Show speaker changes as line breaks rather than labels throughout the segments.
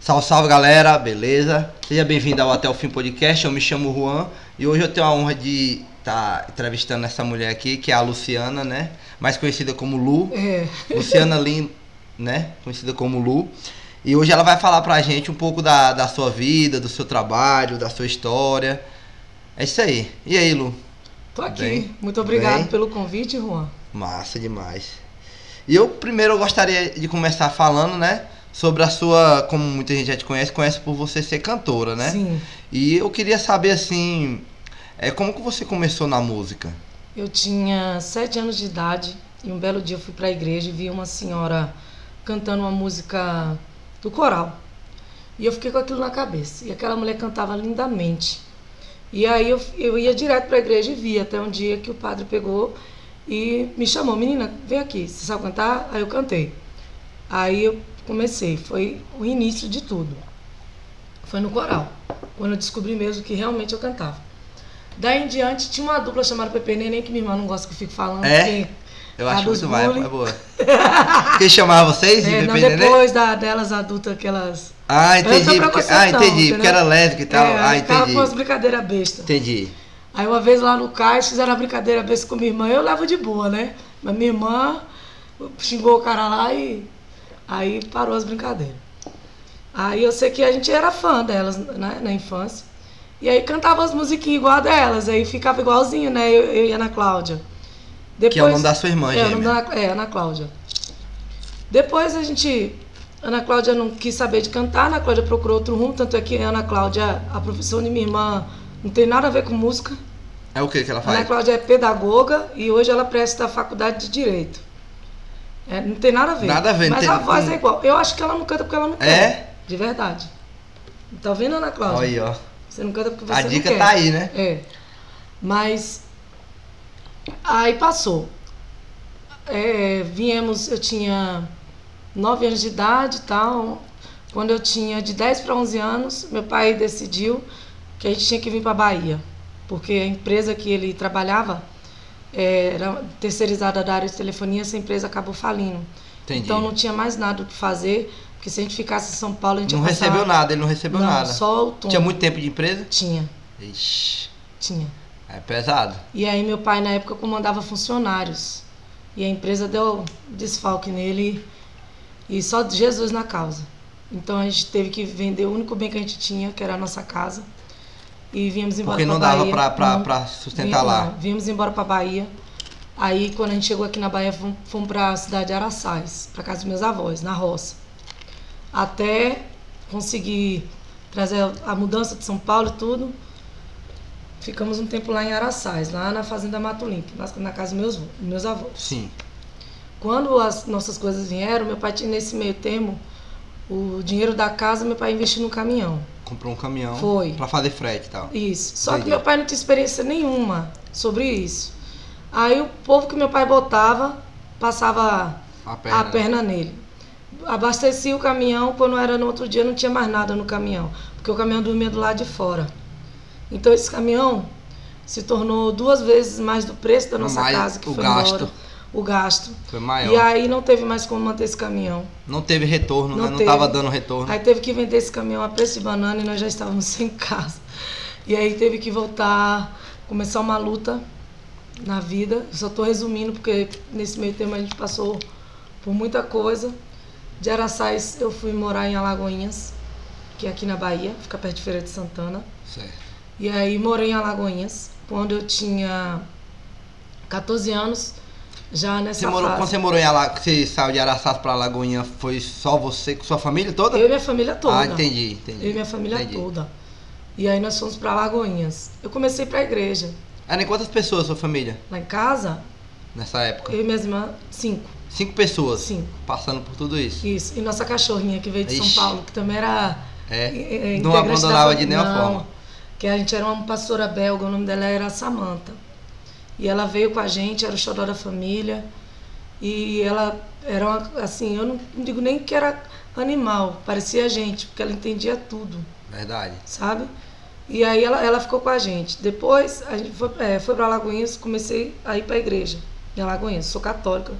Salve, salve galera, beleza? Seja bem-vindo ao Até o Fim Podcast, eu me chamo Juan e hoje eu tenho a honra de estar entrevistando essa mulher aqui, que é a Luciana, né? Mais conhecida como Lu.
É.
Luciana Lin, né? Conhecida como Lu. E hoje ela vai falar pra gente um pouco da, da sua vida, do seu trabalho, da sua história. É isso aí. E aí, Lu?
Tô aqui.
Bem,
Muito obrigado
bem.
pelo convite, Juan.
Massa demais. E eu primeiro eu gostaria de começar falando, né? Sobre a sua, como muita gente já te conhece, conhece por você ser cantora, né?
Sim.
E eu queria saber assim, é como que você começou na música?
Eu tinha sete anos de idade e um belo dia eu fui para a igreja e vi uma senhora cantando uma música do coral. E eu fiquei com aquilo na cabeça. E aquela mulher cantava lindamente. E aí eu, eu ia direto para a igreja e via, até um dia que o padre pegou e me chamou. Menina, vem aqui, você sabe cantar? Aí eu cantei. Aí eu comecei, foi o início de tudo. Foi no coral, quando eu descobri mesmo que realmente eu cantava. Daí em diante tinha uma dupla chamada Pepe e Neném, que minha irmã não gosta que eu fique falando.
É?
porque-
Eu
A
acho que
dos
isso vai,
bullying.
é boa. Quem chamava vocês?
É, não,
Pepe Neném?
depois da, delas adultas que elas.
Ah,
Eu sou
entendi. Porque, ah,
preconceitão,
entendi, porque
entendeu?
era lésbica e tal.
é,
ah,
ficava com umas
entendi.
brincadeiras bestas.
Entendi.
Aí uma vez lá no cais fizeram a brincadeira besta com minha irmã, eu levo de boa, né? Mas minha irmã xingou o cara lá e aí parou as brincadeiras. Aí eu sei que a gente era fã delas né, na infância. E aí cantava as musiquinhas igual a delas, aí ficava igualzinho, né? Eu, eu e a Ana Cláudia. Depois,
Que é o nome da sua irmã,
é, o nome
gêmea.
da Ana- é, Ana Cláudia. Depois a gente. Ana Cláudia não quis saber de cantar, Ana Cláudia procurou outro rumo, tanto é que a Ana Cláudia, a profissão de minha irmã, não tem nada a ver com música.
É o que que ela
Ana
faz?
Cláudia é pedagoga e hoje ela presta a faculdade de Direito. É, não tem nada a ver.
Nada a ver, não
Mas
tem-
a voz
não-
é igual. Eu acho que ela não canta porque ela não quer.
É?
De verdade. Tá vendo, Ana Cláudia?
Olha aí, ó.
Você não canta porque você
A
não
dica
quer.
tá aí, né?
É. Mas aí passou. É, viemos, eu tinha 9 anos de idade e tal. Quando eu tinha de 10 para 11 anos, meu pai decidiu que a gente tinha que vir para Bahia, porque a empresa que ele trabalhava é, era terceirizada da área de telefonia, essa empresa acabou falindo.
Entendi.
Então não tinha mais nada o que fazer, porque se a gente ficasse em São Paulo, a gente
Não
ia passar...
recebeu nada, ele não recebeu
Não,
nada.
só um. o tom.
Tinha muito tempo de empresa?
Tinha,
Ixi,
tinha.
é pesado.
E aí meu pai na época comandava funcionários. E a empresa deu desfalque nele e só Jesus na causa. Então a gente teve que vender o único bem que a gente tinha, que era a nossa casa. E viemos embora
Porque não
pra
dava
Bahia.
pra, pra,
Não.
pra sustentar lá.
Não, Viemos embora pra Bahia. Aí quando a gente chegou aqui na Bahia, fomos, fomos pra cidade de Araçais, pra casa dos meus avós, na roça. Até conseguir trazer a mudança de São Paulo e tudo. Ficamos um tempo lá em Araçais, lá na fazenda Mato Limpo, na, na casa dos meus, meus avós.
Sim.
Quando as nossas coisas vieram, meu pai tinha nesse meio termo o dinheiro da casa, meu pai investiu num caminhão.
Comprou um caminhão
Foi.
pra fazer frete e tal.
Isso. Só
Entendi.
que meu pai não tinha experiência nenhuma sobre isso. Aí o povo que meu pai botava passava
A perna.
a perna nele. Abastecia o caminhão, quando era no outro dia não tinha mais nada no caminhão, porque o caminhão dormia do lado de fora. Então esse caminhão se tornou duas vezes mais do preço da nossa
Mais
casa que
o
foi
gasto.
embora. O gasto.
Foi maior.
E aí não teve mais como manter esse caminhão.
Não teve retorno,
Não
né? Não
teve.
tava dando retorno.
Aí teve que vender esse caminhão a preço de banana e nós já estávamos sem casa. E aí teve que voltar, começar uma luta na vida. Eu só estou resumindo, porque nesse meio tempo a gente passou por muita coisa. De Araçais eu fui morar em Alagoinhas, que é aqui na Bahia, fica perto de Feira de Santana.
Certo.
E aí morei em Alagoinhas. Quando eu tinha 14 anos, já nessa
Você morou,
fase.
quando você morou em Alagoas, você saiu de Araçás pra Lagoinha, foi só você com sua família toda?
Eu e minha família toda.
Ah, entendi, entendi.
Eu e minha família
Entendi.
toda. E aí nós fomos para Lagoinhas. Eu comecei para a igreja.
Eram quantas pessoas sua família
Lá em casa,
nessa época?
eu e minhas irmãs, cinco.
Cinco pessoas.
Cinco.
Passando por tudo isso.
Isso. E nossa cachorrinha que veio de
Ixi.
São Paulo, que também era.
É,
eh, eh,
não
integrante da
abandonava
fam-
de nenhuma
Não,
forma.
Que a gente era uma pastora belga, o nome dela era Samantha. E ela veio com a gente, era o xodó da família. E ela era uma, assim, eu não não digo nem que era animal, parecia gente, porque ela entendia tudo.
Verdade.
sabe? E aí ela, ela ficou com a gente. Depois a gente foi, é, foi para Alagoinhas, comecei a ir para a igreja em Alagoinhas. Sou católica,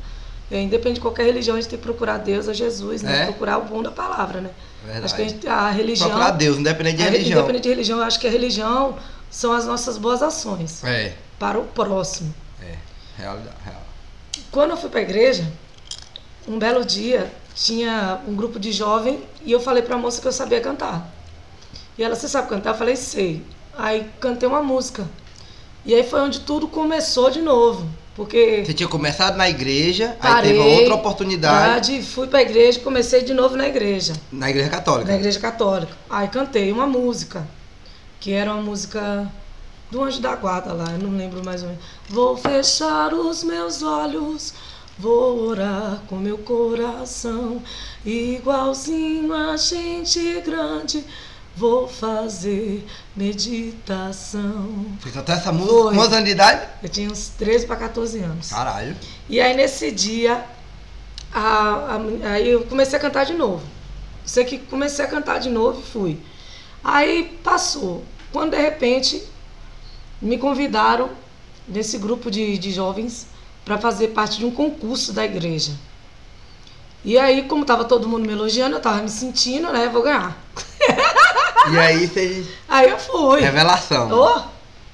É, independente de qualquer religião, a gente tem que procurar Deus, a Jesus, né?
É.
Procurar o bom da palavra, né?
Verdade.
Acho que a, gente, a religião.
Procurar Deus, independente de
a re-
religião.
Independente de religião, eu acho que a religião são as nossas boas ações
É,
para o próximo.
é. Real, real.
Quando eu fui para a igreja, um belo dia tinha um grupo de jovem e eu falei para a moça que eu sabia cantar. E ela, você sabe cantar? Eu falei, sei. Aí cantei uma música. E aí foi onde tudo começou de novo. Porque
Você tinha começado na igreja,
parei,
aí teve uma outra oportunidade
verdade, fui para a igreja e comecei de novo na igreja.
na igreja católica.
Na igreja católica. Aí cantei uma música, que era uma música do Anjo da Guarda lá, eu não lembro mais ou menos. Vou fechar os meus olhos, vou orar com meu coração, igualzinho a gente grande, vou fazer meditação.
Você cantou essa música
Foi.
com quantos anos de idade?
Eu tinha uns 13 para 14 anos.
Caralho.
E aí nesse dia, a- a men- aí eu comecei a cantar de novo. Sei que comecei a cantar de novo e fui. Aí passou. Quando de repente me convidaram desse grupo de, de jovens para fazer parte de um concurso da igreja. E aí, como tava todo mundo me elogiando, eu tava me sentindo, né? Vou ganhar.
E aí você.
Aí eu fui.
É Revelação.
Ô,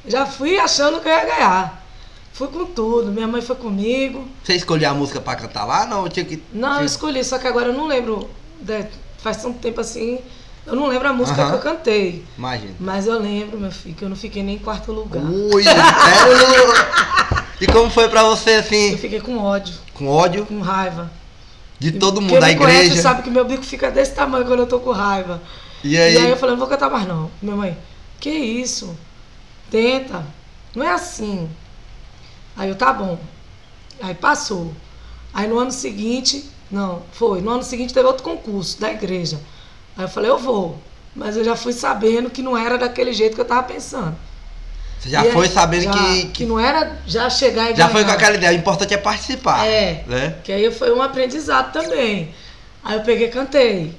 já fui achando que eu ia ganhar. Fui com tudo. Minha mãe foi comigo.
Você escolheu a música pra cantar lá? Não, tinha que.
Não, eu
tinha...
escolhi, só que agora eu não lembro. né, Faz tanto tempo assim, eu não lembro a música
Aham.
que eu cantei.
Imagina.
Mas eu lembro, meu filho, que eu não fiquei nem em quarto lugar.
Ui, sério? E como foi pra você
Eu
assim,
fiquei com ódio,
com ódio
com raiva.
de todo
Quem
mundo da
me conhece
igreja?
sabe que meu bico fica desse tamanho quando eu tô com raiva.
E aí?
E aí eu falei, não vou cantar mais não. Minha mãe, que isso? Tenta. Não é assim. Aí eu, tá bom. Aí passou. Aí no ano seguinte, não, foi. No ano seguinte teve outro concurso da igreja. Aí eu falei, eu vou. Mas eu já fui sabendo que não era daquele jeito que eu tava pensando.
Você já
E aí-
foi sabendo
já-
que,
Que não era já chegar e
Já foi com
ganhar.
aquela ideia, o importante é participar.
É.
Né?
Que aí foi um aprendizado também. Aí eu peguei e cantei.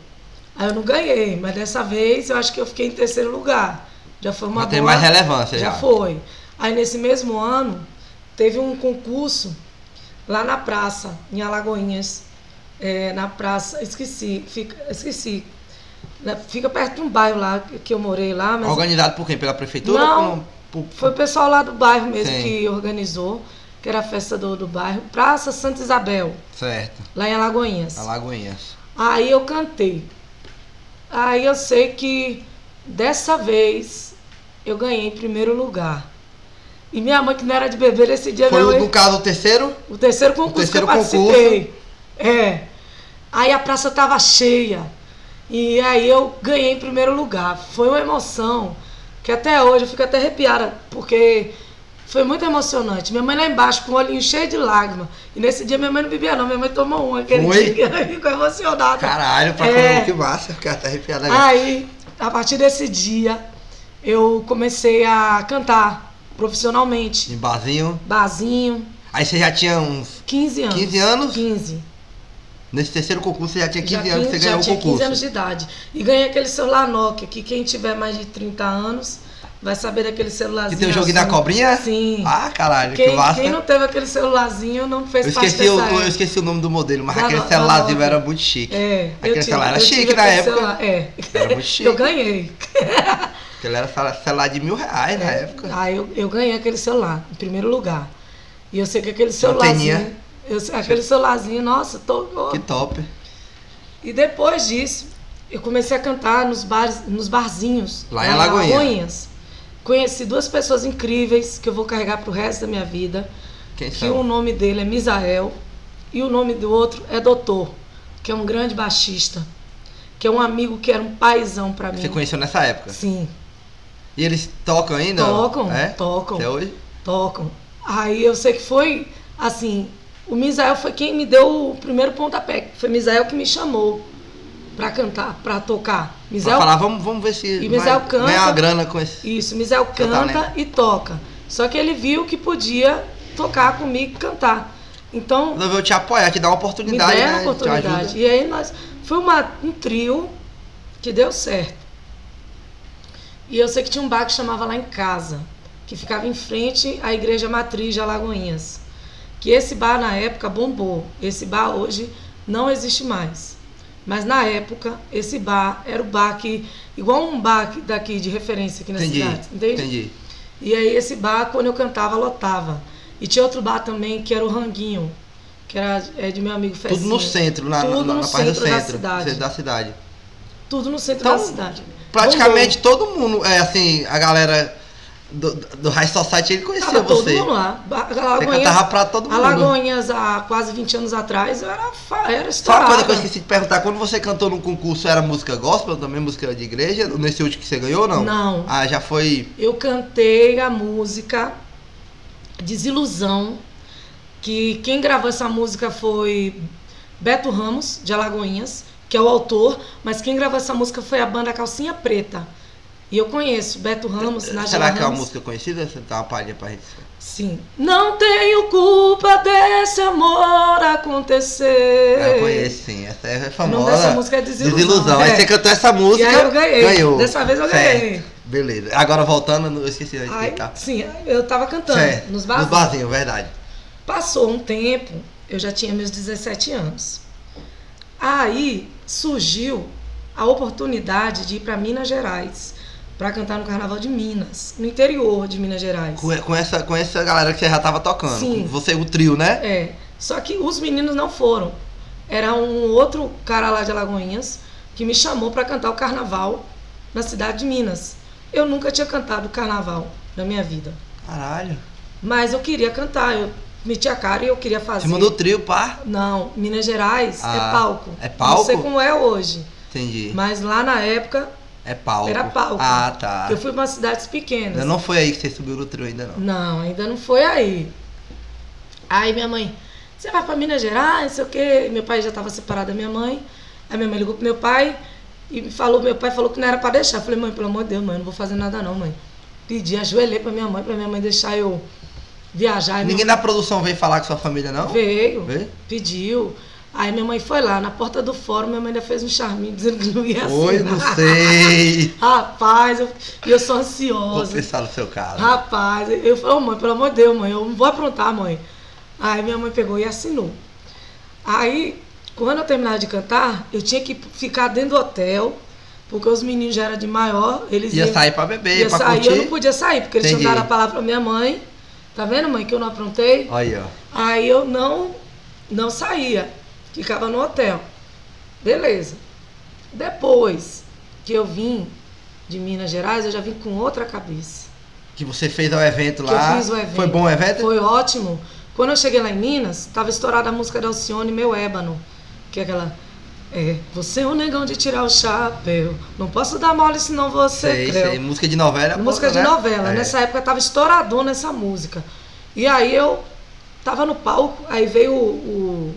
Aí eu não ganhei, mas dessa vez eu acho que eu fiquei em terceiro lugar. Já foi uma
Mas tem
boa-
mais relevância já.
Já foi. Aí nesse mesmo ano, teve um concurso lá na praça, em Alagoinhas. É, na praça, esqueci, fica, esqueci. Na- Fica perto de um bairro lá que- que eu morei lá, mas
Organizado por quem? Pela prefeitura?
Não.
ou por- por-
foi o pessoal lá do bairro mesmo
Sim.
que organizou, que era a festa do, do bairro, Praça Santa Isabel,
Certo.
lá em Alagoinhas.
Alagoinhas.
Aí eu cantei. Aí eu sei que dessa vez eu ganhei em primeiro lugar. E minha mãe, que não era de beber esse dia,
Foi,
minha mãe,
no caso, o terceiro?
o terceiro concurso
terceiro
que eu
concurso.
participei. É. Aí a praça tava cheia. E aí eu ganhei em primeiro lugar. Foi uma emoção que até hoje eu fico até arrepiada, porque foi muito emocionante. Minha mãe lá embaixo, com o olhinho cheio de lágrimas. E nesse dia minha mãe não bebia, não. Minha mãe tomou uma aquele
Foi?
dia. Ela ficou emocionada.
Caralho, pra
É.
caramba, que massa. Fiquei até arrepiado né? agora.
Aí, a partir desse dia, eu comecei a cantar profissionalmente.
Em barzinho.
Barzinho,
Aí você já tinha uns
15 anos.
15 anos?
15.
Nesse terceiro concurso, você já tinha 15
Já
anos que você
quinze- já
ganhou o
tinha
concurso.
anos de idade. E ganhei aquele celular Nokia, que quem tiver mais de 30 anos vai saber daquele
Que
celularzinho.
tem o joguinho da
azul.
cobrinha?
Sim.
Ah, caralho, que
quem,
massa.
quem não teve aquele celularzinho não fez
Eu
parte
esqueci, o,
dessa
eu
época.
esqueci o nome do modelo, mas
Da
aquele
no- da
celularzinho
nova.
era muito chique.
É, eu
Aquele
tive-
celular era
eu tive
chique na
aquele
época.
celular, é.
Era muito chique.
Eu ganhei.
Aquele era cel- celular de mil reais na
É.
época.
Aí Ah, eu, eu ganhei aquele celular, em primeiro lugar. E eu sei que aquele celularzinho.
Anteninha.
Eu, sei- aquele celularzinho, nossa, tô. ó.
Que top.
E depois disso, eu comecei a cantar nos, bares, nos barzinhos.
Lá em Alagoinha.
Alagoinhas. Conheci duas pessoas incríveis que eu vou carregar pro resto da minha vida.
Quem
Que o
são?
nome dele é Misael e o nome do outro é Doutor, que é um grande baixista. Que é um amigo que era um paizão pra mim.
Você conheceu nessa época?
Sim.
E eles tocam ainda?
Tocam,
É?
tocam.
Até hoje?
tocam. Aí eu sei que foi, assim, o Misael foi quem me deu o primeiro pontapé. Foi Misael que me chamou pra cantar, pra tocar.
Vamos
Misael,
falar, vamos, vamos ver se
E Misael
vai
canta.
ganhar uma grana com esse.
isso, Misael
Seu
canta
talento.
e toca. Só que ele viu que podia tocar comigo e cantar. Então,
Resolveu te apoiar, te dar uma
me
oportunidade,
deram a
né? Te
oportunidade.
ajuda.
E aí nós. Foi uma, um trio que deu certo. E eu sei que tinha um bar que chamava lá em casa, que ficava em frente à igreja matriz de Alagoinhas. que esse bar na época bombou. Esse bar hoje não existe mais. Mas na época, esse bar era o bar que. igual um bar daqui de referência aqui na
Entendi,
cidade. Entende?
entendi.
E aí esse bar, quando eu cantava, lotava. E tinha outro bar também que era o Ranguinho, que era é, de meu amigo Fezinho.
Tudo no centro, lá,
Tudo
na,
no
na parte do
centro da
centro
cidade.
centro da cidade.
Tudo no centro
Então,
da cidade.
Praticamente todo mundo, é assim, a galera do, do High Society ele
Bombou.
conhecia
Tava todo
você.
mundo lá. Ba-
Você
Alagoinhas-
cantava pra todo mundo.
Alagoinhas, há quase 20 anos atrás, eu era, fa- era
Só uma
estourada.
coisa que eu esqueci de perguntar, quando você cantou no concurso era música gospel, também música de igreja, nesse último que você ganhou ou não?
Não.
Ah, já foi.
Eu cantei a música Desilusão, que quem gravou essa música foi Beto Ramos, de Alagoinhas, que é o autor, mas quem gravou essa música foi a banda Calcinha Preta. E eu conheço Beto Ramos, Nájila
Será que é uma
Ramos.
música conhecida? Você dá uma palhinha pra gente.
Sim. Não tenho culpa desse amor acontecer.
Ah, Eu conheço sim, essa é
O
famosa.
nome dessa música é Desilusão.
Desilusão.
É.
Aí você cantou essa
E
música.
aí eu ganhei.
Ganhou.
Dessa vez eu
Certo.
ganhei.
Beleza. Agora voltando, eu esqueci de
Aí,
explicar.
sim, eu tava cantando
Certo.
nos barzinhos.
Nos barzinhos, verdade.
Passou um tempo, eu já tinha meus 17 anos. Aí surgiu a oportunidade de ir para Minas Gerais para cantar no Carnaval de Minas, no interior de Minas Gerais.
Com, com essa, com essa galera que você já tava tocando.
Sim.
Com Você, o trio, né?
É, só que os meninos não foram. Era um outro cara lá de Alagoinhas que me chamou para cantar o Carnaval na cidade de Minas. Eu nunca tinha cantado Carnaval na minha vida,
Caralho.
mas eu queria cantar, eu meti a cara e eu queria
Você
fazer.
mandou o trio, pá.
Não, Minas Gerais
Ah,
é palco.
é palco?
Não sei como é hoje,
Entendi.
mas lá na época
É palco.
era palco.
Ah, tá.
eu fui para cidades pequenas.
Ainda não foi aí que você subiu no trio ainda, não.
Não, ainda não foi aí. Aí minha mãe, você vai pra Minas Gerais, não sei o quê. Meu pai já tava separado da minha mãe. Aí minha mãe ligou pro meu pai e me falou, meu pai falou que não era pra deixar. Eu falei, mãe, pelo amor de Deus, mãe, eu não vou fazer nada não, mãe. Pedi, ajoelhei pra minha mãe, pra minha mãe deixar eu viajar. Aí
Ninguém
minha-
da produção veio falar com sua família, não?
veio,
Veio?
pediu. Aí minha mãe foi lá, na porta do fórum, minha mãe ainda fez um charminho dizendo que não ia
Oi,
assinar.
não sei.
Rapaz, eu, eu sou
Vou
ansiosa.
pensar no seu caso.
Rapaz, eu falei, ô mãe, pelo amor de Deus, mãe, eu não vou aprontar, mãe. Aí minha mãe pegou e assinou. Aí, quando eu terminava de cantar, eu tinha que ficar dentro do hotel, porque os meninos já eram de maior, eles
Ia
iam-
sair pra beber,
ia
pra
sair, eu não
curtir.
podia sair, porque eles
Entendi.
tinham dado a palavra pra minha mãe. Tá vendo, mãe, que eu não aprontei?
Olha aí, ó.
Aí eu não não saía, ficava no hotel. Beleza. Depois que eu vim de Minas Gerais, eu já vim com outra cabeça.
Que você fez o evento
Que
lá.
eu fiz o evento.
Foi bom o evento?
Foi ótimo. Quando eu cheguei lá em Minas, estava estourada a música da Alcione, Meu Ébano. Que é aquela... É, você é um negão de tirar o chapéu. Não posso dar mole senão você
Sei,
creu.
sei. Música de novela. é
Música
boa,
de
né?
novela.
É.
Nessa época tava estouradona essa música. E aí eu tava no palco, aí veio o, o,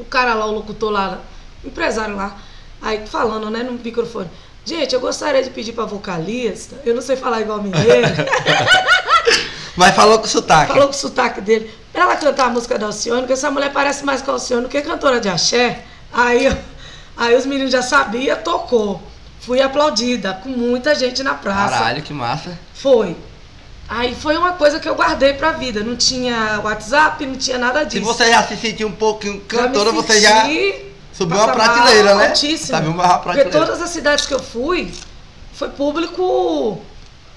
o cara lá, o locutor lá, o empresário lá, aí falando, né, no microfone. Gente, eu gostaria de pedir pra vocalista, eu não sei falar igual mineiro,
Mas falou com sotaque.
falou com o sotaque dele, pra ela cantar a música da Alcione, porque essa mulher parece mais com a Alcione do que cantora de axé. Aí, eu- aí os meninos já sabiam, tocou. Fui aplaudida, com muita gente na praça.
Caralho, que massa.
Foi. Aí foi uma coisa que eu guardei pra vida. Não tinha WhatsApp, não tinha nada
Se
disso.
você já se sentiu um pouquinho
Já me
cantora, você já
senti
subiu uma
patamar
prateleira, né?
altíssimo.
Sabe uma
Porque
prateleira.
todas as cidades que eu fui, foi público. é,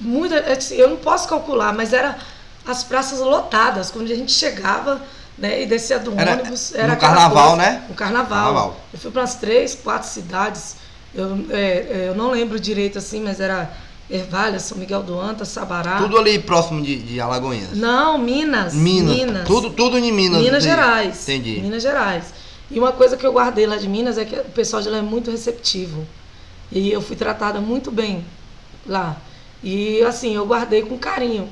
Muito, assim, eu não posso calcular, mas era as praças lotadas. Quando a gente chegava né, e descia do
Era-
ônibus.
no
Era aquela
carnaval,
coisa.
né?
No carnaval.
Carnaval.
Eu fui para umas três, quatro cidades. Eu, é, eu não lembro direito assim, mas era Ervalha, São Miguel do Anta, Sabará.
Tudo ali próximo de, de Alagoinhas.
Não, Ah. Minas.
Minas. Tudo, tudo em Minas.
Minas
entendi.
Gerais.
Entendi.
Minas Gerais. E uma coisa que eu guardei lá de Minas é que o pessoal de lá é muito receptivo. E eu fui tratada muito bem lá. E assim, eu guardei com carinho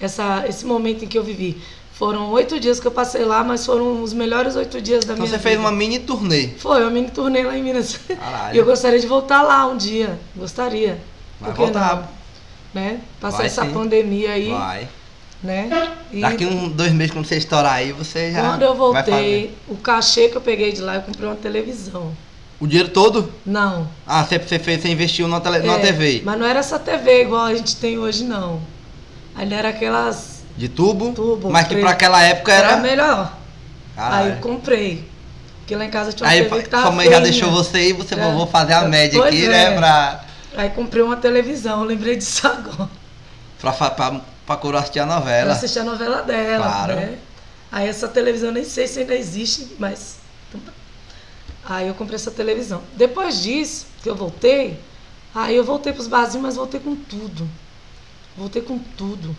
essa, esse momento em que eu vivi. Foram oito dias que eu passei lá, mas foram os melhores oito dias da
Então
minha
você fez
vida.
uma mini turnê.
Foi, eu me turnei lá em Minas.
Caralho.
E eu gostaria de voltar lá um dia. Gostaria.
Vai
Por que
voltar.
não? Né? Passar
Vai
essa
sim.
pandemia aí,
Vai.
né? E-
Daqui um uns dois meses, quando você estourar aí, você já.
Quando eu
É. vai fazer.
voltei, o cachê que eu peguei de lá, eu comprei uma televisão.
O dinheiro todo?
Não.
Ah, você, você, fez, você investiu numa, tele, numa
É,
TV.
Mas não era essa TV igual a gente tem hoje, não. Ali era aquelas
de tubo,
Tubo,
mas que
preto.
pra aquela época era.
Era melhor.
Ah,
aí
é.
eu comprei. Porque lá em casa tinha uma
Aí
TV que tava
sua mãe já
feinha.
deixou você ir, você
É.
falou, vou fazer a média
Pois
aqui,
é.
né? Pra,
Aí comprei uma televisão, eu lembrei disso agora.
pra, fa- pra, pra coroa assistir a
Pra
novela.
assistir a novela dela.
Claro.
né? Aí essa televisão eu nem sei se ainda existe, mas. Aí eu comprei essa televisão. Depois disso, que eu voltei, aí eu voltei pros barzinhos, mas voltei com tudo. Voltei com tudo.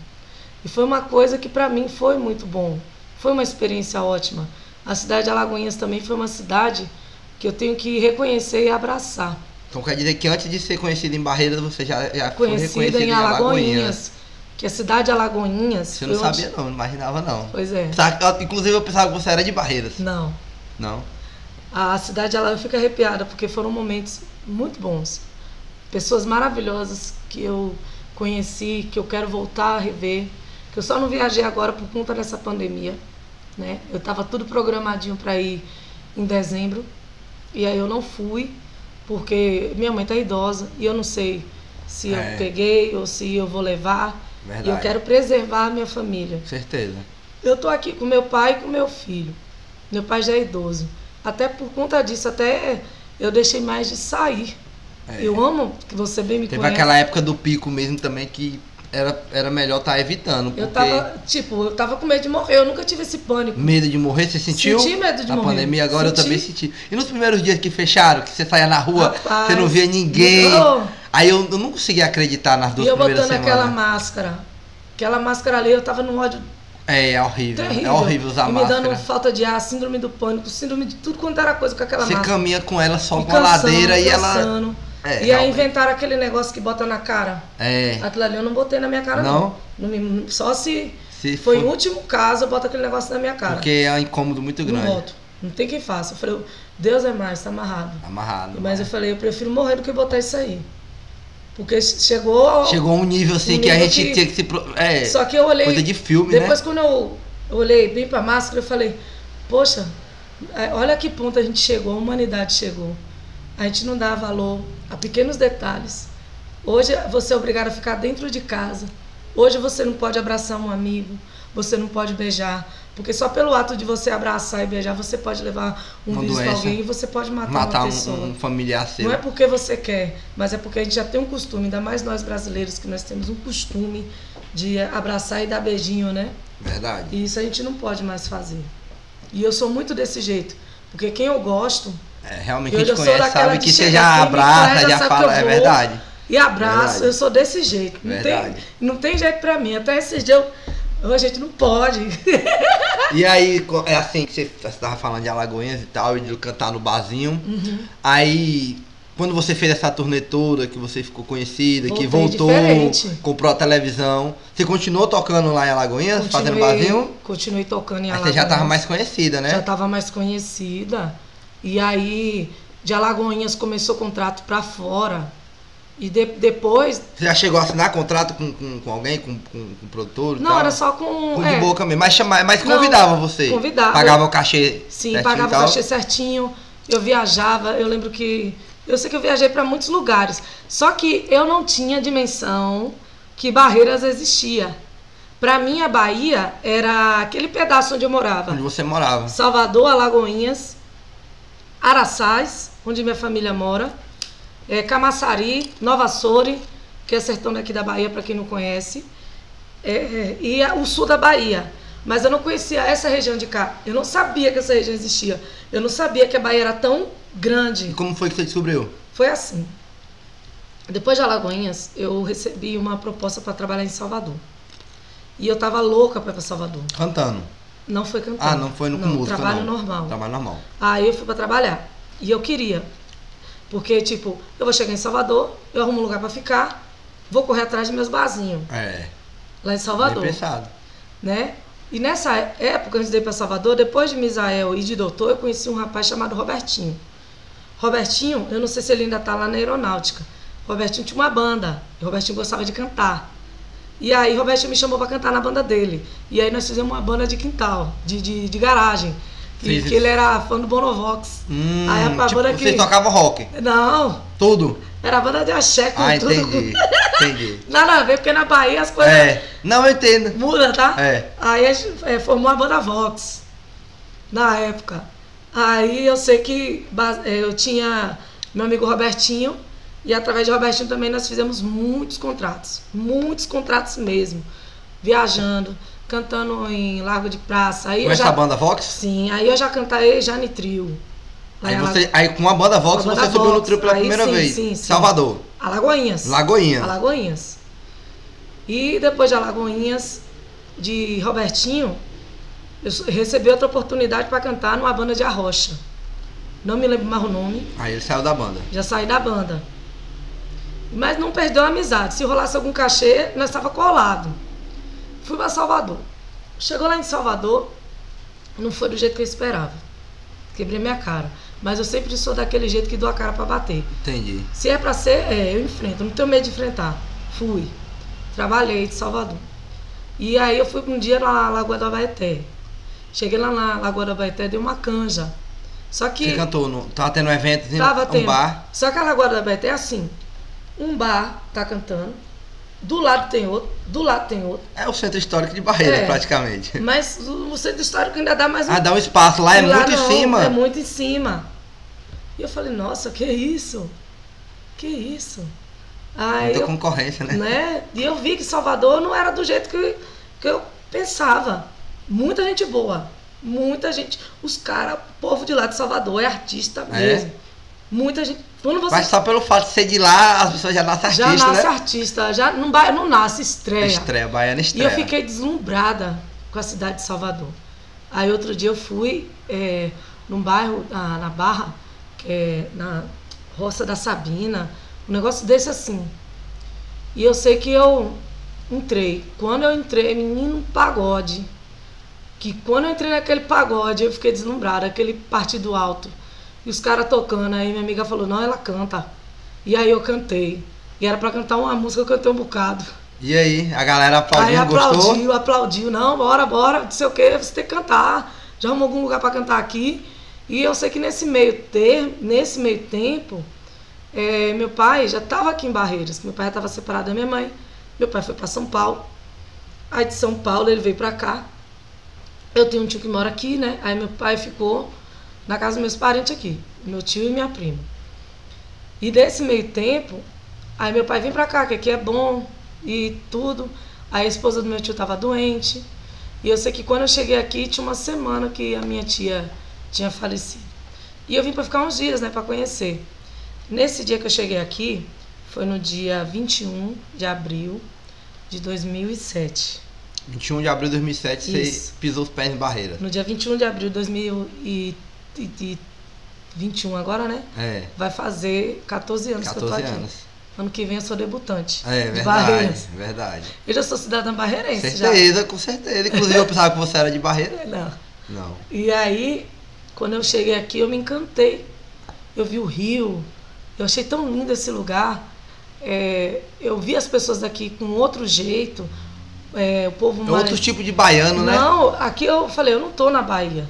E foi uma coisa que pra mim foi muito bom. Foi uma experiência ótima. A cidade de Alagoinhas também foi uma cidade que eu tenho que reconhecer e abraçar.
Então quer dizer que antes de ser conhecida em Barreiras, você já, já foi
Conhecida
reconhecida
em Alagoinhas. Que a cidade de Alagoinhas.
Você não
foi onde-
sabia não, não imaginava não.
Pois é.
Pensava que- eu- Inclusive eu pensava que você era de Barreiras.
Não.
Não.
A cidade ela fica arrepiada porque foram momentos muito bons. Pessoas maravilhosas que eu conheci, que eu quero voltar a rever, que eu só não viajei agora por conta dessa pandemia, né? Eu tava tudo programadinho para ir em dezembro e aí eu não fui porque minha mãe tá idosa e eu não sei se
É.
eu peguei ou se eu vou levar.
Verdade.
E eu quero preservar a minha família.
Certeza.
Eu tô aqui com meu pai e com meu filho. Meu pai já é idoso. Até por conta disso, até eu deixei mais de sair.
É.
Eu amo que você bem me
Teve
conhece.
aquela época do pico mesmo também que era, era melhor estar evitando, porque
Eu tava, tipo, eu tava com medo de morrer. Eu nunca tive esse pânico.
medo de morrer, você sentiu?
Senti medo de
Na
morrer.
pandemia agora eu
Senti.
também senti. E nos primeiros dias que fecharam, que você saía na rua,
Rapaz,
você não via ninguém.
mudou.
Aí eu, eu não conseguia acreditar nas duas
E eu
primeiras
botando aquela
semanas.
máscara. Aquela máscara ali, eu tava num ódio
É, é horrível.
terrível.
É horrível usar
e um
máscara.
me dando falta de ar, síndrome do pânico, síndrome de tudo quanto era coisa com aquela
Você
máscara.
caminha com ela só
E
com a
cansando,
ladeira e ela.
cansando.
É,
e aí
realmente.
inventaram aquele negócio que bota na cara.
É.
Aquilo ali eu não botei na minha cara,
Não?
não. Não me- só se
Se
foi
for-
o último caso, eu boto aquele negócio na minha cara.
Porque é um incômodo muito
não
grande.
boto. Não tem quem faça. Eu falei, Deus é mais, tá amarrado.
Amarrado.
Mas eu falei, eu prefiro morrer do que botar isso aí. Porque che- chegou. ao-
Chegou um nível assim
Um
que a
nível
gente
que-
tinha que se. pro- É.
Só que eu olhei.
Coisa de filme, né?
Depois, quando eu olhei bem pra máscara, eu falei, poxa, é, olha que ponto a gente chegou, a humanidade chegou. A gente não dá valor a pequenos detalhes. Hoje você é obrigado a ficar dentro de casa. Hoje você não pode abraçar um amigo, você não pode beijar. Porque só pelo ato de você abraçar e beijar, você pode levar um
Uma
vírus pra
doença.
alguém e você pode matar,
matar
uma
um,
pessoa.
um familiar seu.
Não é porque você quer, mas é porque a gente já tem um costume, ainda mais nós brasileiros, que nós temos um costume de abraçar e dar beijinho, né?
Verdade.
E isso a gente não pode mais fazer. E eu sou muito desse jeito, porque quem eu gosto
É, realmente
Eu
quem te
já sou
conhece
daquela
sabe
de
que você
chegar
já
assim, me
abraça,
traz,
já
já sabe
fala.
que
É
eu vou.
verdade.
e abraço,
Verdade.
eu sou desse jeito. Não tem,
Verdade.
não tem jeito pra mim. Até esses dias eu, "Ô, a gente não pode.
E aí, co- é assim que você estava falando de Alagoinhas e tal, e de cantar no barzinho.
Uhum.
Aí, quando você fez essa turnê toda, que você ficou conhecida, que
Voltei
voltou,
diferente.
comprou a televisão, você continuou tocando lá em Alagoinhas, Tá fazendo barzinho?
continuei tocando em
Aí você já tava
Alagoas.
mais conhecida, né?
já estava mais conhecida. E aí, de Alagoinhas começou o contrato para fora. E de- depois.
Você já chegou a assinar contrato com, com, com alguém, com, com, com produtor? e
Não,
tal?
era só com.
Então, Com
é,
de boca mesmo, mas, chama, mas
Não,
convidava você.
convidava.
Pagava o cachê.
Sim,
certinho e
pagava o
tal.
cachê certinho. Eu viajava. Eu lembro que. Eu sei que eu viajei para muitos lugares. Só que eu não tinha dimensão que Barreiras existia. Para mim, a Bahia era aquele pedaço onde eu morava.
Onde você morava.
Salvador, Alagoinhas, Araçás, onde minha família mora, eh, Camaçari, Nova Sori, que é sertão daqui da Bahia, para quem não conhece, eh, eh, e a- o sul da Bahia. Mas eu não conhecia essa região de cá. Eu não sabia que essa região existia. Eu não sabia que a Bahia era tão grande.
E como foi que você descobriu?
Foi assim. Depois de Alagoinhas, eu recebi uma proposta para trabalhar em Salvador. E eu tava louca para ir para Salvador.
Cantando.
Não foi cantando.
Ah, não foi no com música,
trabalho
não. Tá
normal.
Trabalho normal.
Aí eu fui pra trabalhar. E eu queria. Porque, tipo, eu vou chegar em Salvador, eu arrumo um lugar pra ficar, vou correr atrás de meus barzinhos
É.
lá em
Bem
Salvador,
pensado.
né? E nessa época, antes de ir pra Salvador, depois de Misael e de Doutor, eu conheci um rapaz chamado Robertinho. Robertinho, eu não sei se ele ainda tá lá na aeronáutica. Robertinho tinha uma banda. E Robertinho gostava de cantar. E aí Robertinho me chamou pra cantar na banda dele. E aí nós fizemos uma banda de quintal, de, de, de garagem. E
Vocês-
que ele era fã do Bonovox.
Hum,
Aí a
tipo,
banda que-
Vocês tocavam rock?
Não,
Tudo?
era banda de axé com
Ah,
tudo.
entendi. Entendi.
Nada a ver, porque na Bahia as coisas
É. Não, eu entendo.
mudam, tá?
É.
Aí a gente eh, formou a banda Vox na época. Aí eu sei que ba- eh, eu tinha meu amigo Robertinho, e através de Robertinho também nós fizemos muitos contratos. Muitos contratos mesmo. Viajando, cantando em Largo de Praça. Aí
Com
eu
essa
já,
banda Vox?
sim, aí eu já cantei Jane Trio. lá
Aí,
em
você, aí com a banda Vox
Com a banda
você subiu no
Vox,
trio pela
aí
primeira
sim,
vez.
sim, sim.
Salvador.
Alagoinhas.
Lagoinha.
Alagoinhas. E depois de Alagoinhas, de Robertinho, eu s- recebi outra oportunidade para cantar numa banda de Arrocha. Não me lembro mais o nome,
Aí ele saiu da banda.
já saí da banda. Mas não perdeu a amizade. Se rolasse algum cachê, nós estava colado. Fui para Salvador. Chegou lá em Salvador, não foi do jeito que eu esperava. Quebrei minha cara. Mas eu sempre sou daquele jeito que dou a cara para bater.
Entendi.
Se é pra ser, é, eu enfrento. Não tenho medo de enfrentar. Fui. Trabalhei de Salvador. E aí eu fui um dia na Lagoa do Abaeté. Cheguei lá na Lagoa do Abaeté, dei uma canja. Só
Você
que
cantou, no, tava tendo um evento, assim,
tava
um
tendo.
bar.
Só que a Lagoa do Abaeté é assim. Um bar tá cantando, do lado tem outro, do lado tem outro.
É o centro histórico de Barreira,
É.
praticamente.
Mas o o centro histórico ainda dá mais um
Ah, dá um espaço lá, é
E
muito em
não,
cima.
É muito em cima. E eu falei, nossa, que isso? Que isso? Aí
Muita
eu
concorrência, né?
né? E eu vi que Salvador não era do jeito que, que eu pensava. Muita gente boa. Muita gente. Os caras, o povo de lá de Salvador é artista
É?
mesmo. Muita gente. Quando você
Mas só pelo fato de ser de lá, as pessoas já nascem
já
artista,
nasce
né?
artista, já não, ba- não nasce, estreia.
Estreia, baiana
E
estreia.
eu fiquei deslumbrada com a cidade de Salvador. Aí outro dia eu fui é, num bairro, na, na Barra, que é na Roça da Sabina, um negócio desse assim. E eu sei que eu entrei. Quando eu entrei, menino, um pagode. Que quando eu entrei naquele pagode, eu fiquei deslumbrada, aquele partido alto. E os caras tocando, aí minha amiga falou, não, ela canta. E aí eu cantei. E era pra cantar uma música, eu cantei um bocado.
E aí, a galera
Aí
aplaudindo, gostou?
aplaudiu, aplaudiu, não, bora, bora, não sei o que, você tem que cantar. Já arrumou algum lugar pra cantar aqui. E eu sei que nesse meio ter, nesse meio tempo, eh, meu pai já estava aqui em Barreiras, meu pai já estava separado da minha mãe. Meu pai foi pra São Paulo. Aí de São Paulo ele veio pra cá. Eu tenho um tio que mora aqui, né? Aí meu pai ficou na casa dos meus parentes aqui, meu tio e minha prima. E desse meio tempo, aí meu pai vem pra cá, que aqui é bom e tudo. Aí a esposa do meu tio tava doente. E eu sei que quando eu cheguei aqui, tinha uma semana que a minha tia tinha falecido. E eu vim pra ficar uns dias, né, pra conhecer. Nesse dia que eu cheguei aqui, foi no dia 21 de abril de 2007.
21 de abril de 2007,
Isso.
você pisou os pés em Barreira.
No dia 21 de abril de 2021, agora, né?
É,
Vai fazer 14 anos que eu tô
14
aqui.
anos.
Ano que vem eu sou debutante.
É,
de
verdade,
Barreiras.
verdade.
Eu já sou cidadã barreirense.
Certeza, com certeza. Inclusive, eu pensava que você era de Barreira.
Já. Não.
Não.
E aí, quando eu cheguei aqui, eu me encantei. Eu vi o rio, eu achei tão lindo esse lugar. É, eu vi as pessoas daqui com outro jeito, é, o povo
É
mais.
outro tipo de baiano, né?
Não, aqui eu falei, eu não tô na Bahia.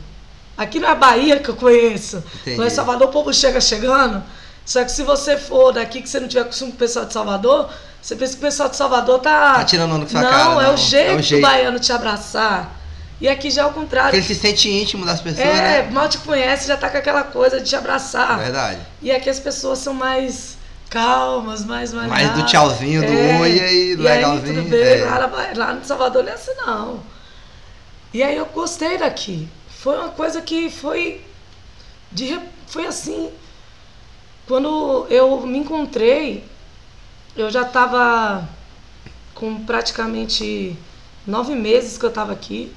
Aqui não é a Bahia que eu conheço.
Entendi.
Mas Salvador, o povo chega chegando. Só que se você for daqui, que você não tiver costume com o pessoal de Salvador, você pensa que o pessoal de Salvador tá.
Tá tirando onda com sua
não,
cara,
é
não.
o jeito
É o
do
jeito.
baiano te abraçar. E aqui já é o contrário.
Porque ele se sente íntimo das pessoas,
É,
né?
mal te conhece, já tá com aquela coisa de te abraçar.
Verdade.
E aqui as pessoas são mais calmas, mais mais.
Mas do tchauzinho, do oi, aí, do
ah, É. Aí,
legalzinho.
tudo bem,
é.
lá, na- lá no Salvador não é assim, não. E aí eu gostei daqui. Foi uma coisa que foi. De, re- foi assim. Quando eu me encontrei, eu já estava com praticamente nove meses que eu estava aqui.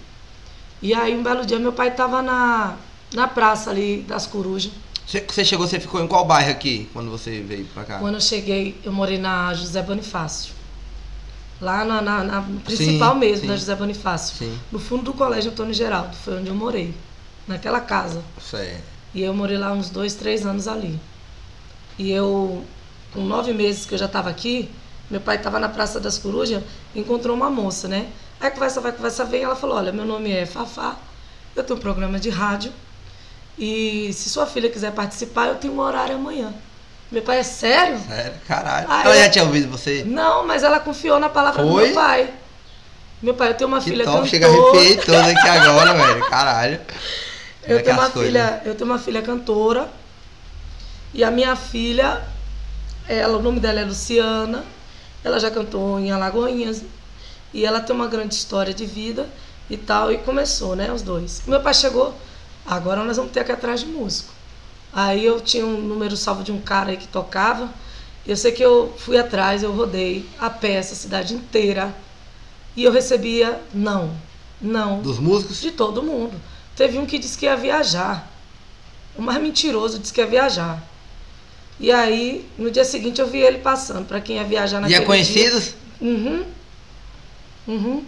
E aí um belo dia meu pai estava na, na praça ali das corujas.
Você, você chegou, você ficou em qual bairro aqui quando você veio pra cá?
Quando eu cheguei, eu morei na José Bonifácio. Lá na, na- na principal
Sim,
mesmo,
sim.
na José Bonifácio.
Sim,
No fundo do colégio Antônio Geraldo, foi onde eu morei. Naquela casa.
isso é.
E eu morei lá uns dois, três anos ali. E eu, com nove meses que eu já estava aqui, meu pai estava na Praça das Corujas, encontrou uma moça, né? Aí conversa vai, conversa vem, ela falou, olha, meu nome é Fafá, eu tenho um programa de rádio E se sua filha quiser participar, eu tenho um horário amanhã. Meu pai, é sério?
Sério, caralho.
Ah,
ela
eu-
já tinha ouvido você?
Não, mas ela confiou na palavra do
Foi?
meu pai. Meu pai, eu tenho uma
Que
filha
top,
cantora.
chega arrepiei todo aqui agora, velho. Caralho. Como é
Eu
que é
tenho,
as
uma
coisas?
filha, eu tenho uma filha cantora. E a minha filha, ela, o nome dela é Luciana. Ela já cantou em Alagoinhas. E ela tem uma grande história de vida e tal. E começou, né? Os dois. Meu pai chegou, agora nós vamos ter que ir atrás de músico. Aí eu tinha um número salvo de um cara aí que tocava. Eu sei que eu fui atrás, eu rodei a peça, a cidade inteira. E eu recebia não, não,
Dos músicos?
de todo mundo. Teve um que disse que ia viajar. O mais mentiroso disse que ia viajar. E aí, no dia seguinte, eu vi ele passando. Pra quem ia viajar
E
naquele
é
dia.
conhecidos?
Uhum. Uhum.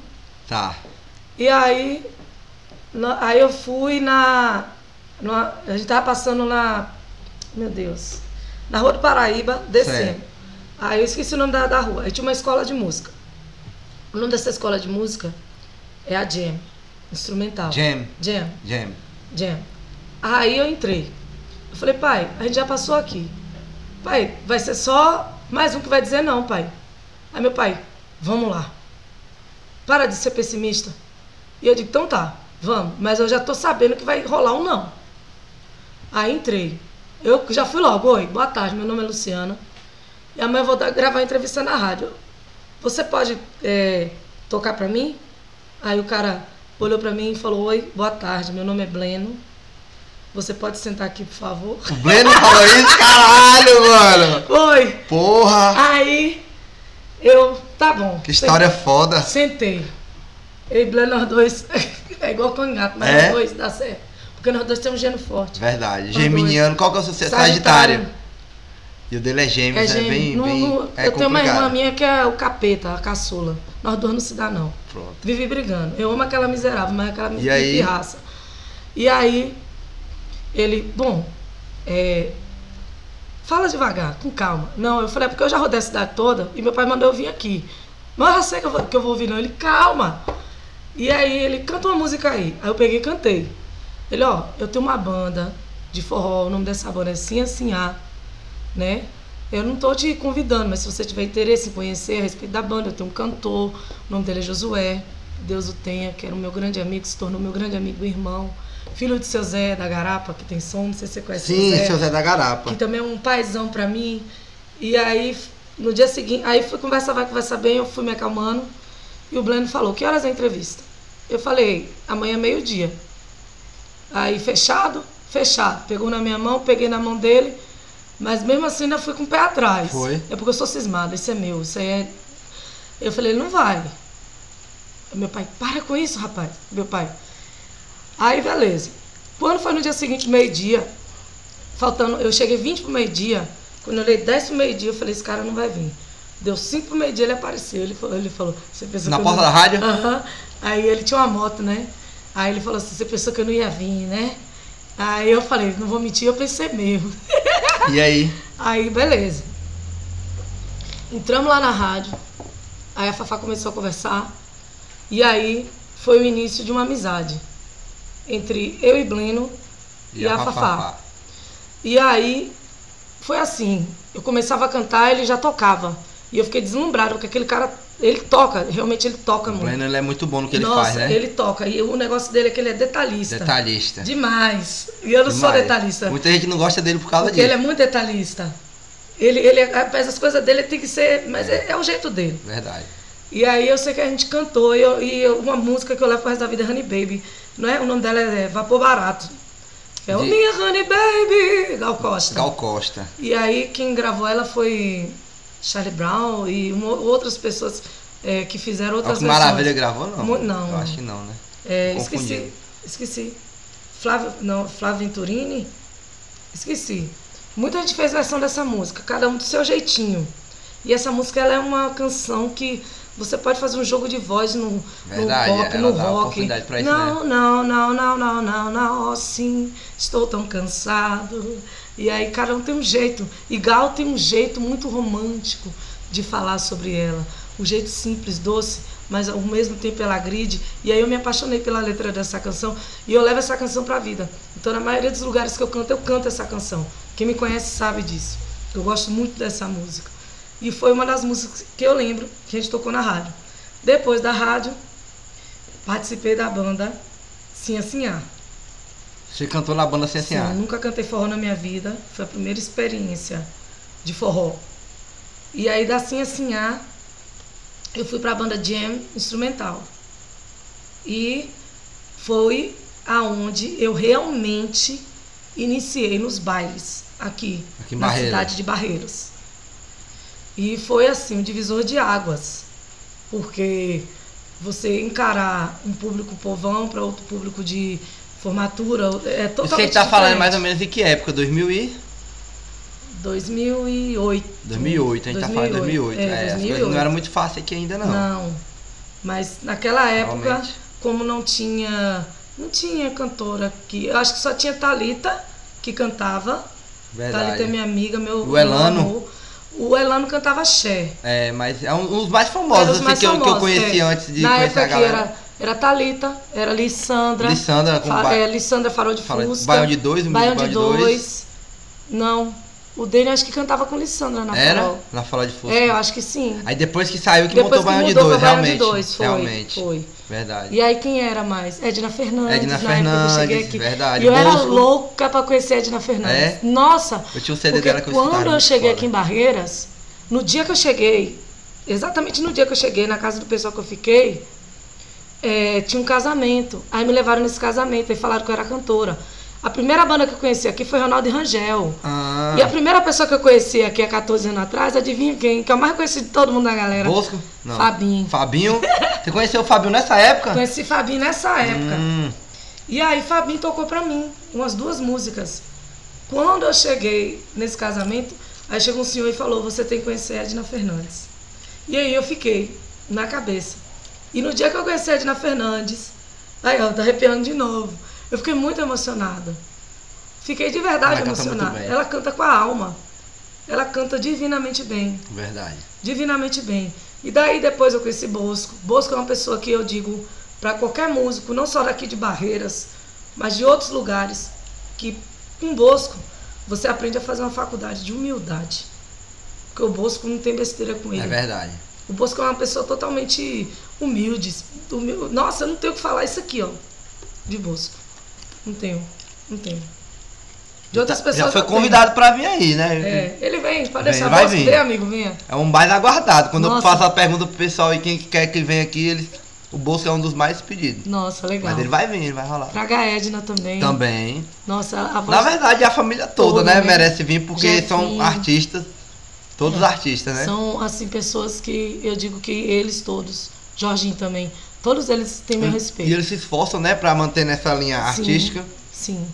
Tá.
E aí, na- aí eu fui na, na- A gente tava passando na. Meu Deus. Na Rua do Paraíba, descendo.
Certo.
Aí eu esqueci o nome da, da rua. Aí tinha uma escola de música. O nome dessa escola de música é a Jam. Instrumental.
Jam,
Jam.
jam.
Jam. Aí eu entrei. Eu falei, pai, a gente já passou aqui. Pai, vai ser só mais um que vai dizer não, pai. Aí meu pai, vamos lá. Para de ser pessimista. E eu digo, então tá, vamos. Mas eu já tô sabendo que vai rolar um não. Aí entrei. Eu já fui logo, oi, boa tarde, meu nome é Luciana. E amanhã eu vou dar- gravar uma entrevista na rádio. Você pode é, tocar pra mim? Aí o cara olhou pra mim e falou, oi, boa tarde, meu nome é Bleno. Você pode sentar aqui, por favor?
O Breno falou isso, caralho, mano.
Oi!
Porra,
Aí eu, tá bom.
que história é foda.
Sentei. Eu e Bleno, nós dois, é igual cangato, mas
É?
nós dois dá certo. Porque nós dois temos um gênio forte.
Verdade. Geminiano, qual que é o seu Sagitário? E o dele é
É
gêmeos, é,
gênio.
bem,
Não-
bem.
não-
é
eu tenho uma irmã
complicado.
minha que é o capeta, a caçula. Nós dois não se dá, não.
Pronto.
Vive brigando. Eu amo aquela miserável, mas aquela
E aí?
pirraça. E aí, ele, bom, é, fala devagar, com calma. Não, eu falei, é porque eu já rodei a cidade toda e meu pai mandou eu vir aqui. Mas eu já sei que eu vou, que eu vou ouvir, não. Ele, calma. E aí ele, canta uma música aí. Aí eu peguei e cantei. Ele, ó, eu tenho uma banda de forró, o nome dessa banda é Sim Assim A, né? Eu não tô te convidando, mas se você tiver interesse em conhecer a respeito da banda, eu tenho um cantor, o nome dele é Josué, Deus o tenha, que era o meu grande amigo, se tornou meu grande amigo, meu irmão, filho de seu Zé da Garapa, que tem som, não sei se você conhece
Sim,
seu Zé
seu Zé da Garapa.
que também é um paizão pra mim. E aí, no dia seguinte, aí fui conversar, vai conversar bem, eu fui me acalmando. E o Bleno falou, que horas é a entrevista? Eu falei, amanhã é meio-dia. Aí, fechado? Fechado. Pegou na minha mão, peguei na mão dele, mas mesmo assim ainda fui com o pé atrás.
Foi.
É porque eu sou cismada, isso é meu, isso aí é... Eu falei, não vai. Meu pai, para com isso, rapaz. Meu pai. Aí, beleza. Quando foi no dia seguinte, meio-dia, faltando, eu cheguei 20 pro meio-dia. Quando eu olhei 10 pro meio-dia, eu falei, esse cara não vai vir. Deu 5 pro meio-dia, ele apareceu. Ele falou, ele falou você pensou
Na
que eu
porta
não-
da rádio?
Aham. Aí ele tinha uma moto, né? Aí ele falou assim, você pensou que eu não ia vir, né? Aí eu falei, não vou mentir, eu pensei mesmo. Ah,
E aí?
Aí, beleza. Entramos lá na rádio. Aí a Fafá começou a conversar. E aí foi o início de uma amizade entre eu e Bleno e, a Fafá. E aí foi assim, eu começava a cantar, ele já tocava. E eu fiquei deslumbrada, porque aquele cara, ele toca, realmente ele toca
O
muito.
Breno ele é muito bom no que ele
Nossa,
faz, né?
ele é toca. E o negócio dele é que ele é detalhista.
Detalhista.
Demais. E eu não sou
Demais.
detalhista.
Muita gente não gosta dele por causa
Porque ele é
disso.
muito detalhista. Ele, ele, é- mas as coisas dele tem que ser, mas é, é o jeito dele.
Verdade.
E aí eu sei que a gente cantou, e, eu- e eu- uma música que eu levo pro resto da vida é Honey Baby. Não é? O nome dela é Vapor Barato. É o
De-
Minha Honey Baby, Gal Costa.
Gal Costa.
E aí quem gravou ela foi Charlie Brown e uma- outras pessoas é, que fizeram
Olha
outras
que
versões.
maravilha gravou, não?
Mu- não.
Eu acho que não, né?
É,
Confundi.
esqueci, esqueci. Flávio, não, Flávio Venturini? Esqueci. Muita gente fez versão dessa música, cada um do seu jeitinho. E essa música ela é uma canção que você pode fazer um jogo de voz no,
Verdade, é,
no pop,
ela
no
dá
rock.
oportunidade pra isso, né?
não, não, não, não, não, não, não, oh, sim, estou tão cansado. E aí cada um tem um jeito. E Gal tem um jeito muito romântico de falar sobre ela. Um jeito simples, doce, mas ao mesmo tempo ela gride. E aí eu me apaixonei pela letra dessa canção e eu levo essa canção pra vida. Então Então, na maioria dos lugares que eu canto, eu canto essa canção. Quem me conhece sabe disso. Eu gosto muito dessa música. E foi uma das músicas que eu lembro que a gente tocou na rádio. Depois da rádio, participei da banda Sim Assim Ah.
Você cantou na banda Sim Assim
Sim, eu
Ah?
nunca cantei forró na minha vida. Foi a primeira experiência de forró. E aí da Sim Assim Ah, eu fui para a banda Jam Instrumental. E foi aonde eu realmente iniciei nos bailes aqui,
Aqui em
na
Barreiras.
cidade de Barreiros. E foi assim, um divisor de águas, porque você encarar um público povão para outro público de formatura é totalmente
Isso que a gente tá falando
diferente.
mais ou menos em que época? 2000 e...
2008.
2008, a gente tá falando de 2008. É, as coisas não era muito fácil aqui ainda não.
Não. Mas naquela época, tá
Realmente.
como não tinha. Não tinha cantora aqui. Eu acho que só tinha Thalita que cantava. Thalita
Verdade.
é minha amiga, meu.
O
meu
Elano.
amor. O Elano cantava axé.
É, mas é um dos mais famosos,
Era os
assim,
mais
que, eu, que eu
famosos,
conheci
é.
antes de
Na
conhecer
época
a galera.
que era. Era Thalita, era Lissandra.
Lissandra, com ba-
Fa, é, Lissandra Farol de
Farol-
Fusca.
Baião de Dois, o
Baião
Baião
de
de Dois.
Dois. Não. O dele acho que cantava com Lissandra na
Era?
Farol.
Na Fala de Força.
É, eu acho que sim.
Aí depois que saiu que
Depois
montou o Baião de
mudou pra
Dois,
Baião
realmente.
de dois, foi,
realmente.
foi.
Verdade.
E aí quem era mais? Edna Fernandes.
Edna
na época que eu cheguei
Fernandes,
aqui.
verdade.
E eu era
Bosco.
louca pra conhecer a Edna Fernandes.
É?
Nossa!
Eu tinha um CD
porque
dela que eu escutava,
quando eu
muito
cheguei
foda.
aqui em Barreiras, no dia que eu cheguei, exatamente no dia que eu cheguei na casa do pessoal que eu fiquei, é, tinha um casamento. Aí me levaram nesse casamento e falaram que eu era cantora. A primeira banda que eu conheci aqui foi Ronaldo e Rangel.
Ah,
E a primeira pessoa que eu conheci aqui há 14 anos atrás, adivinha quem? Que eu mais conheci de todo mundo da galera.
Bosco? Não.
Fabinho.
Fabinho? Você conheceu o Fabinho nessa época?
Conheci Fabinho nessa época.
Hum,
E aí Fabinho tocou pra mim umas duas músicas. Quando eu cheguei nesse casamento, aí chegou um senhor e falou: "Você tem que conhecer a Edna Fernandes". E aí eu fiquei na cabeça. E no dia que eu conheci a Edna Fernandes, aí ó, tá arrepiando de novo. Eu fiquei muito emocionada. Fiquei de
Ela
verdade
canta muito
emocionada.
bem.
Ela canta com a alma. Ela canta divinamente bem
verdade.
divinamente bem. E daí depois eu conheci Bosco. Bosco é uma pessoa que eu digo para qualquer músico, não só daqui de Barreiras, mas de outros lugares, que com Bosco você aprende a fazer uma faculdade de humildade. Porque o Bosco não tem besteira com
É
ele.
verdade.
O Bosco é uma pessoa totalmente humilde. humil- Nossa, eu não tenho o que falar isso aqui, ó. De Bosco. Não tenho. Não tenho. De outras
Tá-
pessoas.
Já foi
eu tenho.
convidado pra vir aí, né?
É, ele vem, pode
Vem,
deixar
vai
Bosco.
vir.
Vem, amigo, venha.
É um mais aguardado. Quando eu
Nossa.
faço a pergunta pro pessoal e quem quer que venha aqui, eles... o Bosco é um dos mais pedidos.
Nossa, legal.
Mas ele vai vir, ele vai rolar.
Traga a Edna também.
Também.
Nossa, a voz.
Na verdade, a família toda,
Toda,
né,
né?
merece vir porque
Jefinho.
são artistas. Todos
É.
artistas, né?
São, assim, pessoas que eu digo que eles todos, Jorginho também, todos eles têm meu respeito.
Hum. E eles se esforçam, né, pra manter nessa linha
Sim.
artística.
Sim.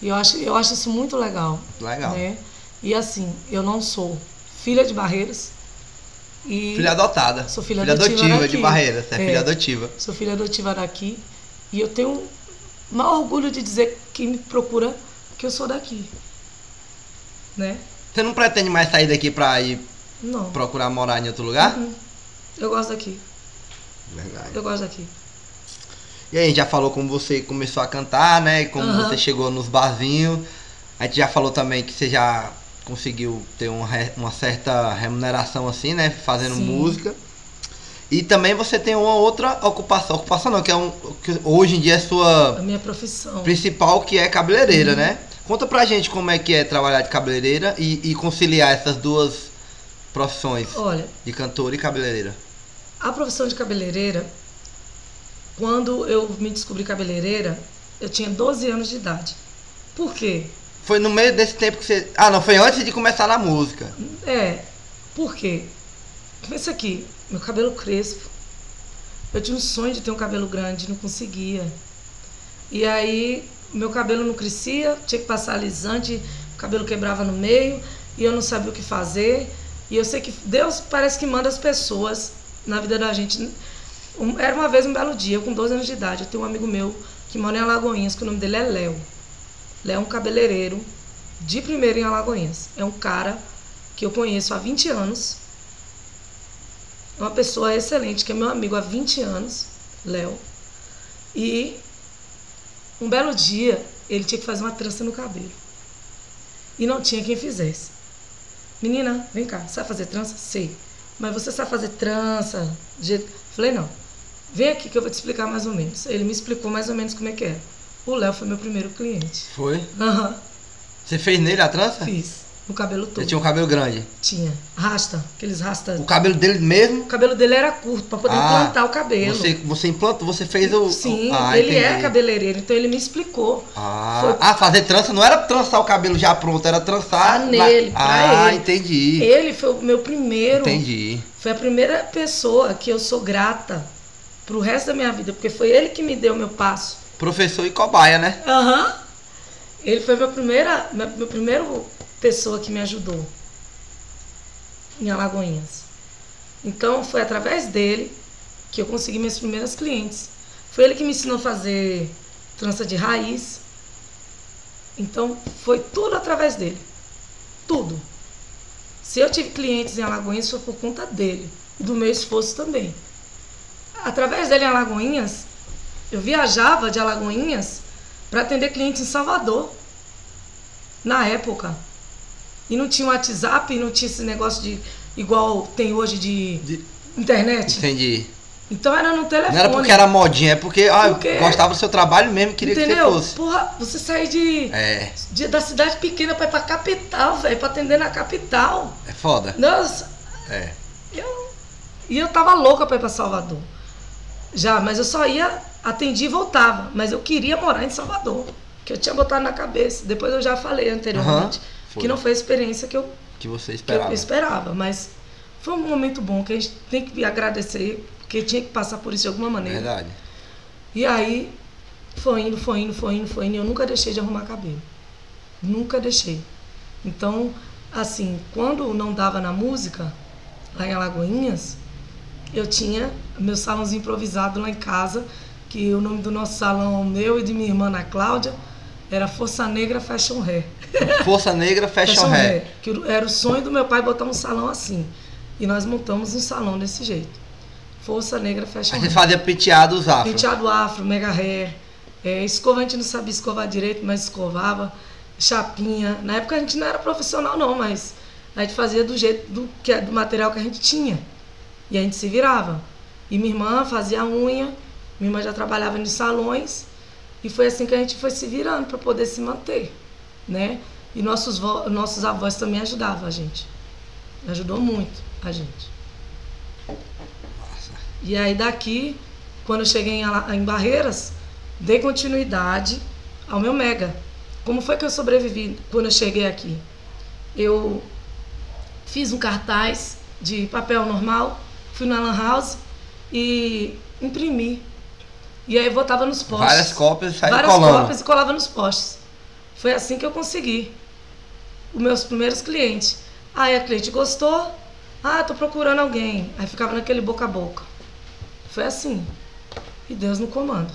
E eu acho, eu acho isso muito legal.
Legal.
Né? E assim, eu não sou filha de Barreiras e
Filha adotada.
Sou filha adotiva
de
daqui.
Barreiras, é,
É.
filha adotiva.
sou filha adotiva daqui. E eu tenho o maior orgulho de dizer que me procura que eu sou daqui. Né?
Você não pretende mais sair daqui pra ir
Não.
procurar morar em outro lugar?
Uhum. Eu gosto daqui.
Verdade.
Eu gosto daqui.
E aí, a gente já falou como você começou a cantar, né? E como
Aham.
você chegou nos barzinhos. A gente já falou também que você já conseguiu ter um re- uma certa remuneração assim, né? Fazendo
Sim.
música. E também você tem uma outra ocupação. Ocupação não, que é um. Que hoje em dia é
A
sua
minha profissão.
principal, que é
Uhum.
cabeleireira, né? Conta pra gente como é que é trabalhar de cabeleireira e, e conciliar essas duas profissões
Olha,
de cantora e cabeleireira.
a profissão de cabeleireira, quando eu me descobri cabeleireira, eu tinha 12 anos de idade. Por quê?
Foi no meio desse tempo que você. Ah, não, foi antes de começar na música.
É, por quê? Pensa aqui, meu cabelo crespo. Eu tinha um sonho de ter um cabelo grande, não conseguia. E aí, meu cabelo não crescia, tinha que passar alisante, o cabelo quebrava no meio, e eu não sabia o que fazer. E eu sei que Deus parece que manda as pessoas na vida da gente. Um- Era uma vez um belo dia, eu com 12 anos de idade, eu tenho um amigo meu que mora em Alagoinhas, que o nome dele é Léo. Léo é um cabeleireiro de primeira em Alagoinhas. É um cara que eu conheço há 20 anos. É Uma pessoa excelente, que é meu amigo há 20 anos, Léo. E um belo dia ele tinha que fazer uma trança no cabelo. E não tinha quem fizesse. Menina, vem cá, sabe fazer trança? Sei. Mas você sabe fazer trança? De jeito... Falei, não. Vem aqui que eu vou te explicar mais ou menos. Ele me explicou mais ou menos como é que era. O Léo foi meu primeiro cliente.
Foi?
Aham,
Você fez nele a trança?
fiz. O cabelo todo.
Ele tinha um cabelo grande.
Tinha. Rasta, aqueles rastas.
O cabelo dele mesmo?
O cabelo dele era curto, pra poder
Ah,
plantar o cabelo.
Você, você implantou, você fez o.
Sim,
o- Ah,
ele
entendi.
era cabeleireiro, então ele me explicou.
Ah,
Foi-
ah, fazer trança não era trançar o cabelo já pronto, era trançar.
Ah, nele, pra
Ah,
ele.
entendi.
Ele foi o meu primeiro,
Entendi.
foi a primeira pessoa que eu sou grata pro resto da minha vida, porque foi ele que me deu meu passo.
Professor e cobaia, né?
Aham. Ele foi meu primeira, meu, meu primeiro pessoa que me ajudou em Alagoinhas. Então foi através dele que eu consegui minhas primeiras clientes. Foi ele que me ensinou a fazer trança de raiz. Então foi tudo através dele. Tudo. Se eu tive clientes em Alagoinhas foi por conta dele e do meu esforço também. Através dele em Alagoinhas, eu viajava de Alagoinhas para atender clientes em Salvador, na época. E não tinha WhatsApp, e não tinha esse negócio de igual tem hoje de
De-
internet.
Entendi.
Então era no telefone.
Não era porque era modinha, é porque ah,
Porque-
gostava do seu trabalho mesmo, queria
Entendeu?
que você fosse.
Porra, você sair de,
É,
de- da cidade pequena pra ir pra capital, velho, pra atender na capital.
é foda.
Nossa,
É.
eu. E eu tava louca pra ir pra Salvador. Já, mas eu só ia, atendia e voltava. Mas eu queria morar em Salvador. Que eu tinha botado na cabeça. Depois eu já falei anteriormente.
Aham, foi.
que não foi a experiência que eu,
Que você
que eu
esperava.
esperava. Mas foi um momento bom que a gente tem que agradecer, porque tinha que passar por isso de alguma maneira.
Verdade.
E aí foi indo, foi indo, foi indo, foi indo. Eu nunca deixei de arrumar cabelo. Nunca deixei. Então, assim, quando não dava na música, lá em Alagoinhas, eu tinha meu salãozinho improvisado lá em casa, que o nome do nosso salão, meu e de minha irmã Ana Cláudia, era Força Negra Fashion Hair.
Força Negra Fashion
Fashion
Hair.
Hair, que era o sonho do meu pai botar um salão assim. E nós montamos um salão desse jeito. Força Negra
A
Fashion Hair.
gente fazia penteados afro.
Penteado afro, mega hair. É, escova a gente não sabia escovar direito, mas escovava. Chapinha. Na época a gente não era profissional, não, mas a gente fazia do jeito do, que, do material que a gente tinha. E a gente se virava. E minha irmã fazia unha, minha irmã já trabalhava nos salões. E foi assim que a gente foi se virando para poder se manter, né? E nossos, vo- nossos avós também ajudavam a gente. Ajudou muito a gente.
Nossa.
E aí daqui, quando eu cheguei em, Ala- em Barreiras, dei continuidade ao meu mega. Como foi que eu sobrevivi quando eu cheguei aqui? Eu fiz um cartaz de papel normal, fui na Lan House e imprimi. E aí botava nos postes.
Várias cópias e saía
Várias
colando.
cópias e colava nos postes. Foi assim que eu consegui os meus primeiros clientes. Aí a cliente gostou, ah, tô procurando alguém. Aí ficava naquele boca a boca. Foi assim. E Deus no comando.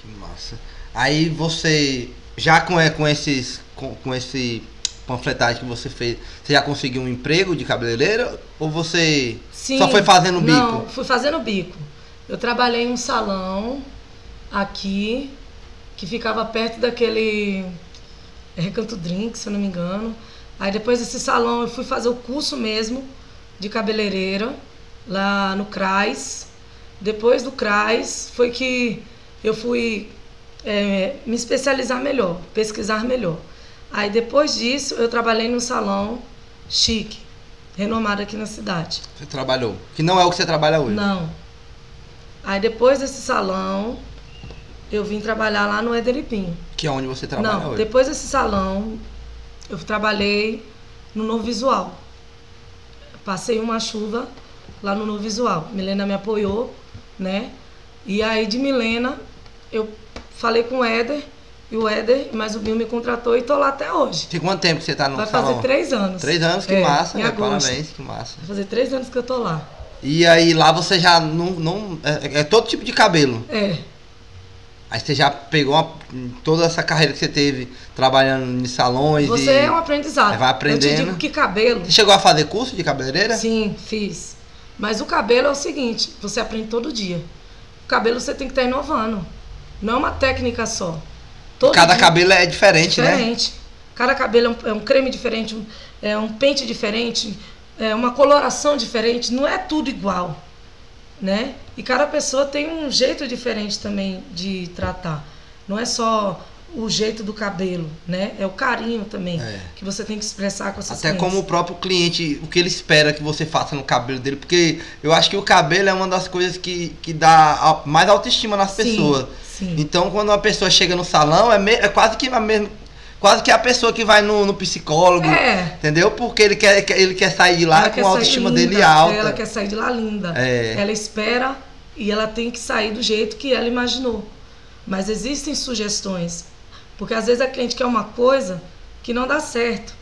Que massa. Aí você, já com, é, com esses. Com, com esse panfletagem que você fez, você já conseguiu um emprego de cabeleireira? Ou você
Sim,
só foi fazendo bico?
Não, fui fazendo bico. Eu trabalhei em um salão aqui que ficava perto daquele Recanto Drink, se eu não me engano. Aí depois desse salão eu fui fazer o curso mesmo de cabeleireira lá no CRAS. Depois do CRAS foi que eu fui é, me especializar melhor, pesquisar melhor. Aí depois disso eu trabalhei num salão chique, renomado aqui na cidade.
Você trabalhou? Que não é o que você trabalha hoje.
Não. Aí depois desse salão, eu vim trabalhar lá no Ederipinho.
Que é onde você trabalha
Não,
hoje.
depois desse salão, eu trabalhei no Novo Visual. Passei uma chuva lá no Novo Visual. Milena me apoiou, né? E aí de Milena, eu falei com o Éder, e o Éder, mas o Bill me contratou e tô lá até hoje.
Tem quanto tempo que você tá no
Vai
salão?
fazer três anos.
Três anos, que
É,
massa,
em
né?
agosto.
Parabéns, que massa.
Vai fazer três anos que eu tô lá.
E aí lá você já não. não é, é todo tipo de cabelo.
É.
Aí você já pegou uma- toda essa carreira que você teve trabalhando em salões
Você
e.
é um aprendizado.
Vai
Eu te
aprendendo.
digo que cabelo.
Você chegou a fazer curso de cabeleireira?
Sim, fiz. Mas o cabelo é o seguinte, você tá aprende todo dia. O cabelo você tem que estar inovando. Não é uma técnica só. Todo
Cada
dia.
cabelo é diferente, né?
diferente. Cada cabelo é um, é um creme diferente, um- é um pente diferente, é uma coloração diferente, não é tudo igual, né? E cada pessoa tem um jeito diferente também de tratar. Não é só o jeito do cabelo, né? É o carinho também
É.
que você tem que expressar com essas
Até como o próprio cliente, o que ele espera que você faça no cabelo dele, porque eu acho que o cabelo é uma das coisas que, que dá au- mais autoestima nas pessoas.
Sim.
Então quando uma pessoa chega no salão, é, me- é quase que a mesma. Quase que a pessoa que vai no, no psicólogo,
É.
entendeu? Porque ele quer, quer- ele quer sair de lá
Ela
Então, com
quer
a
sair
autoestima
linda,
dele alta.
Ela quer sair de lá linda.
É.
Ela espera e ela tem que sair do jeito que ela imaginou. Mas existem sugestões. Porque às vezes a cliente quer uma coisa que não dá certo.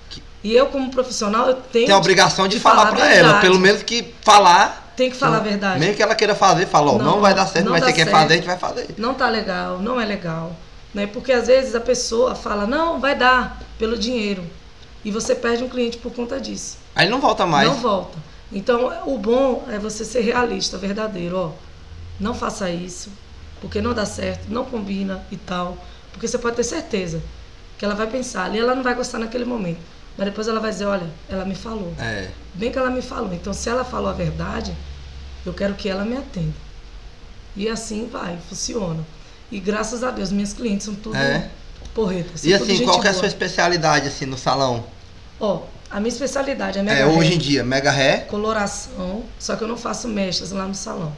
E eu, como profissional, eu tenho,
Tem a
de-
obrigação de
de
falar,
falar a
pra ela,
verdade.
pelo menos que falar,
tenho que falar a verdade.
mesmo que ela queira fazer, fala, ó, não,
Não,
vai dar certo,
não
mas
dá
você quer
certo.
fazer, a gente vai fazer.
Não tá legal, não é legal. Né? Porque às vezes a pessoa fala, não, vai dar, pelo dinheiro. E você perde um cliente por conta disso.
Aí não volta mais.
Não volta. Então, o bom é você ser realista, verdadeiro, ó. Não faça isso, porque não dá certo, não combina e tal. Porque você pode ter certeza que ela vai pensar ali, ela não vai gostar naquele momento. Mas depois ela vai dizer, olha, ela me falou.
É.
Bem que ela me falou. Então, se ela falou a verdade, eu quero que ela me atenda. E assim vai, funciona. E graças a Deus, minhas clientes são tudo
É.
porretas. são
E
tudo
assim,
gente
qual que é a
boa.
sua especialidade assim no salão?
Ó, a minha especialidade é mega
É, hoje
hair.
em dia, mega ré.
coloração, só que eu não faço mechas lá no salão.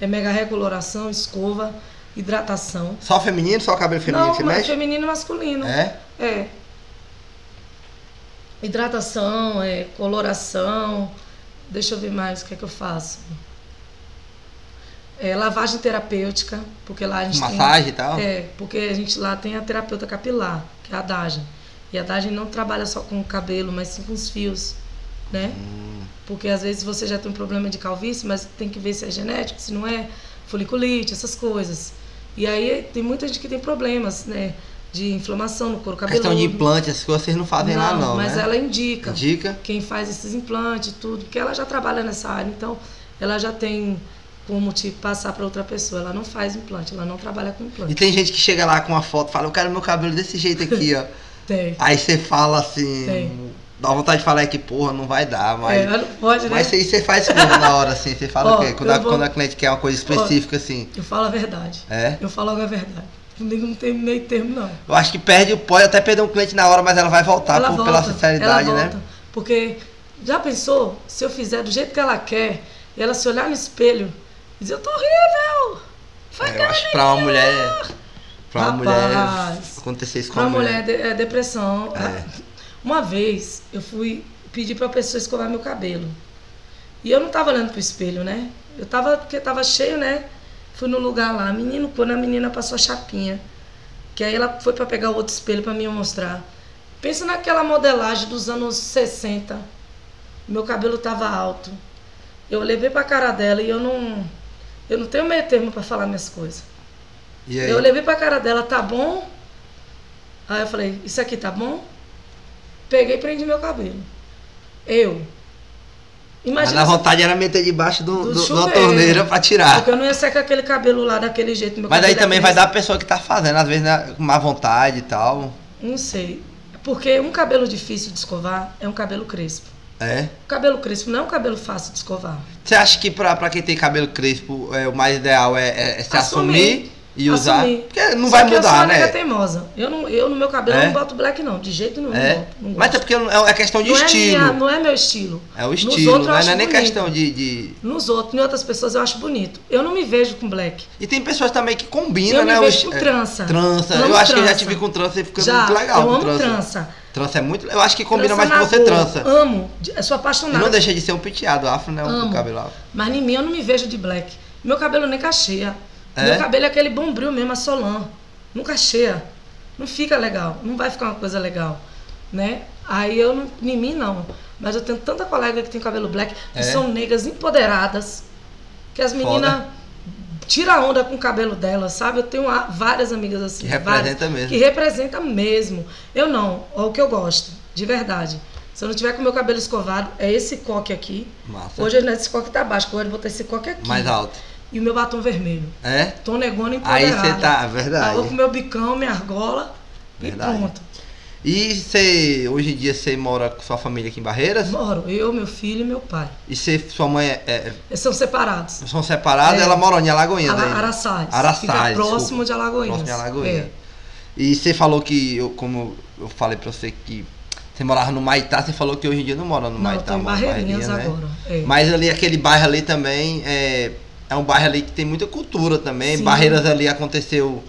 É mega recoloração, escova, hidratação.
Só feminino, só cabelo feminino
não,
você
mas
mexe?
feminino e masculino.
É.
É. Hidratação, é coloração. Deixa eu ver mais o que é que eu faço. É, lavagem terapêutica, porque lá a gente tem-
Massagem e tal.
é, porque a gente lá tem a terapeuta capilar, que é a Dagen. E a Dagen não trabalha só com o cabelo, mas sim com os fios, né?
Hum,
Porque às vezes você já tem um problema de calvície, mas tem que ver se é genético, se não é, foliculite, essas coisas. E aí tem muita gente que tem problemas, né? De inflamação no couro cabeludo.
Questão de implante, essas coisas vocês não fazem lá não,
mas é
né?
ela indica
Dica.
quem faz esses implantes, tudo, porque ela já trabalha nessa área, então ela já tem como te passar para outra pessoa. Ela não faz implante, ela não trabalha com
E
implante.
tem gente que chega lá com uma foto e fala, eu quero meu cabelo desse jeito aqui, ó.
Tem.
Aí você fala assim,
Tem.
dá vontade de falar que porra, não vai dar, mas...
É, não pode, né?
Mas aí você faz como na hora, assim, você fala
Ó,
o quê? Quando a,
eu vou-
quando a cliente quer uma coisa específica, assim,
Eu falo a verdade.
é?
Eu falo a verdade. Comigo não tem meio termo, não.
Eu acho que perde, pode até perder um cliente na hora, mas ela vai voltar
ela
por-
volta,
pela sinceridade,
ela
né?
volta, Porque já pensou, se eu fizer do jeito que ela quer, e ela se olhar no espelho e dizer, eu tô horrível! Foi
É, eu acho que pra uma mulher. Pra uma mulher
Rapaz.
acontecer isso com
Pra
uma
mulher
mulher.
de- é depressão. Uma vez eu fui pedir pra pessoa escovar meu cabelo. E eu não tava olhando pro espelho, né? Eu tava, porque tava cheio, né? Fui no lugar lá. Menino, quando a menina passou a chapinha. Que aí ela foi pra pegar o outro espelho pra me mostrar. Pensa naquela modelagem dos anos 60. Meu cabelo tava alto. Eu olhei bem pra cara dela e eu não. Eu não tenho meio termo pra falar minhas coisas.
E aí?
Eu levei pra cara dela, tá bom? Aí eu falei, isso aqui tá bom? Peguei e prendi meu cabelo. Eu.
Mas
Imagina.
na
se-
vontade era meter debaixo do,
Do
do, da
chuveiro.
torneira pra tirar.
Porque eu não ia secar aquele cabelo lá daquele jeito. Meu
Mas aí
cabelo é
também vai dar
crespo.
a pessoa que tá fazendo, às vezes né, com má vontade e tal.
Não sei. Porque um cabelo difícil de escovar é um cabelo crespo.
É.
O cabelo crespo não é um cabelo fácil de escovar.
Você acha que pra, pra quem tem cabelo crespo, é, o mais ideal é, é- é se assumir,
Assumir.
e usar?
Assumir.
Porque não
Só
vai
que eu sou
mudar,
uma nega
né?
teimosa. Eu, não, eu no meu cabelo
É?
não boto black, não. De jeito nenhum.
É.
Não boto, não
Mas é
gosto.
porque não- é questão de
não,
estilo.
É minha- não é meu estilo.
É o
Nos
estilo,
outros eu
não é,
acho
não é nem
bonito.
questão de, de-
Nos outros, em outras pessoas eu acho bonito. Eu não me vejo com black.
E tem pessoas também que combinam,
eu me
né?
vejo
os-
com
é,
trança.
Trança.
Amo
eu acho que eu já
trança.
te vi com trança e fica
Já,
muito legal
eu
com
amo
trança.
trança.
Trança é muito. Eu acho que combina mais
Trança
com
na
você
cor.
trança.
Amo. De- Eu sou
E
apaixonada.
não deixa de ser um penteado afro, né? Um
Amo.
cabelo afro.
Mas em mim eu não me vejo de black. Meu cabelo nem cacheia.
É?
Meu cabelo é aquele bombril mesmo, a Solan. Não cacheia. Não fica legal. Não vai ficar uma coisa legal. Né? Aí eu não. Em mim não. Mas eu tenho tanta colega que tem cabelo black, que
É?
são negras empoderadas. Que as
Foda.
meninas tiram onda com o cabelo delas, sabe? Eu tenho a- várias amigas assim.
Que representa
várias,
mesmo.
Que representa mesmo. Eu não, é o que eu gosto, de verdade. Se eu não tiver com o meu cabelo escovado, é esse coque aqui.
Massa.
é Hoje né, esse coque tá baixo, agora eu vou botar esse coque aqui.
Mais alto.
e o meu batom vermelho.
É?
Tô negando empoderada.
Aí você tá,
Tava
verdade.
com meu bicão, minha argola
Verdade.
e pronto.
E você, hoje em dia, você mora com sua família aqui em Barreiras?
Moro, eu, meu filho e meu pai.
E você, sua mãe é- é-
Eles são separados.
são separadas?
É.
Ela mora em Alagoinha,
Ara
daí?
Araçais.
Araçais,
Fica
desculpa.
próximo de Alagoinhas.
Próximo de Alagoinha.
É.
E você falou que, eu, como eu falei pra você que você morava no Maitá, você falou que hoje em dia não mora no
Não, eu
Maitá,
tô em
mora em
Barreirinhas
Barreirinha, né?
agora. É.
Mas ali, aquele bairro ali também é, é um bairro ali que tem muita cultura também.
Sim.
Barreiras ali aconteceu,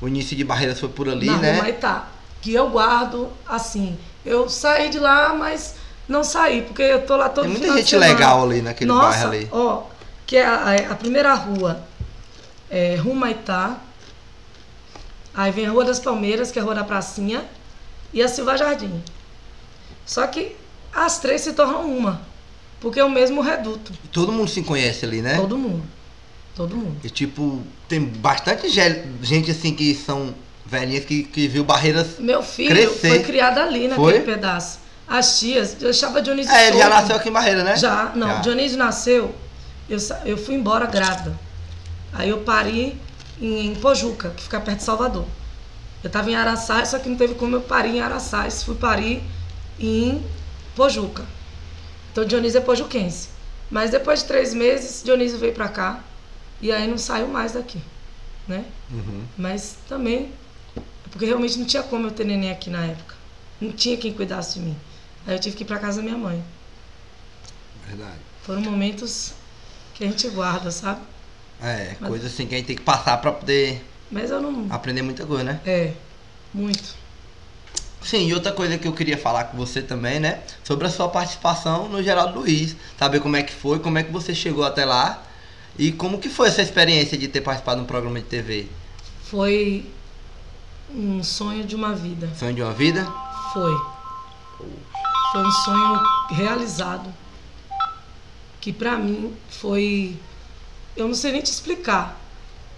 o início de Barreiras foi por ali,
na
né?
Rua Maitá, que eu guardo assim. Eu saí de lá, mas não saí, porque eu tô lá todo
Tem muita
final de
gente
semana.
legal ali naquele
Nossa,
bairro ali.
ó, que é a, é a primeira rua é Rua Maitá, aí vem a Rua das Palmeiras, que é a Rua da Pracinha, e a Silva Jardim. Só que as três se tornam uma, porque é o mesmo reduto,
Todo mundo se conhece ali, né?
todo mundo, todo mundo.
E tipo, tem bastante ge- gente assim que são velhinhas que, que viu Barreiras.
Meu filho
Crescer.
foi criado ali naquele
Foi?
pedaço. As tias, eu achava Dionísio
É, ele já
solto.
nasceu aqui em Barreira, né?
Já, não. Dionísio nasceu, eu, sa- eu fui embora grávida. Aí eu parei em, em Pojuca, que fica perto de Salvador. Eu estava em Araçais, só que não teve como eu parir em Araçais. Fui parir em Pojuca. Então Dionísio é pojuquense. Mas depois de três meses, Dionísio veio pra cá e aí não saiu mais daqui, né?
Uhum.
Mas também, é porque realmente não tinha como eu ter neném aqui na época. Não tinha quem cuidasse de mim. Aí eu tive que ir pra casa da minha mãe.
Verdade.
Foram momentos que a gente guarda, sabe?
É,
Mas-
coisa assim que a gente tem que passar pra poder
Mas eu não.
aprender muita coisa, né?
É, muito.
Sim, e outra coisa que eu queria falar com você também, né? Sobre a sua participação no Geraldo Luiz. Saber como é que foi, como é que você chegou até lá e como que foi essa experiência de ter participado de um programa de TV.
Foi um sonho de uma vida.
Sonho de uma vida?
Foi. Foi um sonho realizado. Que pra mim foi. Eu não sei nem te explicar.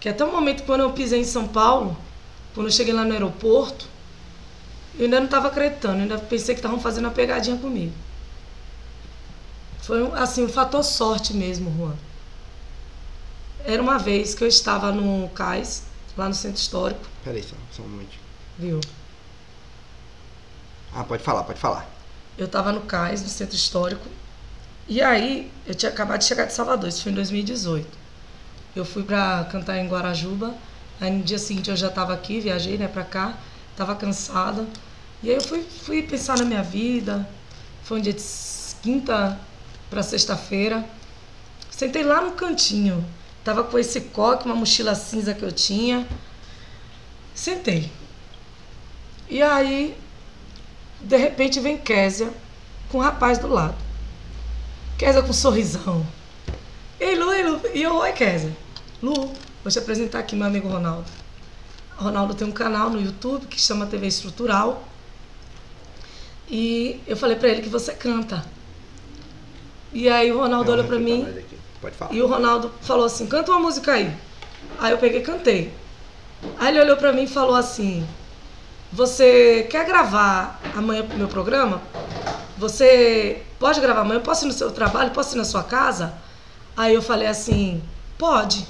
Que até o momento quando eu pisei em São Paulo, quando eu cheguei lá no aeroporto, eu ainda não estava acreditando, eu ainda pensei que estavam fazendo uma pegadinha comigo. Foi um- assim, um fator sorte mesmo, Juan. Era uma vez que eu estava no cais, lá no centro histórico,
Peraí, só, só um momento.
viu?
Ah, pode falar, pode falar.
Eu estava no cais, no centro histórico. E aí, eu tinha acabado de chegar de Salvador, isso foi em 2018. Eu fui para cantar em Guarajuba. Aí no dia seguinte eu já estava aqui, viajei, né, para cá. Tava cansada. E aí eu fui, fui pensar na minha vida. Foi um dia de s- quinta para sexta-feira. Sentei lá no cantinho. Tava com esse coque, uma mochila cinza que eu tinha. Sentei. E aí de repente vem Késia com o rapaz do lado. Késia com um sorrisão. Ei, Lu, ei, Lu. E eu, oi, Késia. Lu, vou te apresentar aqui meu amigo Ronaldo. O Ronaldo tem um canal no YouTube que chama TV Estrutural. E eu falei pra ele que você canta. E aí o
É
Ronaldo olhou pra mim.
Pode falar.
E o Ronaldo falou assim: canta uma música aí. Aí eu peguei e cantei. Aí ele olhou pra mim e falou assim: Você quer gravar amanhã pro meu programa? Você pode gravar amanhã? Eu Posso ir no seu trabalho? Posso ir na sua casa? Aí eu falei assim: Pode.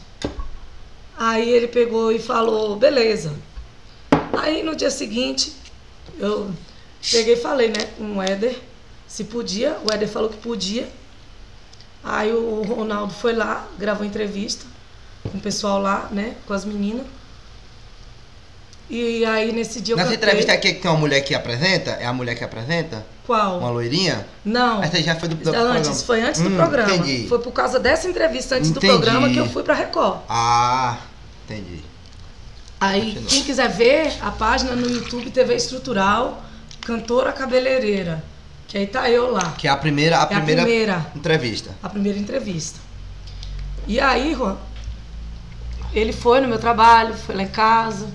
Aí ele pegou e falou: Beleza. Aí no dia seguinte, eu peguei e falei, né, com o Éder, se podia. O Éder falou que podia. Aí o Ronaldo foi lá, gravou entrevista com o pessoal lá, né, com as meninas. E aí nesse dia eu
Nessa
cantei-
entrevista aqui que tem uma mulher que apresenta, é a mulher que apresenta?
Qual?
Uma loirinha?
Não.
Essa aí já foi do, do
Antes,
programa.
foi antes do
Hum,
programa.
Entendi.
Foi por causa dessa entrevista antes
Entendi.
do programa que eu fui pra Record.
Ah, entendi.
Aí,
Continua.
quem quiser ver, a página no YouTube TV Estrutural, Cantora Cabeleireira. Que aí tá eu lá.
Que é a primeira, a
é a
primeira
primeira.
entrevista.
a primeira entrevista. E aí, Juan, ele foi no meu trabalho, foi lá em casa.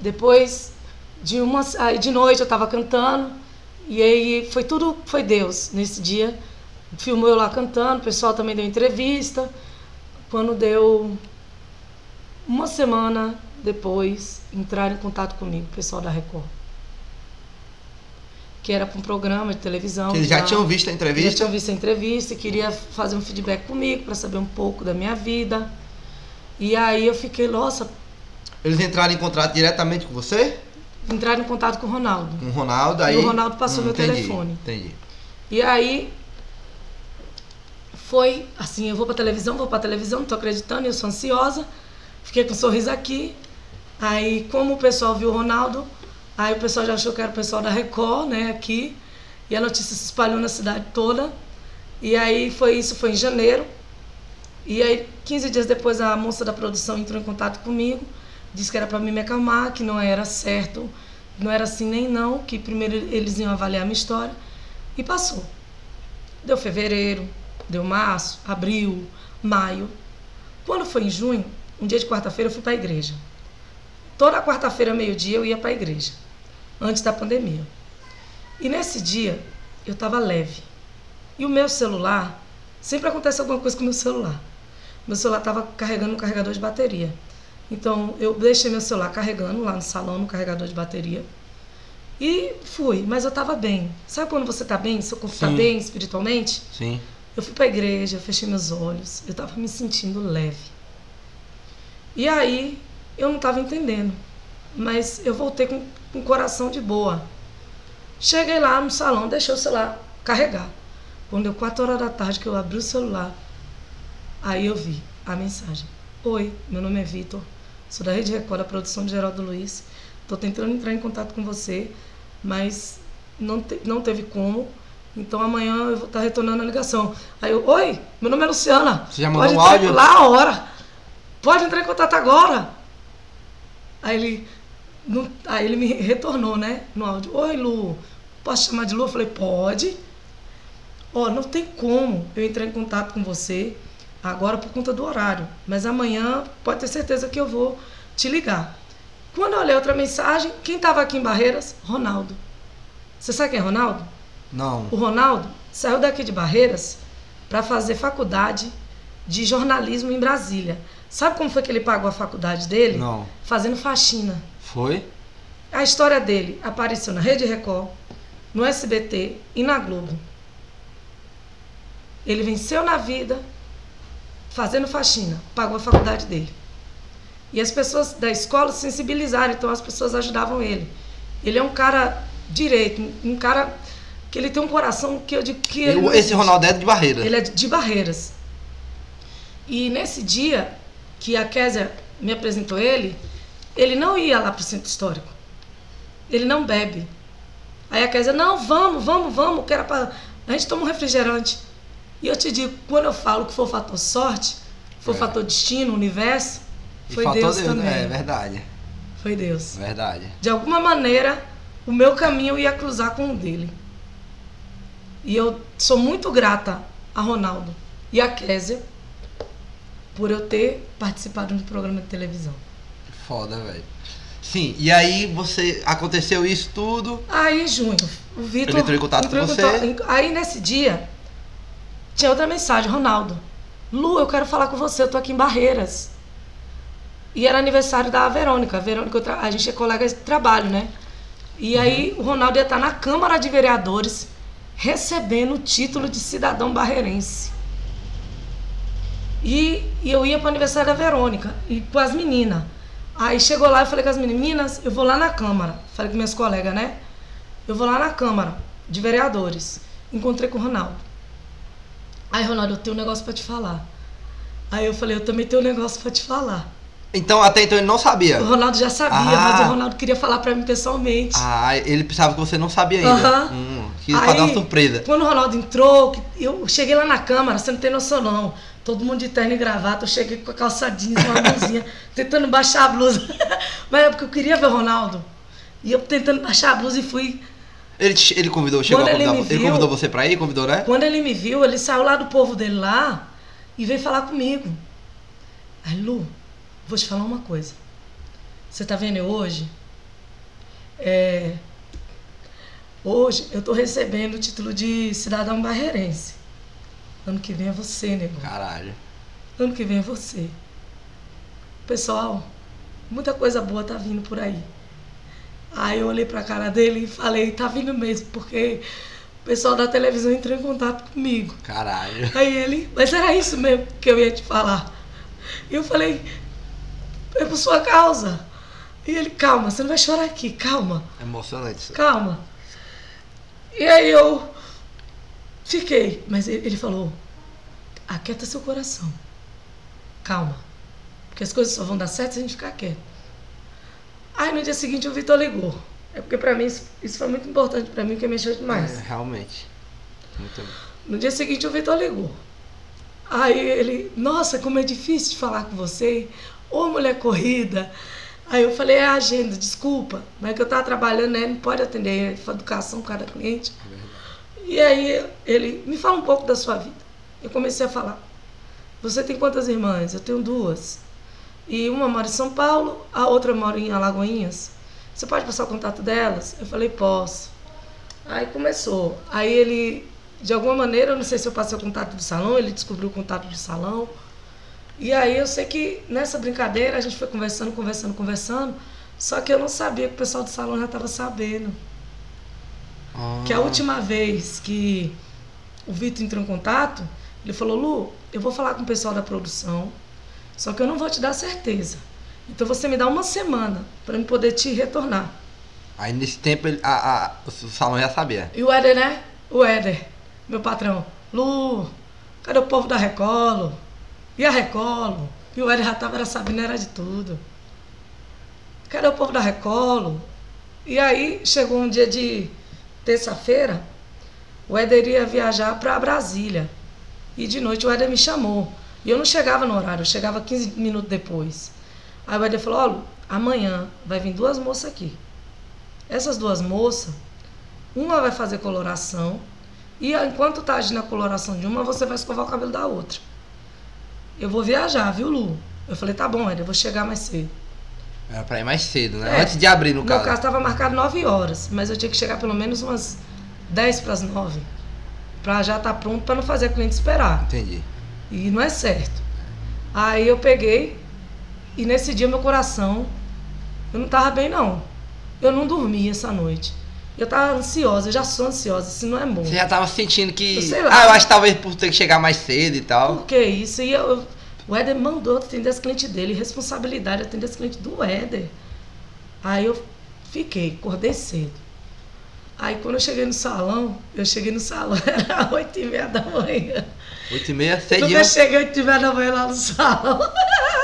Depois de uma, aí de noite eu tava cantando e aí foi tudo foi Deus nesse dia. Filmou eu lá cantando, o pessoal também deu entrevista. Quando deu uma semana depois, entraram em contato comigo, o pessoal da Record. Que era para um programa de televisão.
Que eles já
pra-
tinham visto a
eu Já
entrevista.
tinha visto a entrevista e queria fazer um feedback comigo para saber um pouco da minha vida. E aí eu fiquei, nossa,
Eles entraram em contrato diretamente com você?
entraram em contato com o Ronaldo.
Com o Ronaldo aí? Hum,
E o Ronaldo passou meu
entendi,
telefone.
Entendi.
E aí foi assim, eu vou pra televisão, vou pra televisão, não tô acreditando, eu sou ansiosa. Fiquei com um sorriso aqui. Aí, como o pessoal viu o Ronaldo, aí o pessoal já achou que era o pessoal da Record, né, aqui. E a notícia se espalhou na cidade toda. E aí foi isso, foi em janeiro. E aí, 15 dias depois, a moça da produção entrou em contato comigo, disse que era para mim me acalmar, que não era certo, não era assim nem não, que primeiro eles iam avaliar a minha história. E passou. Deu fevereiro, deu março, abril, maio. Quando foi em junho, um dia de quarta-feira eu fui para a igreja. Toda quarta-feira, meio-dia, eu ia para a igreja, antes da pandemia. E nesse dia, eu estava leve. E o meu celular, sempre acontece alguma coisa com o meu celular. Meu celular estava carregando um carregador de bateria. Então, eu deixei meu celular carregando lá no salão, no carregador de bateria. E fui, mas eu estava bem. Sabe quando você está bem, seu corpo está
Sim.
bem espiritualmente?
Sim.
Eu fui pra igreja, fechei meus olhos, eu tava me sentindo leve. E aí, eu não tava entendendo, mas eu voltei com, com o coração de boa. Cheguei lá no salão, deixei o celular carregar. Quando deu 4 horas da tarde que eu abri o celular, aí eu vi a mensagem. Oi, meu nome é Vitor, sou da Rede Record, da produção de Geraldo Luiz. Tô tentando entrar em contato com você, mas não, te- não teve como. Então amanhã eu vou estar retornando a ligação. Aí eu, oi, meu nome é Luciana.
Você já mandou
Pode
um
entrar
áudio?
lá a hora. Pode entrar em contato agora. Aí ele, não- aí ele me retornou, né, no áudio. Oi, Lu, posso chamar de Lu? Eu falei, pode. Ó, não tem como eu entrar em contato com você agora por conta do horário, mas amanhã pode ter certeza que eu vou te ligar. Quando eu olhei outra mensagem, quem estava aqui em Barreiras? Ronaldo. Você sabe quem é Ronaldo?
Não.
O Ronaldo saiu daqui de Barreiras para fazer faculdade de jornalismo em Brasília. Sabe como foi que ele pagou a faculdade dele?
Não.
Fazendo faxina.
Foi?
A história dele apareceu na Rede Record, no SBT e na Globo. Ele venceu na vida fazendo faxina, pagou a faculdade dele. E as pessoas da escola se sensibilizaram, então as pessoas ajudavam ele. Ele é um cara direito, um- um cara que ele tem um coração que eu digo que ele
Eu-
não
esse
existe.
Ronaldo é de barreira.
Ele é de de Barreiras. E nesse dia que a Kézia me apresentou ele, ele não ia lá pro centro histórico. Ele não bebe. Aí a Kézia, não, vamos, vamos, vamos, que era pra... A gente toma um refrigerante. E eu te digo, quando eu falo que foi o fator sorte, foi o
É.
fator destino, universo,
E
foi
faltou
Deus, também.
É verdade.
Foi Deus.
Verdade.
De alguma maneira, o meu caminho ia cruzar com o dele. E eu sou muito grata a Ronaldo e a Kézia por eu ter participado do programa de televisão.
Foda, velho. Sim, e aí você. Aconteceu isso tudo.
Aí, em junho, o Vitor.
Ele entrou em contato com
entrou em
você?
contato- Aí, nesse dia, tinha outra mensagem: Ronaldo, Lu, eu quero falar com você, eu tô aqui em Barreiras. E era aniversário da Verônica. A Verônica, eu tra- a gente é colega de trabalho, né?
Uhum.
E aí, o Ronaldo ia estar na Câmara de Vereadores recebendo o título de cidadão barreirense. E, e eu ia para o aniversário da Verônica e com as meninas. Aí chegou lá, eu falei com as meninas, meninas, eu vou lá na Câmara. Falei com minhas colegas, né? Eu vou lá na Câmara de Vereadores. Encontrei com o Ronaldo. Aí, Ronaldo, eu tenho um negócio para te falar. Aí eu falei, eu também tenho um negócio para te falar.
Então até então ele não sabia.
O Ronaldo já sabia,
Ah.
mas o Ronaldo queria falar para mim pessoalmente.
Ah, ele pensava que você não sabia ainda.
Aham.
Hum, quis fazer uma surpresa.
Quando o Ronaldo entrou, que- eu cheguei lá na câmara, você não tem noção não. Todo mundo de terno e gravata, eu cheguei com a calça jeans, uma blusinha, tentando baixar a blusa. Mas é porque eu queria ver o Ronaldo. E eu tentando baixar a blusa e fui.
Ele, te- ele convidou, chegou
Quando
a
ele
convidar
me
você. Ele
viu-
convidou você pra ir, convidou, né?
Quando ele me viu, ele saiu lá do povo dele lá e veio falar comigo. Aí, Lu, vou te falar uma coisa. Você tá vendo eu hoje? É, Hoje eu tô recebendo o título de cidadão barreirense. Ano que vem é você, nego.
Caralho.
Ano que vem é você. Pessoal, muita coisa boa tá vindo por aí. Aí eu olhei pra cara dele e falei, tá vindo mesmo, porque o pessoal da televisão entrou em contato comigo.
Caralho.
Aí ele, mas era isso mesmo que eu ia te falar. E eu falei, é por sua causa. E ele, calma, você não vai chorar aqui, calma,
É Emocionante isso.
calma. E aí eu fiquei, mas ele ele falou, aquieta seu coração, calma, porque as coisas só vão dar certo se a gente ficar quieto. Aí no dia seguinte o Vitor ligou, é porque pra mim isso, isso foi muito importante pra mim, que mexeu demais.
É, realmente. Muito bom.
No dia seguinte o Vitor ligou. Aí ele, nossa, como é difícil de falar com você, ô mulher corrida. Aí eu falei, é a agenda, desculpa, mas é que eu tava trabalhando, né? Não pode atender é educação cada cliente. E aí ele, me fala um pouco da sua vida. Eu comecei a falar. Você tem quantas irmãs? Eu tenho duas. E uma mora em São Paulo, a outra mora em Alagoinhas. Você pode passar o contato delas? Eu falei, posso. Aí começou. Aí ele, de alguma maneira, eu não sei se eu passei o contato do salão, ele descobriu o contato do salão. E aí eu sei que nessa brincadeira a gente foi conversando, conversando, conversando. Só que eu não sabia que o pessoal do salão já estava sabendo.
Ah,
Que é a última vez que o Vitor entrou em contato, ele falou: Lu, eu vou falar com o pessoal da produção, só que eu não vou te dar certeza. Então você me dá uma semana para eu poder te retornar.
Aí nesse tempo ele, a, a- o salão já sabia.
E o Éder, né? O Éder, meu patrão. Lu, cadê o povo da Recolo? E a Recolo? E o Éder já tava era sabendo, era de tudo. Cadê o povo da Recolo? E aí chegou um dia de terça-feira, o Éder ia viajar para Brasília. E de noite o Éder me chamou. E eu não chegava no horário, eu chegava 15 minutos depois. Aí o Éder falou, ó, Lu, amanhã vai vir duas moças aqui. Essas duas moças uma vai fazer coloração e enquanto tá agindo a coloração de uma, você vai escovar o cabelo da outra. Eu vou viajar, viu, Lu? Eu falei, tá bom, Éder, eu vou chegar mais cedo.
Era pra ir mais cedo, né?
É.
Antes de abrir, no
Meu
caso.
caso estava marcado 9 horas, mas eu tinha que chegar pelo menos umas 10 para as 9. Pra já estar pronto, para não fazer a cliente esperar.
Entendi.
E não é certo. Aí eu peguei e nesse dia meu coração, eu não tava bem não. Eu não dormi essa noite. Eu tava ansiosa, eu já sou ansiosa, isso não é bom.
Você já tava sentindo que.
Eu sei lá.
Ah, eu acho que talvez por ter que chegar mais cedo e tal.
Por que isso? E eu- eu- o Éder mandou atender as clientes dele, responsabilidade atender as clientes do Éder. Aí eu fiquei, acordei cedo. Aí quando eu cheguei no salão, eu cheguei no salão, era 8 e meia da manhã.
Oito e meia,
Eu
cedinho.
nunca cheguei 8 e meia da manhã lá no salão.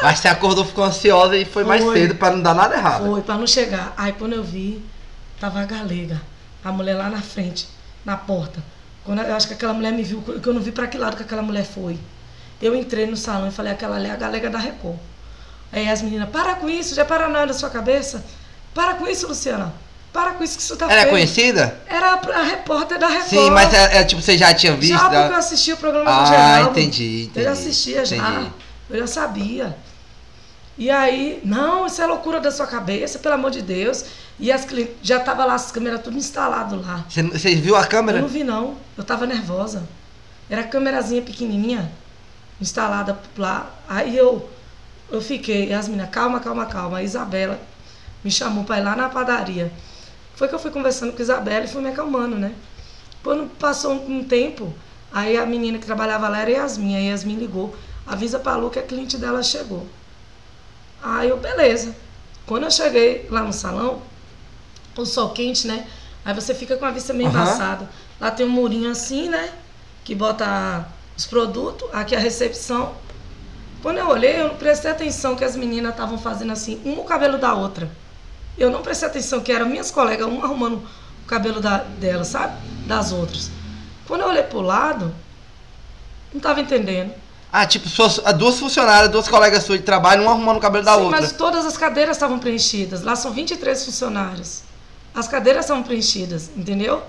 Mas você acordou, ficou ansiosa e foi, mais
Foi.
cedo pra não dar nada errado.
Foi, pra não chegar. Aí quando eu vi, tava a galega. A mulher lá na frente, na porta. Quando eu acho que aquela mulher me viu, que eu não vi pra que lado que aquela mulher foi. Eu entrei no salão e falei, aquela ali é a galega da Record. Aí as meninas, para com isso, já é paranoia da sua cabeça. Para com isso, Luciana. Para com isso que isso tá
Ela é
feio.
conhecida?
Era a repórter da Record.
Sim, mas é, é tipo, você já tinha visto?
Já porque
ela-
eu assisti o programa
Ah,
do Geraldo.
entendi, entendi,
Eu já assistia já. Ah,
entendi.
Eu já sabia. E aí, não, isso é loucura da sua cabeça, pelo amor de Deus. E as clientes, já tava lá as câmeras tudo instalado lá.
Você, você viu a câmera?
Eu não vi não, eu tava nervosa. Era câmerazinha pequenininha instalada lá. Aí eu eu fiquei, e as meninas, calma, calma, calma. A Isabela me chamou pra ir lá na padaria. Foi que eu fui conversando com a Isabela e fui me acalmando, né? Quando passou um, um tempo, aí a menina que trabalhava lá era Yasmin. Aí Yasmin ligou, avisa pra Lu que a cliente dela chegou. Aí eu, beleza. Quando eu cheguei lá no salão, o sol quente, né? Aí você fica com a vista meio
Aham.
embaçada. Lá tem um murinho assim, né? Que bota os produtos, aqui a recepção. Quando eu olhei, eu não prestei atenção que as meninas estavam fazendo assim, um o cabelo da outra. Eu não prestei atenção que eram minhas colegas, uma arrumando o cabelo da, dela, sabe? Das outras. Quando eu olhei pro lado, não tava entendendo.
Ah, tipo, suas, ah, duas funcionárias, duas colegas suas de trabalho, uma arrumando o cabelo da
Sim,
outra.
mas todas as cadeiras estavam preenchidas. Lá são 23 funcionários. As cadeiras estavam preenchidas, entendeu?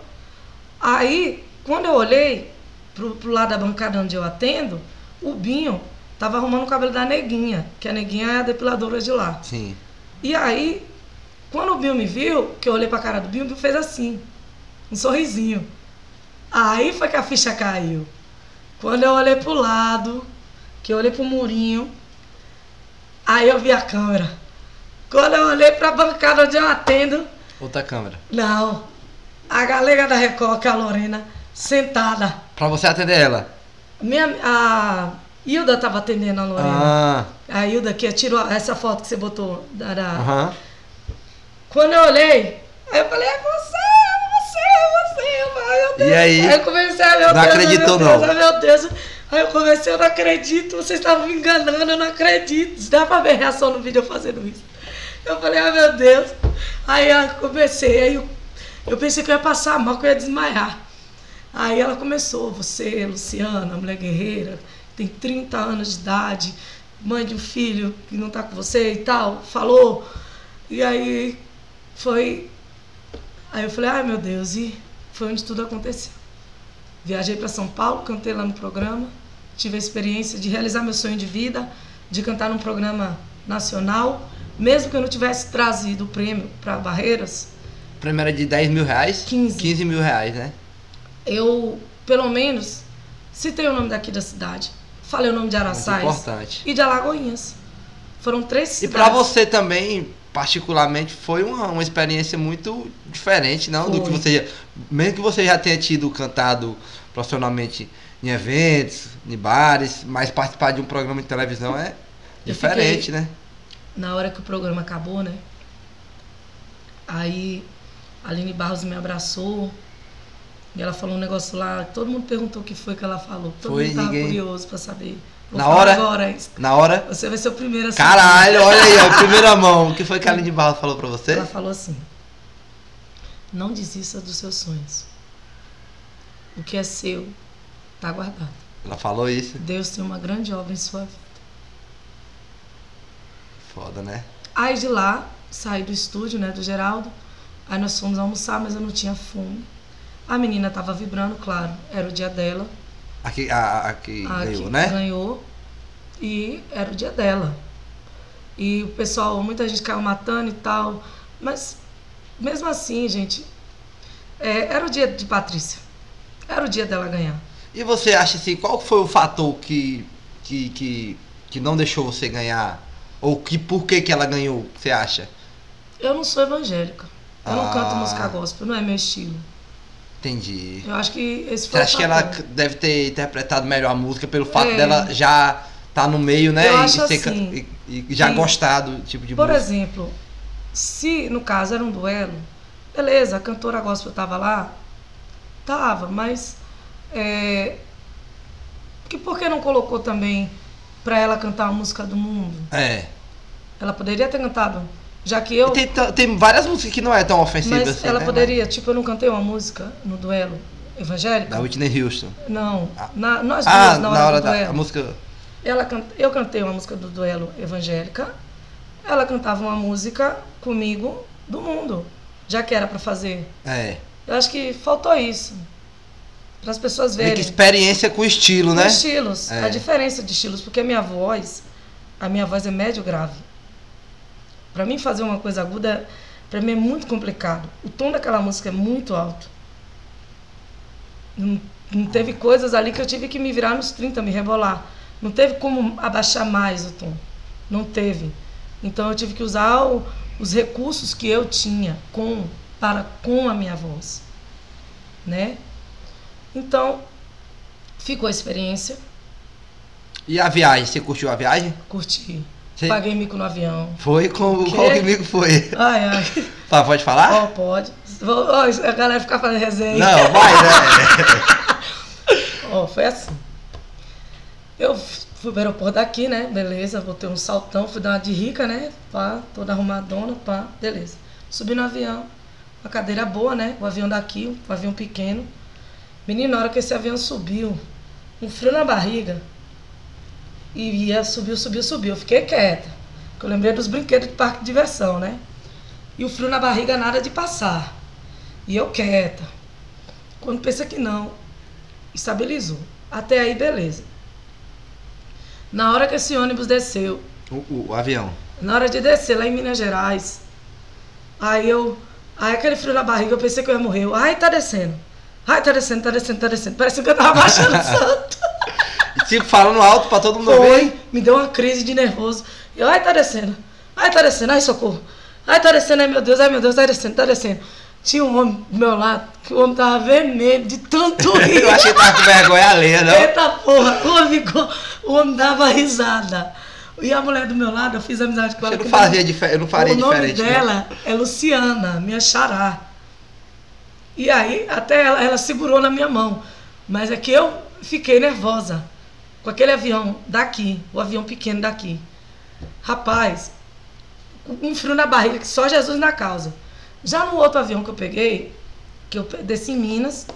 Aí, quando eu olhei pro, pro lado da bancada onde eu atendo, o Binho tava arrumando o cabelo da Neguinha, que a Neguinha é a depiladora de lá.
Sim.
E aí, quando o Bill me viu, que eu olhei pra cara do Bill, o Bill fez assim, um sorrisinho. Aí foi que a ficha caiu. Quando eu olhei pro lado, que eu olhei pro murinho, aí eu vi a câmera. Quando eu olhei pra bancada onde eu atendo,
Outra câmera.
não. A galega da Record, que é a Lorena, sentada.
Pra você atender ela.
Minha, a Hilda estava atendendo a Lorena.
Ah,
A Hilda que tirou essa foto que você botou. Da, da-
aham.
Quando eu olhei, aí eu falei, é você, é você, é você. Eu falei, meu Deus.
E aí?
eu comecei, ai, meu
Não
Deus, ai,
acreditou,
meu Deus,
não.
ai, meu Deus. Aí eu comecei, eu não acredito, vocês estavam me enganando, eu não acredito. Dá pra ver a reação no vídeo eu fazendo isso. Eu falei, ai meu Deus. Aí eu comecei, aí eu, eu pensei que eu ia passar mal, que eu ia desmaiar. Aí ela começou, você, Luciana, mulher guerreira, tem 30 anos de idade, mãe de um filho que não tá com você e tal, falou. E aí foi. Aí eu falei, ai meu Deus, e foi onde tudo aconteceu. Viajei para São Paulo, cantei lá no programa, tive a experiência de realizar meu sonho de vida, de cantar num programa nacional, mesmo que eu não tivesse trazido o prêmio para Barreiras,
O prêmio era é de 10 mil reais?
15.
15 mil reais, né?
eu, pelo menos, citei o nome daqui da cidade. Falei o nome de
Muito
Araçais
importante.
e de Alagoinhas. Foram três
E pra
cidades.
você também, particularmente, foi uma, uma experiência muito diferente, não? Do que
Foi.
você já, mesmo que você já tenha tido cantado profissionalmente em eventos, em bares, mas participar de um programa de televisão é
Eu
diferente,
fiquei-
né?
na hora que o programa acabou, né? Aí a Aline Barros me abraçou e ela falou um negócio lá. Todo mundo perguntou o que foi que ela falou. Todo
Foi,
mundo tava
ninguém-
curioso pra saber.
Na
falar
hora?
Agora, hein?
Na hora.
Você vai ser o primeiro a saber.
Caralho, olha aí, ó, primeira mão. O que foi que a Aline Barros falou pra você?
Ela falou assim: Não desista dos seus sonhos. O que é seu tá guardado.
Ela falou isso.
Deus tem uma grande obra em sua vida.
Foda, né?
Aí de lá, saí do estúdio, né, do Geraldo. Aí nós fomos almoçar, mas eu não tinha fome. A menina tava vibrando, claro, era o dia dela.
Aqui, a, a que
A
ganhou,
que
né?
ganhou. E era o dia dela. E o pessoal, muita gente caiu matando e tal. Mas mesmo assim, gente, é, era o dia de Patrícia. Era o dia dela ganhar.
E você acha assim, qual foi o fator que, que, que, que não deixou você ganhar? Ou que por que, que ela ganhou, você acha?
Eu não sou evangélica. Eu não
Ah.
canto música gospel, não é meu estilo.
Entendi.
Eu acho que esse
Você
foi o
acha que ela
fator.
deve ter interpretado melhor a música pelo fato
É.
dela já tá no meio, né?
Eu
e,
acho
ser ca-
assim,
e- e já
que-
gostar do tipo de
Por
música.
exemplo, se no caso era um duelo, beleza, a cantora gospel tava lá, tava, mas é, que por que não colocou também pra ela cantar a música do mundo?
É.
Ela poderia ter cantado, já que eu,
E Tem, ta- tem várias músicas que não é tão ofensiva
mas
assim.
ela
né?
poderia, tipo, eu não cantei uma música no duelo evangélico?
Da Whitney Houston.
Não, na, nós duas
Ah,
na hora, do
da
duelo.
a música.
Ela can- Eu cantei uma música do duelo evangélica. Ela cantava uma música comigo do mundo, já que era pra fazer.
É.
Eu acho que faltou isso. Para as pessoas
Meio que
verem
experiência com estilo,
os
né?
estilos,
É.
a diferença de estilos, porque a minha voz, a minha voz é médio grave. Pra mim fazer uma coisa aguda, pra mim é muito complicado. O tom daquela música é muito alto. Não, não teve coisas ali que eu tive que me virar nos 30, me rebolar. Não teve como abaixar mais o tom. Não teve. Então eu tive que usar o- os recursos que eu tinha com para com a minha voz, né? Então ficou a experiência,
E a viagem? Você curtiu a viagem?
curti.
Você-
Paguei mico no avião.
Foi com
Quê?
qual comigo foi?
Ai, ai.
Tá, pode falar?
Ó, pode. Vou- ó, a galera fica fazendo resenha.
Não, vai, né?
Ó, foi assim. Eu f- fui pro aeroporto daqui, né? Beleza, botei um saltão, fui dar uma de rica, né? Pá, toda arrumadona, pá, beleza. Subi no avião, uma cadeira boa, né? O avião daqui, um avião pequeno. Menina, na hora que esse avião subiu, um frio na barriga. E ia, subiu, subiu, subiu. Eu fiquei quieta. Porque eu lembrei dos brinquedos de parque de diversão, né? E o frio na barriga nada de passar. E eu quieta. Quando pensa que não, estabilizou. Até aí, beleza. Na hora que esse ônibus desceu,
O, o avião.
na hora de descer lá em Minas Gerais, aí eu. Aí aquele frio na barriga, eu pensei que eu ia morrer. Eu, Ai, tá descendo. Ai, tá descendo, tá descendo, tá descendo. Parecia que eu tava baixando o santo.
E tipo, falando alto pra todo mundo
Foi.
ouvir.
Me deu uma crise de nervoso. Eu, ai, tá descendo. Ai, tá descendo. Ai, socorro. Ai, tá descendo. Ai, meu Deus. Ai, meu Deus. Tá descendo, tá descendo. Tinha um homem do meu lado, que o homem tava vermelho de tanto rir. É,
Eu achei que tava com vergonha alheia, não?
Eita porra, o homem ficou, o O homem dava risada. E a mulher do meu lado, eu fiz amizade com ela.
Eu não,
que um o nome-
fazia dife- eu não faria
o nome
diferente. né? não.
dela é Luciana, minha xará. E aí, até ela, ela segurou na minha mão. Mas é que eu fiquei nervosa com aquele avião daqui, o avião pequeno daqui. Rapaz, com um frio na barriga, que só Jesus na causa. Já no outro avião que eu peguei, que eu pe- desci em Minas,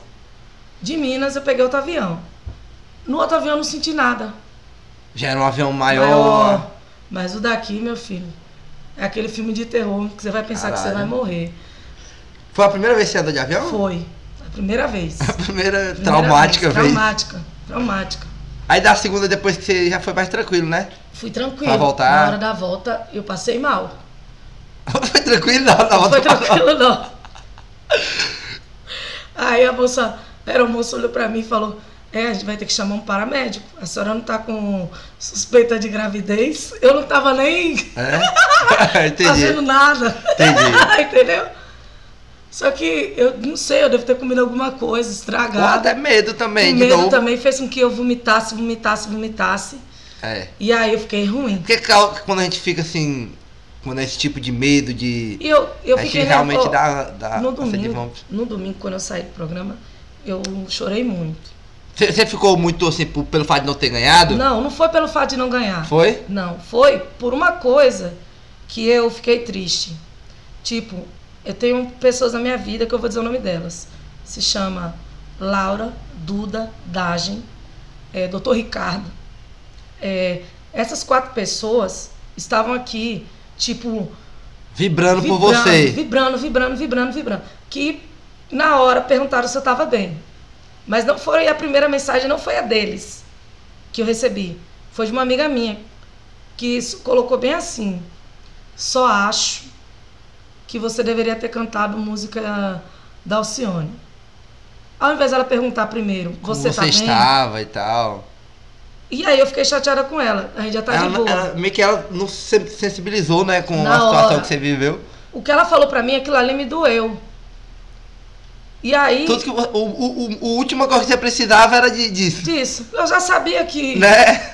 de Minas eu peguei outro avião. No outro avião eu não senti nada
Já era um avião maior.
Mas o daqui, meu filho, é aquele filme de terror que você vai pensar que você
Caralho.
vai morrer.
Foi a primeira vez que você andou de avião?
Foi. A primeira vez.
A primeira,
Primeira
traumática vez.
Traumática. Traumática.
Aí da segunda, depois que você já foi mais tranquilo, né?
Fui tranquilo.
Pra voltar?
Na hora da volta, eu passei mal.
Foi tranquilo, não, tava
Não foi tranquilo, não. Aí a moça, era o moço olhou pra mim e falou: É, a gente vai ter que chamar um paramédico. A senhora não tá com suspeita de gravidez. Eu não tava nem
É?
fazendo
Entendi.
nada.
Entendi.
Entendeu? Só que eu não sei, eu devo ter comido alguma coisa
Ou até
estragada.
é medo também,
o
de
medo
novo.
também fez com que eu vomitasse, vomitasse, vomitasse.
É.
E aí eu fiquei ruim.
Porque cal- quando a gente fica assim, quando é esse tipo de medo, de.
E eu, eu
a gente
fiquei
realmente
nervosa.
dá, dá
no
essa de
domingo,
vômito.
no domingo, quando eu saí do programa, eu chorei muito.
Você você ficou muito assim por- pelo fato de não ter ganhado?
Não, não foi pelo fato de não ganhar.
Foi?
Não, foi por uma coisa que eu fiquei triste. Tipo, eu tenho pessoas na minha vida que eu vou dizer o nome delas. Se chama Laura, Duda, Dagen, é, Dr. Ricardo. É, essas quatro pessoas estavam aqui, tipo,
Vibrando, por você.
Vibrando, vibrando, vibrando, vibrando. Que na hora perguntaram se eu tava bem. Mas não foi a primeira mensagem, não foi a deles que eu recebi. Foi de uma amiga minha que isso colocou bem assim. Só acho que você deveria ter cantado música da Alcione. Ao invés dela perguntar primeiro,
Como
você, tá bem?
estava e tal.
E aí eu fiquei chateada com ela. A gente já tá
ela,
de boa.
ela- meio que ela não se sensibilizou, né, com
Na
a situação
hora.
que você viveu.
O que ela falou pra mim, aquilo ali me doeu. E aí.
Tudo que vo- o, o, o, o última coisa que você precisava era de, disso,
Disso. Eu já sabia que.
né?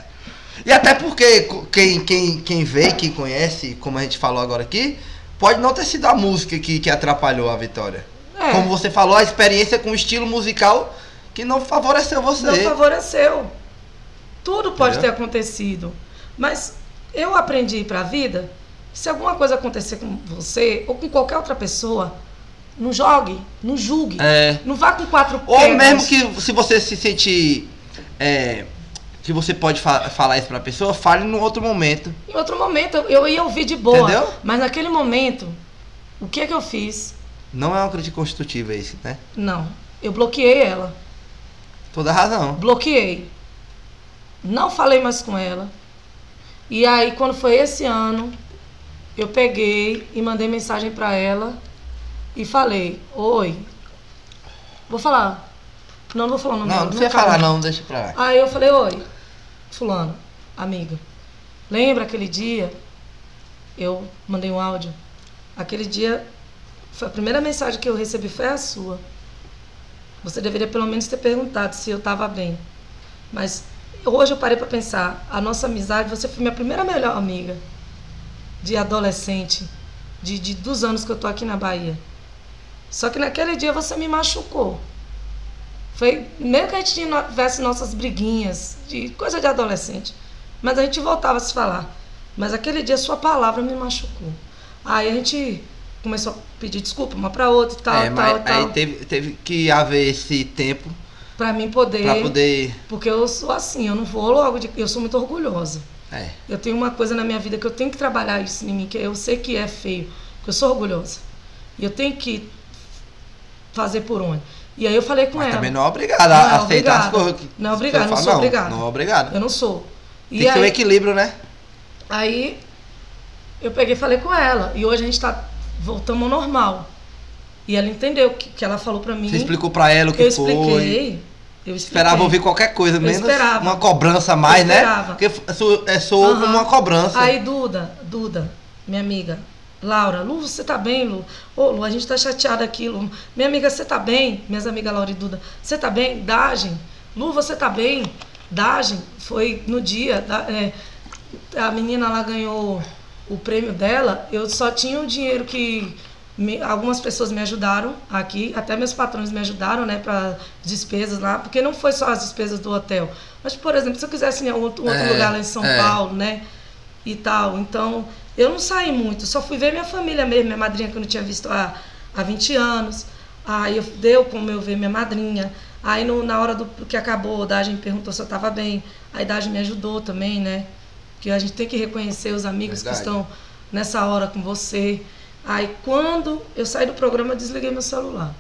E até porque co- quem, quem, quem vê, quem conhece, como a gente falou agora aqui, pode não ter sido a música que, que atrapalhou a vitória.
É,
Como você falou, a experiência com o estilo musical que não favoreceu você. É.
não favoreceu. Tudo pode
Entendeu?
ter acontecido. Mas eu aprendi pra vida que se alguma coisa acontecer com você ou com qualquer outra pessoa, não jogue, não julgue.
É.
Não vá com quatro
Ou
pedras.
mesmo que se você se sentir é, que você pode fa- falar isso pra pessoa, fale num outro momento.
Em outro momento eu- eu ia ouvir de boa.
Entendeu?
Mas naquele momento, o que que eu fiz?
Não é uma crítica construtiva isso, né?
Não. Eu bloqueei ela.
Toda razão.
Bloqueei. Não falei mais com ela. E aí, quando foi esse ano, eu peguei e mandei mensagem pra ela e falei: Oi. Vou falar. Não, não Ah, vou falar o
Não,
nome
não
dela,
precisa
falo.
falar não, deixa pra lá.
Aí eu falei: Oi, Fulano, amiga. Lembra aquele dia? Eu mandei um áudio. Aquele dia, foi a primeira mensagem que eu recebi foi a sua. Você deveria pelo menos ter perguntado se eu estava bem. Mas hoje eu parei para pensar, a nossa amizade, você foi minha primeira melhor amiga de adolescente, de, de dos anos que eu tô aqui na Bahia. Só que naquele dia você me machucou. Foi meio que a gente tivesse nossas briguinhas, de coisa de adolescente. Mas a gente voltava a se falar. Mas aquele dia sua palavra me machucou. Aí a gente começou a pedir desculpa uma para outra e tal,
é,
tal,
mas
tal.
aí teve, teve que haver esse tempo
Pra mim poder,
pra poder.
Porque eu sou assim, eu não vou logo de. Eu sou muito orgulhosa.
É.
Eu tenho uma coisa na minha vida que eu tenho que trabalhar isso em mim, que eu sei que é feio, que eu sou orgulhosa. E eu tenho que fazer por onde. E aí eu falei com
Mas
ela.
também não é obrigado
Não é
a aceitar as
obrigado.
coisas. que
Não é
você
obrigado, não
fala,
sou obrigado.
Não é obrigado.
Eu não sou.
Tem
E
que ter um
aí,
equilíbrio, né?
aí eu peguei e falei com ela. E hoje a gente tá. Voltamos ao normal. E ela entendeu que, que ela falou pra mim.
Você explicou pra ela o que
Uhum. eu
foi.
expliquei. Eu expliquei.
Esperava ouvir qualquer coisa, menos
esperava.
uma cobrança a mais,
Eu
né?
esperava.
Porque f- sou- é só
Aham.
uma cobrança.
Aí, Duda, Duda, minha amiga, Laura, Lu, você tá bem, Lu? Ô, Lu, a gente tá chateada aqui, Lu. Minha amiga, você tá bem? Minhas amigas Laura e Duda, você tá bem? Dagem, Lu, você tá bem? Dagem foi no dia. da- é, a menina lá ganhou o prêmio dela. Eu só tinha o dinheiro que me- algumas pessoas me ajudaram aqui, até meus patrões me ajudaram, né, para despesas lá, porque não foi só as despesas do hotel. Mas, por exemplo, se eu quisesse ir em outro, um outro
É,
lugar lá em São
é.
Paulo, né? E tal. Então, eu não saí muito, só fui ver minha família mesmo, minha madrinha que eu não tinha visto há, há 20 anos. Aí eu deu como eu ver minha madrinha. Aí no- na hora do que acabou, a Dagem perguntou se eu tava bem. Aí Dagem me ajudou também, né? Que a gente tem que reconhecer os amigos
Verdade.
que estão nessa hora com você. Aí quando eu saí do programa, eu desliguei meu celular.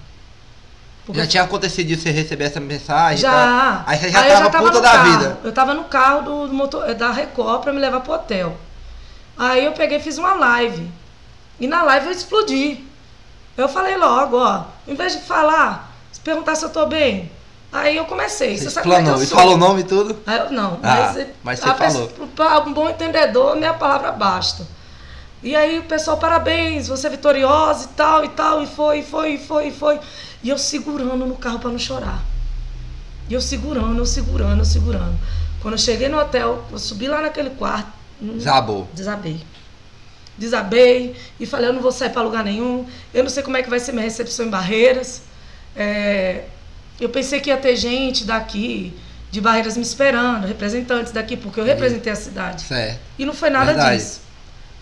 Porque
Já tinha acontecido isso, você receber essa mensagem?
já.
tá? Aí você já
eu
tava, puta
no
da
carro.
vida.
Eu tava no carro do, do motor, da Record pra me levar pro hotel. Aí eu peguei e fiz uma live. E na live eu explodi. Eu falei logo, ó. Em vez de falar, se perguntar se eu tô bem. Aí eu comecei. Você,
Você
sabe como é que eu
explanou, e
sou?
falou o nome e tudo?
Aí eu- não,
Ah,
mas,
mas
a
você falou.
pessoa- Para um bom entendedor, minha palavra basta. E aí o pessoal, parabéns, você é vitoriosa e tal, e tal, e foi, e foi, e foi, e foi. E eu segurando no carro para não chorar. E eu segurando, eu segurando, eu segurando. Quando eu cheguei no hotel, eu subi lá naquele quarto. hum,
Zabou.
Desabei. Desabei e falei, eu não vou sair para lugar nenhum. Eu não sei como é que vai ser minha recepção em Barreiras. É, eu pensei que ia ter gente daqui, de Barreiras, me esperando, representantes daqui, porque eu representei a cidade.
Certo.
E não foi nada
Verdade.
disso.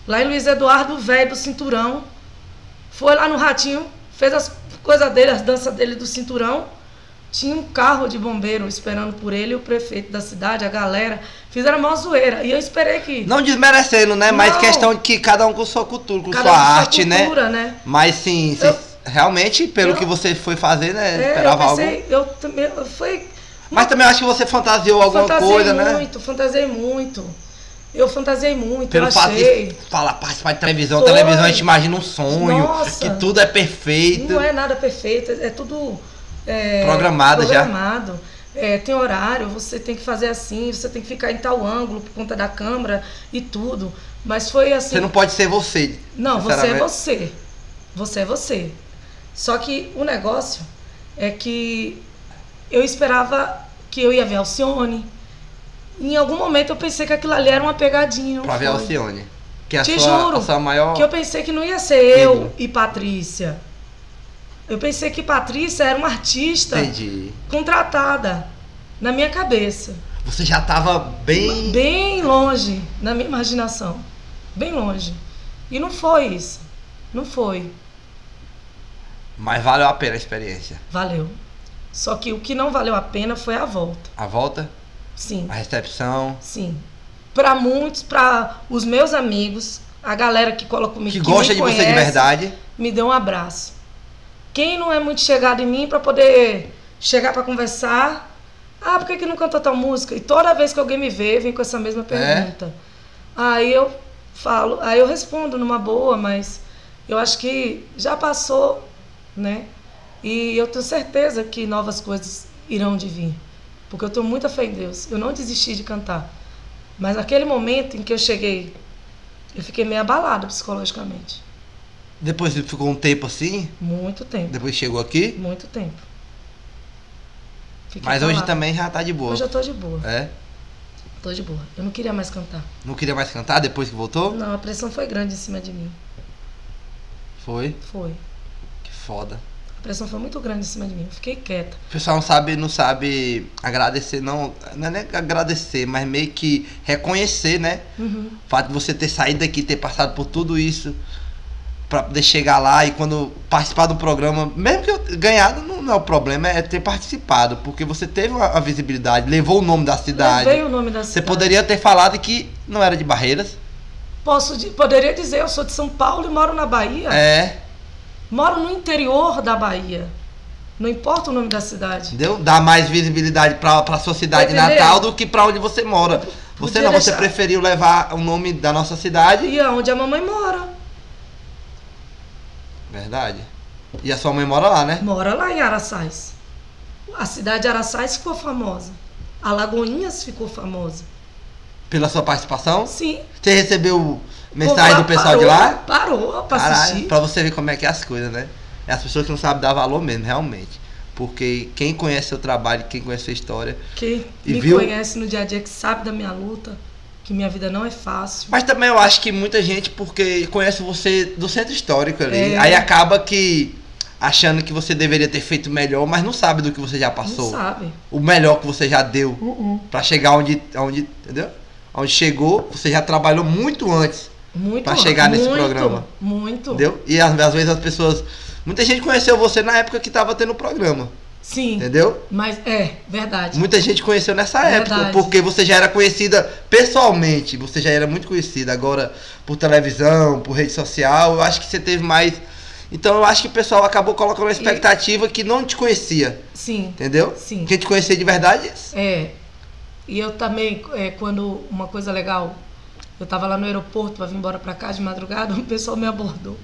Lá em Luiz Eduardo, o velho do cinturão, foi lá no Ratinho, fez as coisas dele, as danças dele do cinturão. Tinha um carro de bombeiro esperando por ele, o prefeito da cidade, a galera. Fizeram uma zoeira. E eu esperei que.
Não desmerecendo, né? Mas
Não.
questão de que cada um com sua cultura, com
Cada
sua
um com sua
arte, né?
cultura, né?
Mas sim,
Eu-
cês- realmente, pelo
eu-
que você foi fazer, né?
É, eu
esperava algo.
pensei, eu também, eu- foi,
Mas também acho que você fantasiou alguma
fantasiei
coisa, né?
muito, fantasiei muito. Eu fantasiei muito,
Pelo
eu
fato
achei.
de falar, participar de televisão,
Foi.
televisão a gente imagina um sonho,
Nossa.
que tudo é perfeito.
Não é nada perfeito, é tudo é,
Programado já.
programado. É, tem horário, você tem que fazer assim, você tem que ficar em tal ângulo por conta da câmera e tudo. Mas foi assim.
Você não pode ser você.
Não, você é
sinceramente.
você. Você é você. Só que o negócio é que eu esperava que eu ia ver Alcione. Em algum momento eu pensei que aquilo ali era uma pegadinha. não
Pra ver
foi.
Alcione. Que é a
Te
sua,
juro
a sua maior.
Que eu pensei que não ia ser eu
Ídolo.
e Patrícia. Eu pensei que Patrícia era uma artista
Entendi.
contratada na minha cabeça.
Você já tava bem.
Bem longe na minha imaginação. Bem longe. E não foi isso. Não foi.
Mas valeu a pena a experiência.
Valeu. Só que o que não valeu a pena foi a volta.
A volta,
Sim,
a recepção.
sim. Para muitos, para os meus amigos, a galera que cola comigo,
Que gosta
me
de você de
conhece,
verdade.
me deu um abraço. Quem não é muito chegado em mim para poder chegar para conversar, ah, por que, que não cantou tal música? E toda vez que alguém me vê, vem com essa mesma pergunta. Aí eu falo, aí eu respondo numa boa, mas eu acho que já passou, né? E eu tenho certeza que novas coisas irão de vir, porque eu tenho muita fé em Deus. Eu não desisti de cantar. Mas naquele momento em que eu cheguei, eu fiquei meio abalada psicologicamente.
Depois ficou um tempo assim.
Muito tempo.
Depois chegou aqui.
Muito tempo. Fiquei
Mas hoje
calada.
também já tá de boa.
Hoje eu tô de boa.
É.
Tô de boa. Eu não queria mais cantar.
Não queria mais cantar depois que voltou?
Não, a pressão foi grande em cima de mim.
Foi.
Foi.
Que foda.
A pressão foi muito grande em cima de mim. Eu fiquei quieta.
O pessoal não sabe, não sabe agradecer, não. Não é nem agradecer, mas meio que reconhecer, né?
Uhum.
O fato de você ter saído daqui, ter passado por tudo isso, pra poder chegar lá e quando participar do programa, mesmo que eu ganhado não, não é o problema, é ter participado, porque você teve uma- a visibilidade, levou o nome da cidade.
Levei o nome da
Você
cidade.
poderia ter falado que não era de barreiras.
Posso di- Poderia dizer, eu sou de São Paulo e moro na Bahia.
É,
Moro no interior da Bahia. Não importa o nome da cidade.
entendeu? Dá mais visibilidade pra, pra sua cidade
Entendeu?
natal do que pra onde você mora. Você não, você
deixar.
preferiu levar o nome da nossa cidade.
E é onde a mamãe mora.
Verdade. E a sua mãe mora lá, né?
Mora lá em Araçais. A cidade de Araçais ficou famosa. Alagoinhas ficou famosa.
Pela sua participação.
Sim,
Você recebeu
Povo
mensagem
lá
do pessoal de
parou,
lá?
Parou pra
Caralho, então,
assistir.
pra você ver como é que é as coisas, né? É as pessoas que não sabem dar valor mesmo, realmente. Porque quem conhece seu trabalho, quem conhece sua história.
Que
E
me
viu?
conhece no dia a dia, que sabe da minha luta, que minha vida não é fácil.
Mas também eu acho que muita gente, porque conhece você do centro histórico ali,
É.
aí acaba que achando que você deveria ter feito melhor, mas não sabe do que você já
Não
passou. Uh-uh.
sabe.
O melhor que você já deu Pra chegar onde, onde, entendeu? Onde chegou, você já trabalhou muito antes,
Muito.
Pra chegar nesse
muito,
programa.
Muito.
entendeu? E às, às vezes as pessoas, muita gente conheceu você na época que tava tendo o programa,
Sim.
entendeu?
Mas é, verdade.
Muita gente conheceu nessa
Verdade.
época, porque você já era conhecida pessoalmente, você já era muito conhecida. Agora, por televisão, por rede social, eu acho que você teve mais. Então, eu acho que o pessoal acabou colocando uma expectativa que não te conhecia,
Sim.
entendeu?
Sim.
Quem te conhecia de verdade.
É. E eu também, é, quando uma coisa legal, eu tava lá no aeroporto pra vir embora pra cá de madrugada, um pessoal me abordou.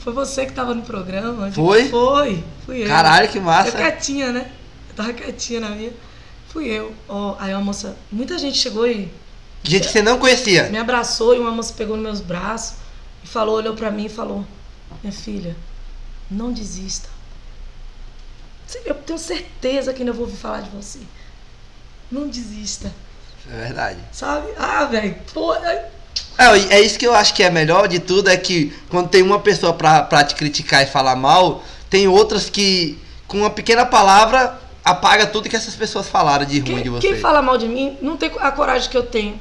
Foi você que tava no programa? Eu digo,
Foi?
Foi, fui eu.
Caralho, que
Eu
massa.
quietinha, né? Eu tava quietinha na minha. Fui eu. Ó, aí uma moça, muita gente chegou e
Gente que você não conhecia.
me abraçou e uma moça pegou nos meus braços e falou, olhou pra mim e falou: Minha filha, não desista. Você- Eu tenho certeza que ainda vou ouvir falar de você. Não desista,
É verdade.
sabe? Ah, velho, pô, ai,
É, é isso que eu acho que é melhor de tudo, é que quando tem uma pessoa pra, pra te criticar e falar mal, tem outras que, com uma pequena palavra, apaga tudo que essas pessoas falaram de ruim
quem,
de é você.
quem fala mal de mim não tem a coragem que eu tenho.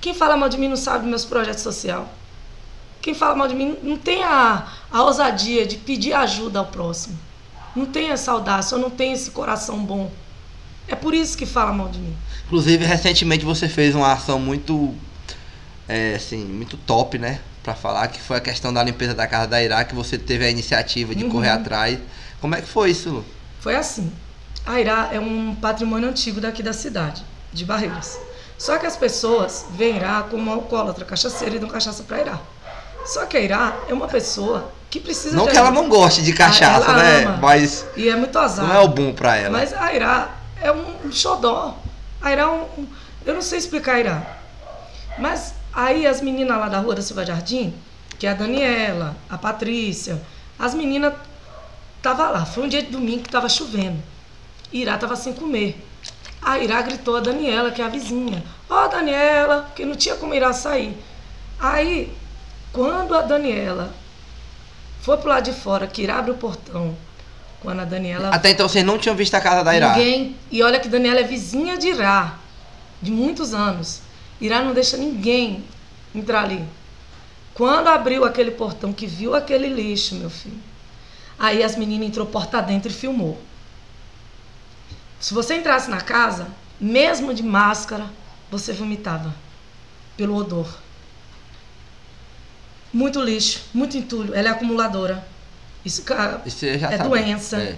Quem fala mal de mim não sabe meus projetos sociais. Quem fala mal de mim não tem a, a ousadia de pedir ajuda ao próximo. Não tem essa audácia, eu não tenho esse coração bom. É por isso que fala mal de mim.
Inclusive, recentemente você fez uma ação muito, é, assim, muito top, né? Pra falar, que foi a questão da limpeza da casa da Iraque, você teve a iniciativa de
Uhum.
correr atrás. Como é que foi isso, Lu?
Foi assim. A Irá é um patrimônio antigo daqui da cidade, de Barreiras. Só que as pessoas veem Irá como uma alcoólatra, cachaceira e dão cachaça pra Irá. Só que a Irá é uma pessoa que precisa
Não
de
que ela
ajuda.
não goste de cachaça,
Ah, ela
né?
ama.
Mas
E é muito azar.
não é o bom pra ela.
Mas a Irá é um xodó. A Irá é um. um- Eu não sei explicar a Irá. Mas aí as meninas lá da rua da Silva Jardim, que é a Daniela, a Patrícia, as meninas tava lá. Foi um dia de domingo que tava chovendo. Irá tava sem comer. A Irá gritou a Daniela, que é a vizinha. Ó, Daniela, porque não tinha como Irá sair. Aí, quando a Daniela foi pro lado de fora, que Irá abre o portão, quando a Daniela
Até então vocês não tinham visto a casa da Iraque.
Ninguém. E olha que Daniela é vizinha de Irá, de muitos anos. Irá não deixa ninguém entrar ali. Quando abriu aquele portão que viu aquele lixo, meu filho, aí as meninas entrou porta dentro e filmou. Se você entrasse na casa, mesmo de máscara, você vomitava pelo odor. Muito lixo, muito entulho. Ela é acumuladora. Isso, ca-
Isso eu já
É
sabia.
doença.
É.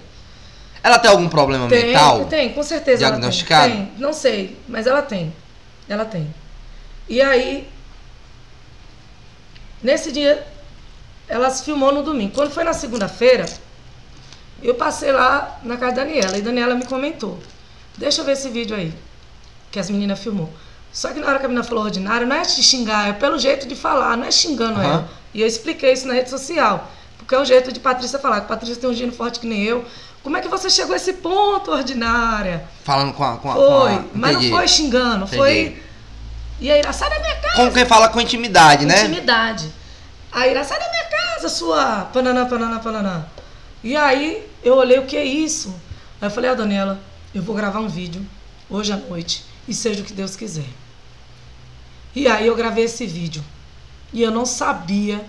Ela tem algum problema
Tem,
mental?
tem, com certeza ela tem.
Diagnosticado?
Tem, não sei, mas ela tem. Ela tem. E aí, nesse dia, elas filmou no domingo. Quando foi na segunda-feira, eu passei lá na casa da Daniela e Daniela me comentou. Deixa eu ver esse vídeo aí, que as meninas filmou. Só que na hora que a menina falou ordinário, não é te xingar, é pelo jeito de falar, não é xingando
Aham.
ela. E eu expliquei isso na rede social. Porque é o jeito de Patrícia falar, que Patrícia tem um gênio forte que nem eu. Como é que você chegou a esse ponto, ordinária?
Falando com a. Com a com a-
Foi, mas não
entendi.
foi xingando, foi.
Entendi.
E aí, sai da minha casa!
Como quem fala com intimidade, né?
Intimidade. Aí ela, sai da minha casa, sua pananã, pananã, pananã. E aí eu olhei, o que é isso? Aí eu falei, ó, Daniela, eu vou gravar um vídeo hoje à noite e seja o que Deus quiser. E aí eu gravei esse vídeo. E eu não sabia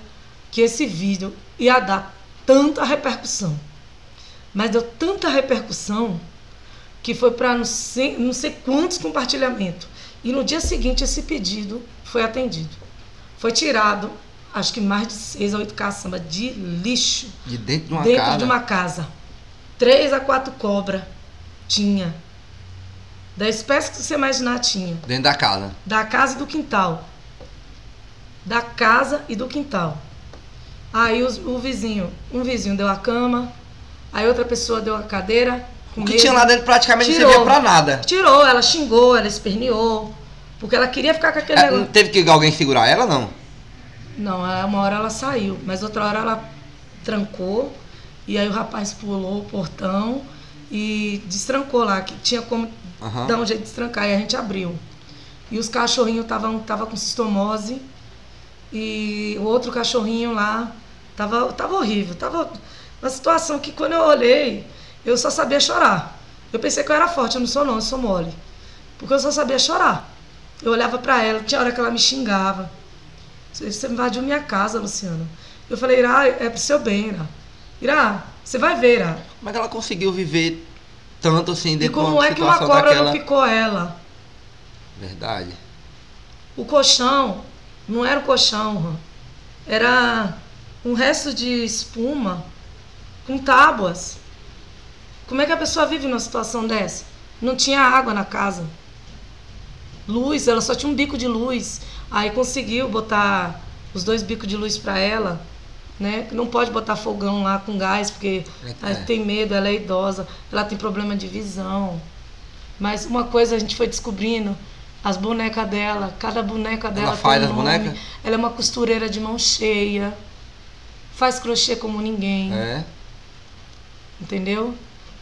que esse vídeo ia dar tanta repercussão. Mas deu tanta repercussão que foi para não sei, não sei quantos compartilhamentos. E no dia seguinte esse pedido foi atendido. Foi tirado, acho que mais de seis a oito caçamba de lixo
De dentro de uma
dentro
casa.
de uma casa. Três a quatro cobra tinha. Da espécie que você imaginar tinha.
Dentro da casa.
Da casa e do quintal. Da casa e do quintal. Aí os- o vizinho, um vizinho deu a cama, aí outra pessoa deu a cadeira. com
O que
mesa.
tinha lá dentro praticamente
Tirou.
não servia pra nada.
Tirou, ela xingou, ela esperneou. Porque ela queria ficar com aquele
É,
negócio.
não teve que alguém segurar ela, não.
Não, ela- uma hora ela saiu, mas outra hora ela trancou. E aí o rapaz pulou o portão E destrancou lá, que tinha como
Aham.
dar um jeito de destrancar. E a gente abriu. E os cachorrinhos estavam tava com cistomose. E o outro cachorrinho lá tava, tava horrível. Tava uma situação que quando eu olhei, eu só sabia chorar. Eu pensei que eu era forte, eu não sou não, eu sou mole. Porque eu só sabia chorar. Eu olhava pra ela, tinha hora que ela me xingava. Você você invadiu minha casa, Luciana. Eu falei, Ira, é pro seu bem, Ira. Ira, você vai ver, Ira.
Como é que ela conseguiu viver tanto assim
E
dentro de
como
uma
é que uma
situação
cobra
daquela?
não picou ela?
Verdade.
O colchão não era o colchão, Juan. era um resto de espuma com tábuas. Como é que a pessoa vive numa situação dessa? Não tinha água na casa. Luz, ela só tinha um bico de luz. Aí conseguiu botar os dois bicos de luz para ela, né? Não pode botar fogão lá com gás porque
É,
ela
é.
tem medo, ela é idosa, ela tem problema de visão. Mas uma coisa a gente foi descobrindo, as bonecas dela, cada boneca dela tem
faz
um
as
nome.
bonecas?
Ela é uma costureira de mão cheia. Faz crochê como ninguém,
É.
entendeu?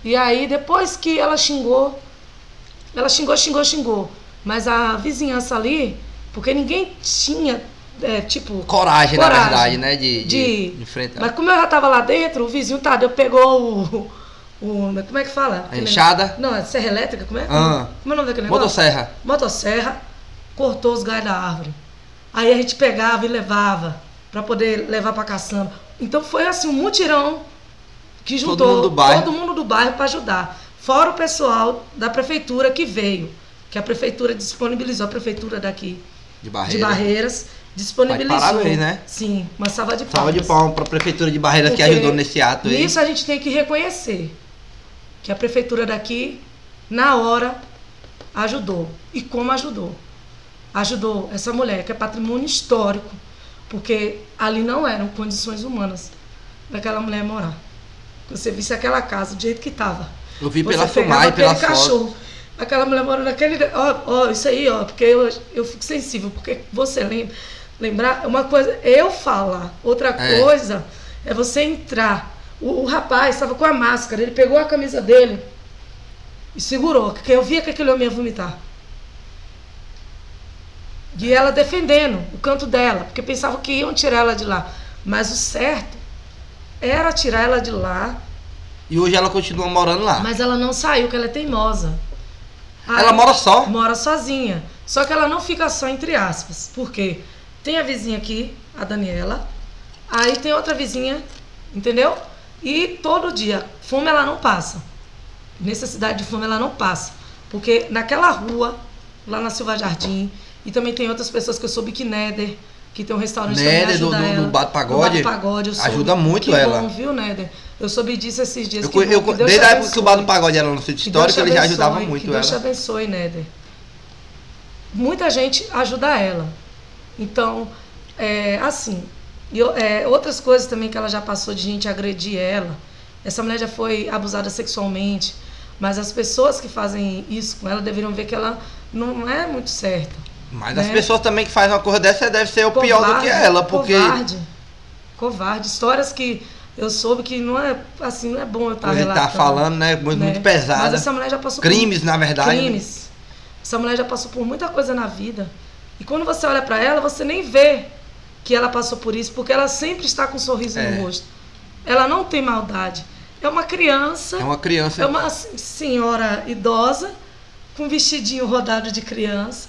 E aí depois que ela xingou, ela xingou, xingou, xingou. Mas a vizinhança ali, porque ninguém tinha, é, tipo,
Coragem, na
Coragem.
verdade, né? De, de,
De-
enfrentar.
mas como é eu já tava lá dentro, o vizinho Tadeu pegou o. o- como é que fala?
A enxada?
Não, é serra elétrica? Como é?
Ah.
Como é o nome daquele negócio?
Motosserra.
Motosserra cortou os galhos da árvore. Aí a gente pegava e levava pra poder levar pra caçamba. Então foi assim um mutirão que
Todo
juntou
mundo do bairro.
todo mundo do bairro pra ajudar. Fora o pessoal da prefeitura que veio, que a prefeitura disponibilizou, a prefeitura daqui
De barreira.
de Barreiras disponibilizou.
parabéns, né?
Sim, uma salva de palmas.
Salva de palmas pra prefeitura de Barreiras que
Porque
ajudou nesse ato aí.
Nisso a gente tem que reconhecer que a prefeitura daqui, na hora, ajudou. E como ajudou? Ajudou essa mulher, que é patrimônio histórico, porque ali não eram condições humanas daquela mulher morar. Você visse aquela casa do jeito que estava.
Eu vi
Você
pela
pegava
filmagem, pela
aquele
foto.
cachorro. Aquela mulher morando naquele. Ó, ó, isso aí, ó, porque eu, eu fico sensível, porque você lembra. Lembrar, uma coisa é eu falar, outra
É.
coisa é você entrar. O, o rapaz estava com a máscara, ele pegou a camisa dele e segurou, porque eu via que aquele homem ia vomitar. E ela defendendo o canto dela, porque pensava que iam tirar ela de lá. Mas o certo era tirar ela de lá
E hoje ela continua morando lá.
mas ela não saiu, que ela é teimosa.
Ela
Aí,
mora só.
Mora sozinha. Só que ela não fica só, entre aspas. Por quê? Tem a vizinha aqui, a Daniela. Aí tem outra vizinha, entendeu? E todo dia, fome ela não passa. Necessidade de fome ela não passa. Porque naquela rua, lá na Silva Jardim, e também tem outras pessoas que eu soube que Néder, que tem um restaurante
Néder,
também ajuda
do- do- do
ela.
Bato Pagode?
Do Bato Pagode, eu soube.
Ajuda muito
que
ela.
Bom, viu, Néder? Eu soube disso esses dias.
Eu,
que bom,
eu-
que Deus
desde
te
a época que o Bar do
abençoe.
Pagode era no centro
Que Deus
histórico,
te
ele já
abençoe,
ajudava
Que
muito
Deus te
ela.
abençoe, Néder. Muita gente ajuda ela. Então, é, assim, e eu- é, outras coisas também que ela já passou de gente agredir ela. Essa mulher já foi abusada sexualmente, mas as pessoas que fazem isso com ela deveriam ver que ela não é muito certa.
Mas
né?
as pessoas também que fazem uma coisa dessa deve ser o É pior do que ela, porque.
Covarde. Covarde. Histórias que eu soube que não é assim, não é bom eu estar
a gente tá
relatando.
falando, né? Muito,
né?
muito pesada.
Mas essa mulher já passou por
Crimes, na verdade.
crimes. Essa mulher já passou por muita coisa na vida. E quando você olha pra ela, você nem vê que ela passou por isso, porque ela sempre está com um sorriso
É.
no rosto. Ela não tem maldade. É uma criança,
É uma criança.
é uma se- senhora idosa com um vestidinho rodado de criança.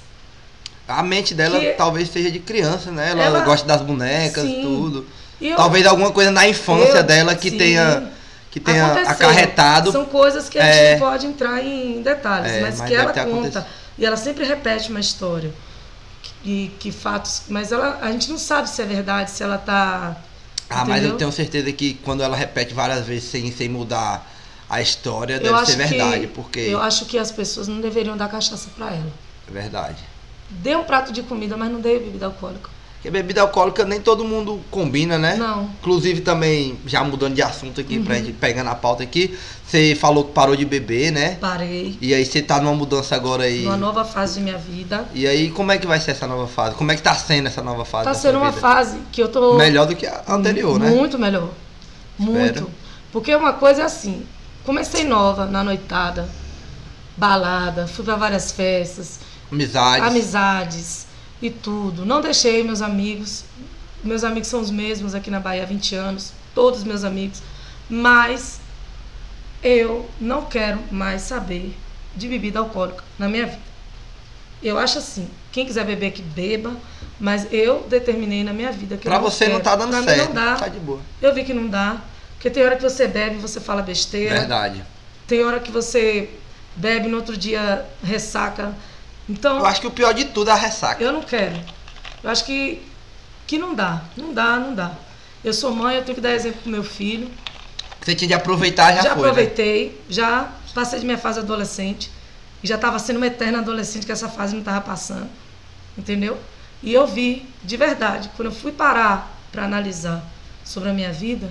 A mente dela
que-
talvez seja de criança, né? Ela,
Ela-
gosta das bonecas,
Sim.
tudo.
E eu-
Talvez alguma coisa na infância
eu-
dela que
sim,
tenha que tenha
aconteceu.
acarretado.
São coisas que a
É.
gente não pode entrar em detalhes,
É,
mas,
mas
que
deve
ela
ter
conta.
acontecido.
E ela sempre repete uma história. E que fatos. Mas ela, a gente não sabe se é verdade, se ela tá.
Ah, mas eu
entendeu?
tenho certeza que quando ela repete várias vezes sem, sem mudar a história,
Eu
É, deve
acho
ser verdade,
que-
porque
Eu acho que as pessoas não deveriam dar cachaça pra ela.
é verdade.
Dê um prato de comida, mas não dê bebida alcoólica.
Porque bebida alcoólica nem todo mundo combina, né?
Não. Uhum.
Inclusive também, já mudando de assunto aqui, pra gente pegar na pauta aqui, você falou que parou de beber, né?
Parei.
E aí você tá numa mudança agora aí.
Numa nova fase de minha vida.
E aí como é que vai ser essa nova fase? Como é que tá sendo essa nova fase?
Tá
da
sendo
sua
uma
vida?
fase que eu tô.
Melhor do que a anterior, né?
Muito melhor. Muito.
Espero.
Porque uma coisa é assim, Comecei nova, na noitada, balada, fui para várias festas,
Amizades.
amizades e tudo. Não deixei meus amigos. Meus amigos são os mesmos aqui na Bahia há 20 anos, todos meus amigos. Mas eu não quero mais saber de bebida alcoólica na minha vida. Eu acho assim, quem quiser beber que beba, mas eu determinei na minha vida que
Pra
eu não
você não
quero.
tá dando
Pra mim
certo.
não dá.
Tá de boa.
Eu vi que não dá, porque tem hora que você bebe, você fala besteira.
Verdade.
Tem hora que você bebe, no outro dia ressaca. Então,
Eu acho que o pior de tudo é a ressaca.
eu não quero. Eu acho que, que não dá. Não dá, não dá. Eu sou mãe, eu tenho que dar exemplo pro meu filho.
Você tinha de aproveitar já,
Já,
foi. né?
aproveitei, já passei de minha fase adolescente. E já estava sendo uma eterna adolescente que essa fase não estava passando. Entendeu? E eu vi, de verdade, quando eu fui parar para analisar sobre a minha vida,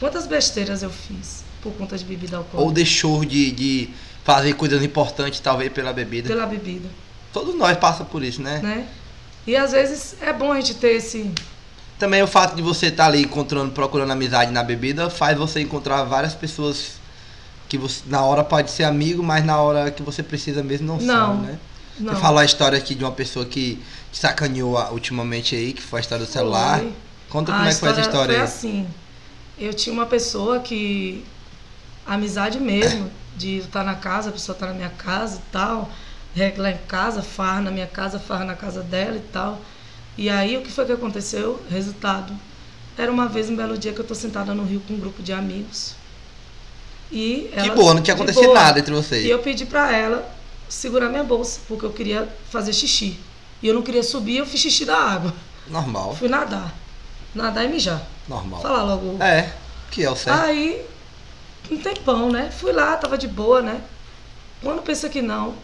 quantas besteiras eu fiz por conta de bebida
Ou
alcoólica,
deixou de, de fazer coisas importantes, talvez, pela bebida.
pela bebida.
Todos nós passamos por isso, né?
né? E às vezes é bom a gente ter esse.
Também o fato de você estar ali encontrando, procurando amizade na bebida, faz você encontrar várias pessoas que você, na hora pode ser amigo, mas na hora que você precisa mesmo não,
Não,
são, né?
Não.
Você falou a história aqui de uma pessoa que te sacaneou ah, ultimamente aí, que foi a história do celular.
Foi.
Conta
A
como é que foi essa história
Foi
aí.
assim. Eu tinha uma pessoa que. Amizade mesmo, de estar na casa, a pessoa tá na minha casa e tal. Regra lá em casa, farra na minha casa, farra na casa dela e tal. E aí o que foi que aconteceu? Resultado. Era uma vez um belo dia que eu tô sentada no rio com um grupo de amigos. E ela,
Que boa, não tinha
de
acontecido
boa.
nada entre vocês.
E eu pedi pra ela segurar minha bolsa, porque eu queria fazer xixi. E eu não queria subir, eu fiz xixi da água.
Normal,
Fui nadar. Nadar e mijar.
normal.
Falar logo.
É, que é o certo.
Aí, um tempão, né? Fui lá, tava de boa, né? Quando pensa que não,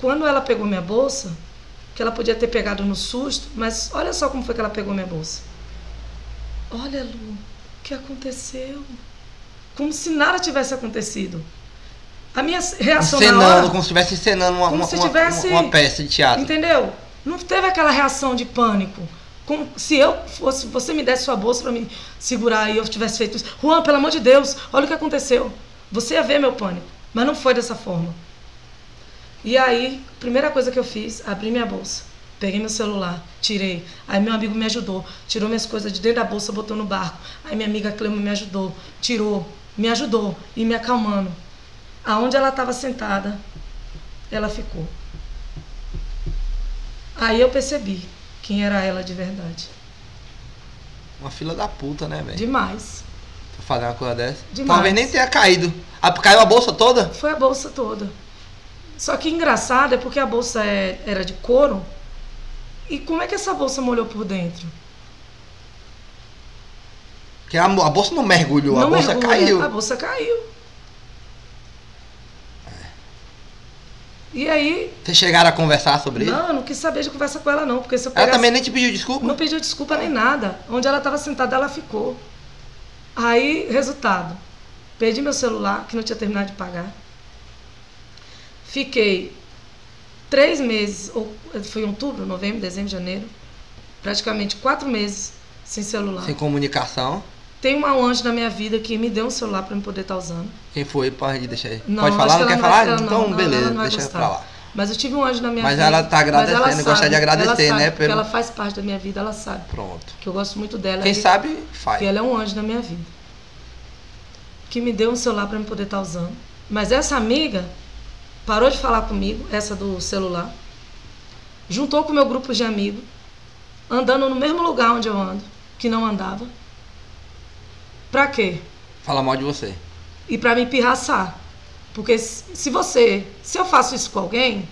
quando ela pegou minha bolsa, que ela podia ter pegado no susto, mas olha só como foi que ela pegou minha bolsa. Olha, Lu, o que aconteceu? Como se nada tivesse acontecido. A minha reação Ah, é na hora,
encenando, como se estivesse encenando uma,
Como
uma,
se
uma-
tivesse-
uma peça de teatro.
Entendeu? Não teve aquela reação de pânico. Como se eu fosse, você me desse sua bolsa pra me segurar e eu tivesse feito isso. Juan, pelo amor de Deus, olha o que aconteceu. Você ia ver meu pânico. Mas não foi dessa forma. E aí, primeira coisa que eu fiz, abri minha bolsa. Peguei meu celular, tirei. Aí meu amigo me ajudou, tirou minhas coisas de dentro da bolsa, botou no barco. Aí minha amiga Clema me ajudou, tirou, me ajudou e me acalmando. Aonde ela estava sentada, ela ficou. Aí eu percebi quem era ela de verdade.
Uma fila da puta, né, velho?
Demais.
Pra fazer uma coisa dessa.
Demais.
Talvez nem tenha caído. Ah, caiu a bolsa toda?
Foi a bolsa toda. Só que engraçado é porque a bolsa é- era de couro. E como é que essa bolsa molhou por dentro?
Que a, mo- a bolsa não mergulhou, a
Não né?
bolsa
mergulha,
caiu.
A bolsa caiu. E aí,
Vocês chegaram a conversar sobre isso?
não, eu não quis saber de conversa com ela não, porque se eu
Ela
pegasse...
também nem te pediu desculpa?
Não pediu desculpa nem nada. Onde ela estava sentada, ela ficou. Aí, resultado. Perdi meu celular, que não tinha terminado de pagar. Fiquei três meses, ou foi em outubro, novembro, dezembro, janeiro. Praticamente quatro meses sem celular.
Sem comunicação.
Tem uma anjo na minha vida que me deu um celular para eu poder estar usando.
Quem foi, pode deixar aí.
Não,
pode
acho
falar,
que
não quer
ela
falar?
vai- ela
então,
não, não,
beleza,
ela não vai
deixa
gostar.
pra lá.
Mas eu tive um anjo na minha
Mas
vida.
ela tá agradecendo,
Mas ela
gosta de
sabe,
agradecer,
ela sabe,
né,
Porque
pelo-
ela faz parte da minha vida, ela sabe.
Pronto.
Que eu gosto muito dela.
Quem
E-
sabe, faz.
que ela é um anjo na minha vida. Que me deu um celular para eu poder estar usando. Mas essa amiga parou de falar comigo, essa do celular. Juntou com o meu grupo de amigos, andando no mesmo lugar onde eu ando, que não andava. Pra quê?
Fala mal de você.
E pra me pirraçar. Porque se se você, se eu faço isso com alguém,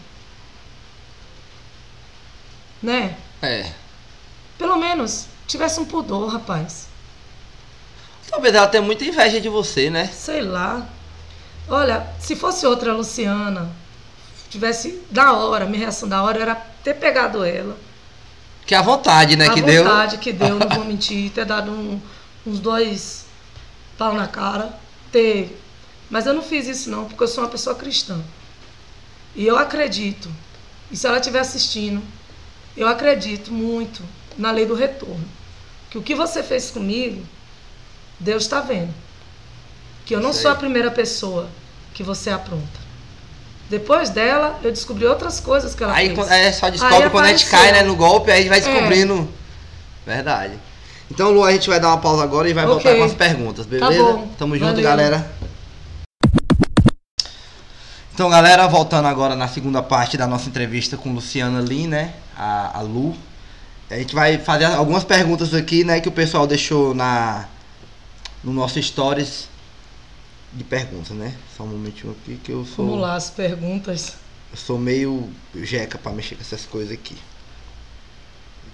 né?
É.
Pelo menos tivesse um pudor, rapaz.
Talvez ela tenha muita inveja de você, né?
Sei lá. Olha, se fosse outra Luciana, tivesse da hora, minha reação da hora era ter pegado ela.
Que a vontade, né,
a
que deu.
vontade que deu, não vou mentir, ter dado um- uns dois pau na cara, ter. Mas eu não fiz isso não, porque eu sou uma pessoa cristã. E eu acredito. E se ela estiver assistindo, eu acredito muito na lei do retorno. Que o que você fez comigo, Deus está vendo. tá que eu não
Sei.
sou a primeira pessoa que você apronta. Depois dela, eu descobri outras coisas que ela
Aí
fez.
quando- é, só descobre
Aí
quando a gente cai,
apareceu.
né? No golpe, aí a gente vai
É.
descobrindo. Verdade. Então, Lu, a gente vai dar uma pausa agora e vai voltar
Ok. Tá
com as perguntas, beleza?
bom.
Tamo junto,
Valeu.
galera. Então, galera, voltando agora na segunda parte da nossa entrevista com Luciana Lin, né? A, a Lu. A gente vai fazer algumas perguntas aqui, né? Que o pessoal deixou na, no nosso stories de perguntas, né? Só um momentinho aqui que eu sou...
Vamos lá, as perguntas.
Eu sou meio jeca pra mexer com essas coisas aqui.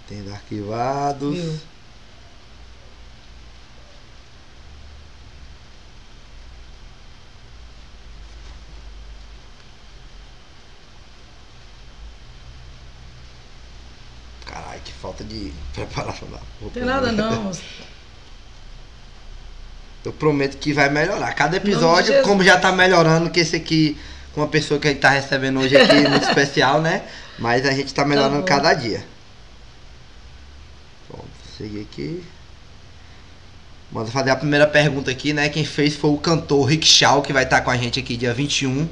Tendo arquivados.
Viu?
Caralho, que falta de preparação da porra.
Tem nada não.
Eu prometo que vai melhorar. Cada
nome de
episódio,
Jesus.
como já tá melhorando, que esse aqui, com uma pessoa que a gente tá recebendo hoje aqui, muito especial, né? Mas a gente tá melhorando
bom.
cada dia. Bom, vou seguir aqui. Manda fazer a primeira pergunta aqui, né? Quem fez foi o cantor Rick Shaw, que vai estar com a gente aqui dia 21,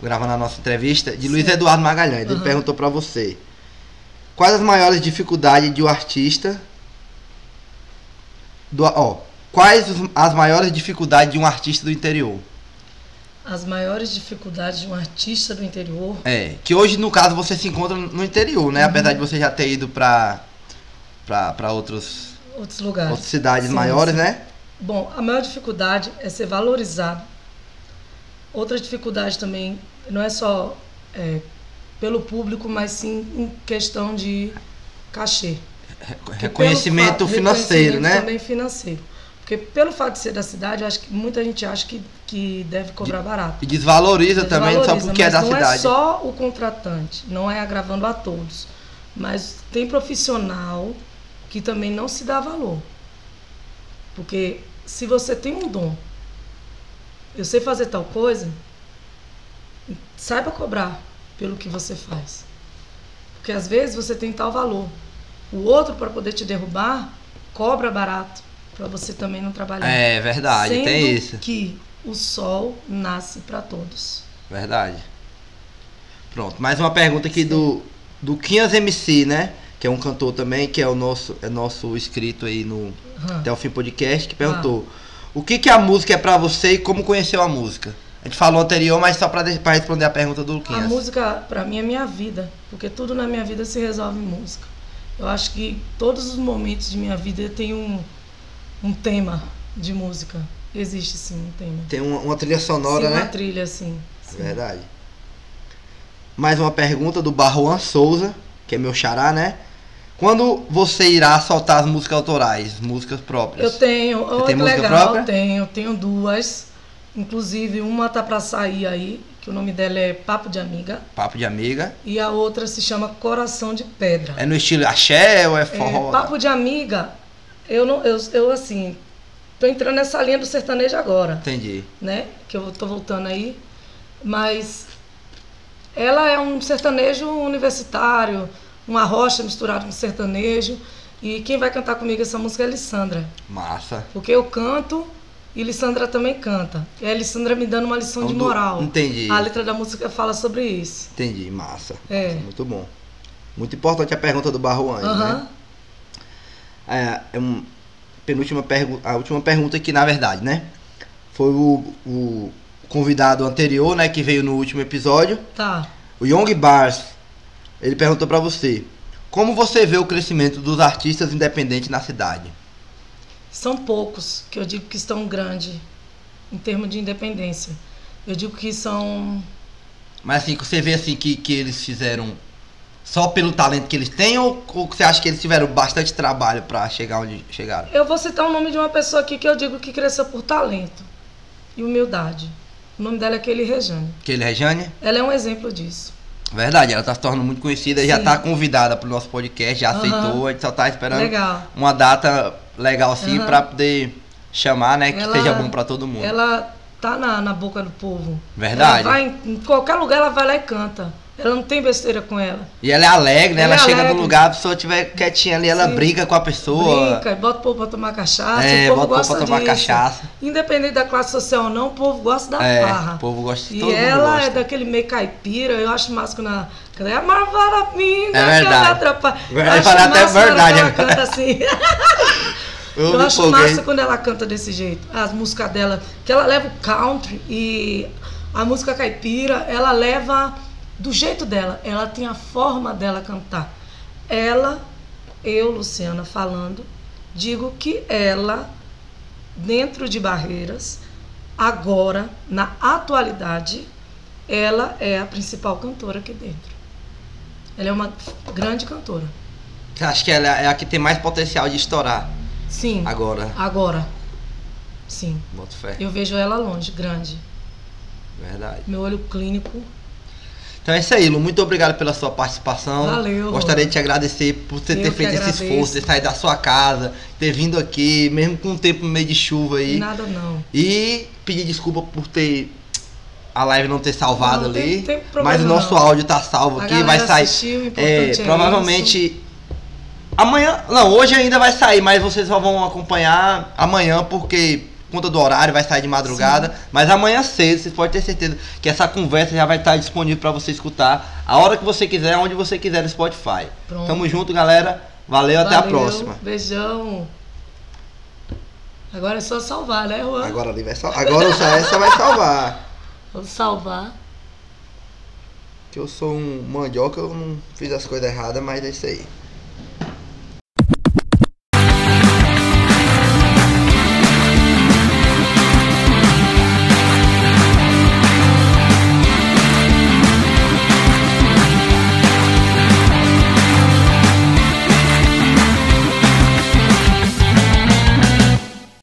gravando a nossa entrevista, de Luiz
Certo.
Eduardo Magalhães. Ele
Aham.
perguntou pra você: Quais as maiores dificuldades de um artista do, ó, quais os- as maiores dificuldades de um artista do interior?
As maiores dificuldades de um artista do interior.
É, que hoje no caso você se encontra no interior,
Uhum.
né? Apesar de você já ter ido pra pra, pra outros,
Outros lugares.
outras cidades
Ah, sim,
maiores,
sim.
né?
Bom, a maior dificuldade é ser valorizado. Outra dificuldade também não é só é, pelo público, mas sim em questão de cachê. Porque
Reconhecimento
pelo fa-
financeiro,
reconhecimento
né?
Também financeiro. Porque pelo fato de ser da cidade, eu acho que muita gente acha que, que deve cobrar barato.
E desvaloriza também só
Desvaloriza,
porque é
mas
da
não
cidade.
é só o contratante, não é agravando a todos. Mas tem profissional que também não se dá valor. Porque se você tem um dom, eu sei fazer tal coisa, saiba cobrar pelo que você faz. Porque às vezes você tem tal valor. O outro, para poder te derrubar, cobra barato, para você também não trabalhar.
É verdade,
né? Sendo
tem isso.
que o sol nasce para todos.
Verdade. Pronto, mais uma pergunta aqui do do Quinhas MC, né? Que é um cantor também, que é o nosso é nosso inscrito aí no
Aham.
até um o fim podcast que perguntou
Ah.
o que que a música é pra você e como conheceu a música. A gente falou anterior, mas só pra, de- pra responder a pergunta do
A
Luquinhas.
música, pra mim, é minha vida, porque tudo na minha vida se resolve em música. Eu acho que todos os momentos de minha vida tem um, um tema de música. Existe sim um tema.
Tem uma, uma trilha sonora,
sim,
né?
Uma trilha, sim. sim.
Verdade. Mais uma pergunta do Barroan Souza, que é meu xará, né? Quando você irá soltar as músicas autorais, músicas próprias?
Eu tenho, oh,
tem
que
música
legal,
própria?
tenho, tenho duas. Inclusive, uma tá pra sair aí, que o nome dela é Papo de Amiga,
Papo de amiga.
e a outra se chama Coração de Pedra.
É no estilo axé ou é
É,
forró?
papo de amiga, eu não, eu, eu assim, tô entrando nessa linha do sertanejo agora,
Entendi.
né? Que eu tô voltando aí, mas ela é um sertanejo universitário, uma rocha misturada com sertanejo. E quem vai cantar comigo essa música é a Lissandra,
Massa.
porque eu canto e Lissandra também canta. E a Lissandra me dando uma lição
É um
de
du-
moral.
Entendi.
A letra da música fala sobre isso.
Entendi, massa.
É.
Muito bom. Muito importante a pergunta do Barroan, né?
Aham,
É, é um, penúltima pergunta, a última pergunta aqui, na verdade, né? Foi o, o convidado anterior, né, que veio no último episódio,
tá.
o Young Bars. Ele perguntou pra você: "Como você vê o crescimento dos artistas independentes na cidade?"
São poucos que eu digo que estão grande em termos de independência. Eu digo que são.
Mas assim, que você vê assim que que eles fizeram só pelo talento que eles têm ou, ou você acha que eles tiveram bastante trabalho pra chegar onde chegaram?
Eu vou citar o nome de uma pessoa aqui que eu digo que cresceu por talento e humildade. O nome dela é Kelly Rejane.
Aquele Rejane?
Ela é um exemplo disso.
Verdade, ela tá se tornando muito conhecida, já
Sim.
tá convidada pro nosso podcast, já
Aham.
aceitou, a gente só tá esperando
Legal.
uma data legal assim
Aham.
pra poder chamar, né, que
Ela-
seja bom pra todo mundo.
Ela tá na, na boca do povo.
Verdade.
Ela vai em, em qualquer lugar, ela vai lá e canta. Ela não tem besteira com ela.
E ela é alegre, né?
Ela
Ela,
é
chega
alegre.
no lugar, a pessoa estiver quietinha ali, ela
Sim.
briga com a pessoa.
Brinca, bota o povo pra tomar cachaça.
É,
o
bota
povo
o povo
gosta
pra tomar
disso.
cachaça.
Independente da classe social ou não, o povo gosta da
é,
farra.
o povo gosta de todo
Ah. E
mundo
ela
gosta.
é daquele meio caipira, eu acho massa quando ela canta, é a maravilha,
É verdade.
atrapalha.
Vai falar até verdade né?
Ela
agora.
canta assim.
Eu,
Eu
me
acho
empolguei.
massa quando ela canta desse jeito. As músicas dela, que ela leva o country e a música caipira, ela leva do jeito dela. Ela tem a forma dela cantar. Ela, eu, Luciana, falando, digo que ela, dentro de barreiras, agora, na atualidade, ela é a principal cantora aqui dentro. Ela é uma grande cantora.
Acho que ela é a que tem mais potencial de estourar
Sim.
agora.
Agora. Sim.
Boto fé.
Eu vejo ela longe, grande.
Verdade.
Meu olho clínico.
Então é isso aí, Lu. Muito obrigado pela sua participação.
Valeu,
Gostaria de te agradecer por você
Eu
ter
que
feito esse
agradeço.
esforço, ter saído da sua casa, ter vindo aqui, mesmo com o tempo meio de chuva aí.
Nada não.
E pedir desculpa por ter a live não ter salvado
Não, tem-
ali.
tem problema
mas o nosso
não.
áudio tá salvo
A
aqui, vai
galera
sair.
assistiu, o
É,
importante é
provavelmente amanhã, não, hoje ainda vai sair, mas vocês só vão acompanhar amanhã porque por conta do horário vai sair de madrugada, mas amanhã cedo, vocês podem ter certeza que essa conversa já vai estar disponível pra você escutar a hora que você quiser, onde você quiser no Spotify.
Pronto.
Tamo junto, galera. Valeu, até a
Valeu,
próxima.
Beijão. Agora é só salvar, né, Juan?
Agora ali vai salvar. Agora o essa vai salvar.
Vamos salvar.
Que eu sou um mandioca, eu não fiz as coisas erradas, mas é isso aí.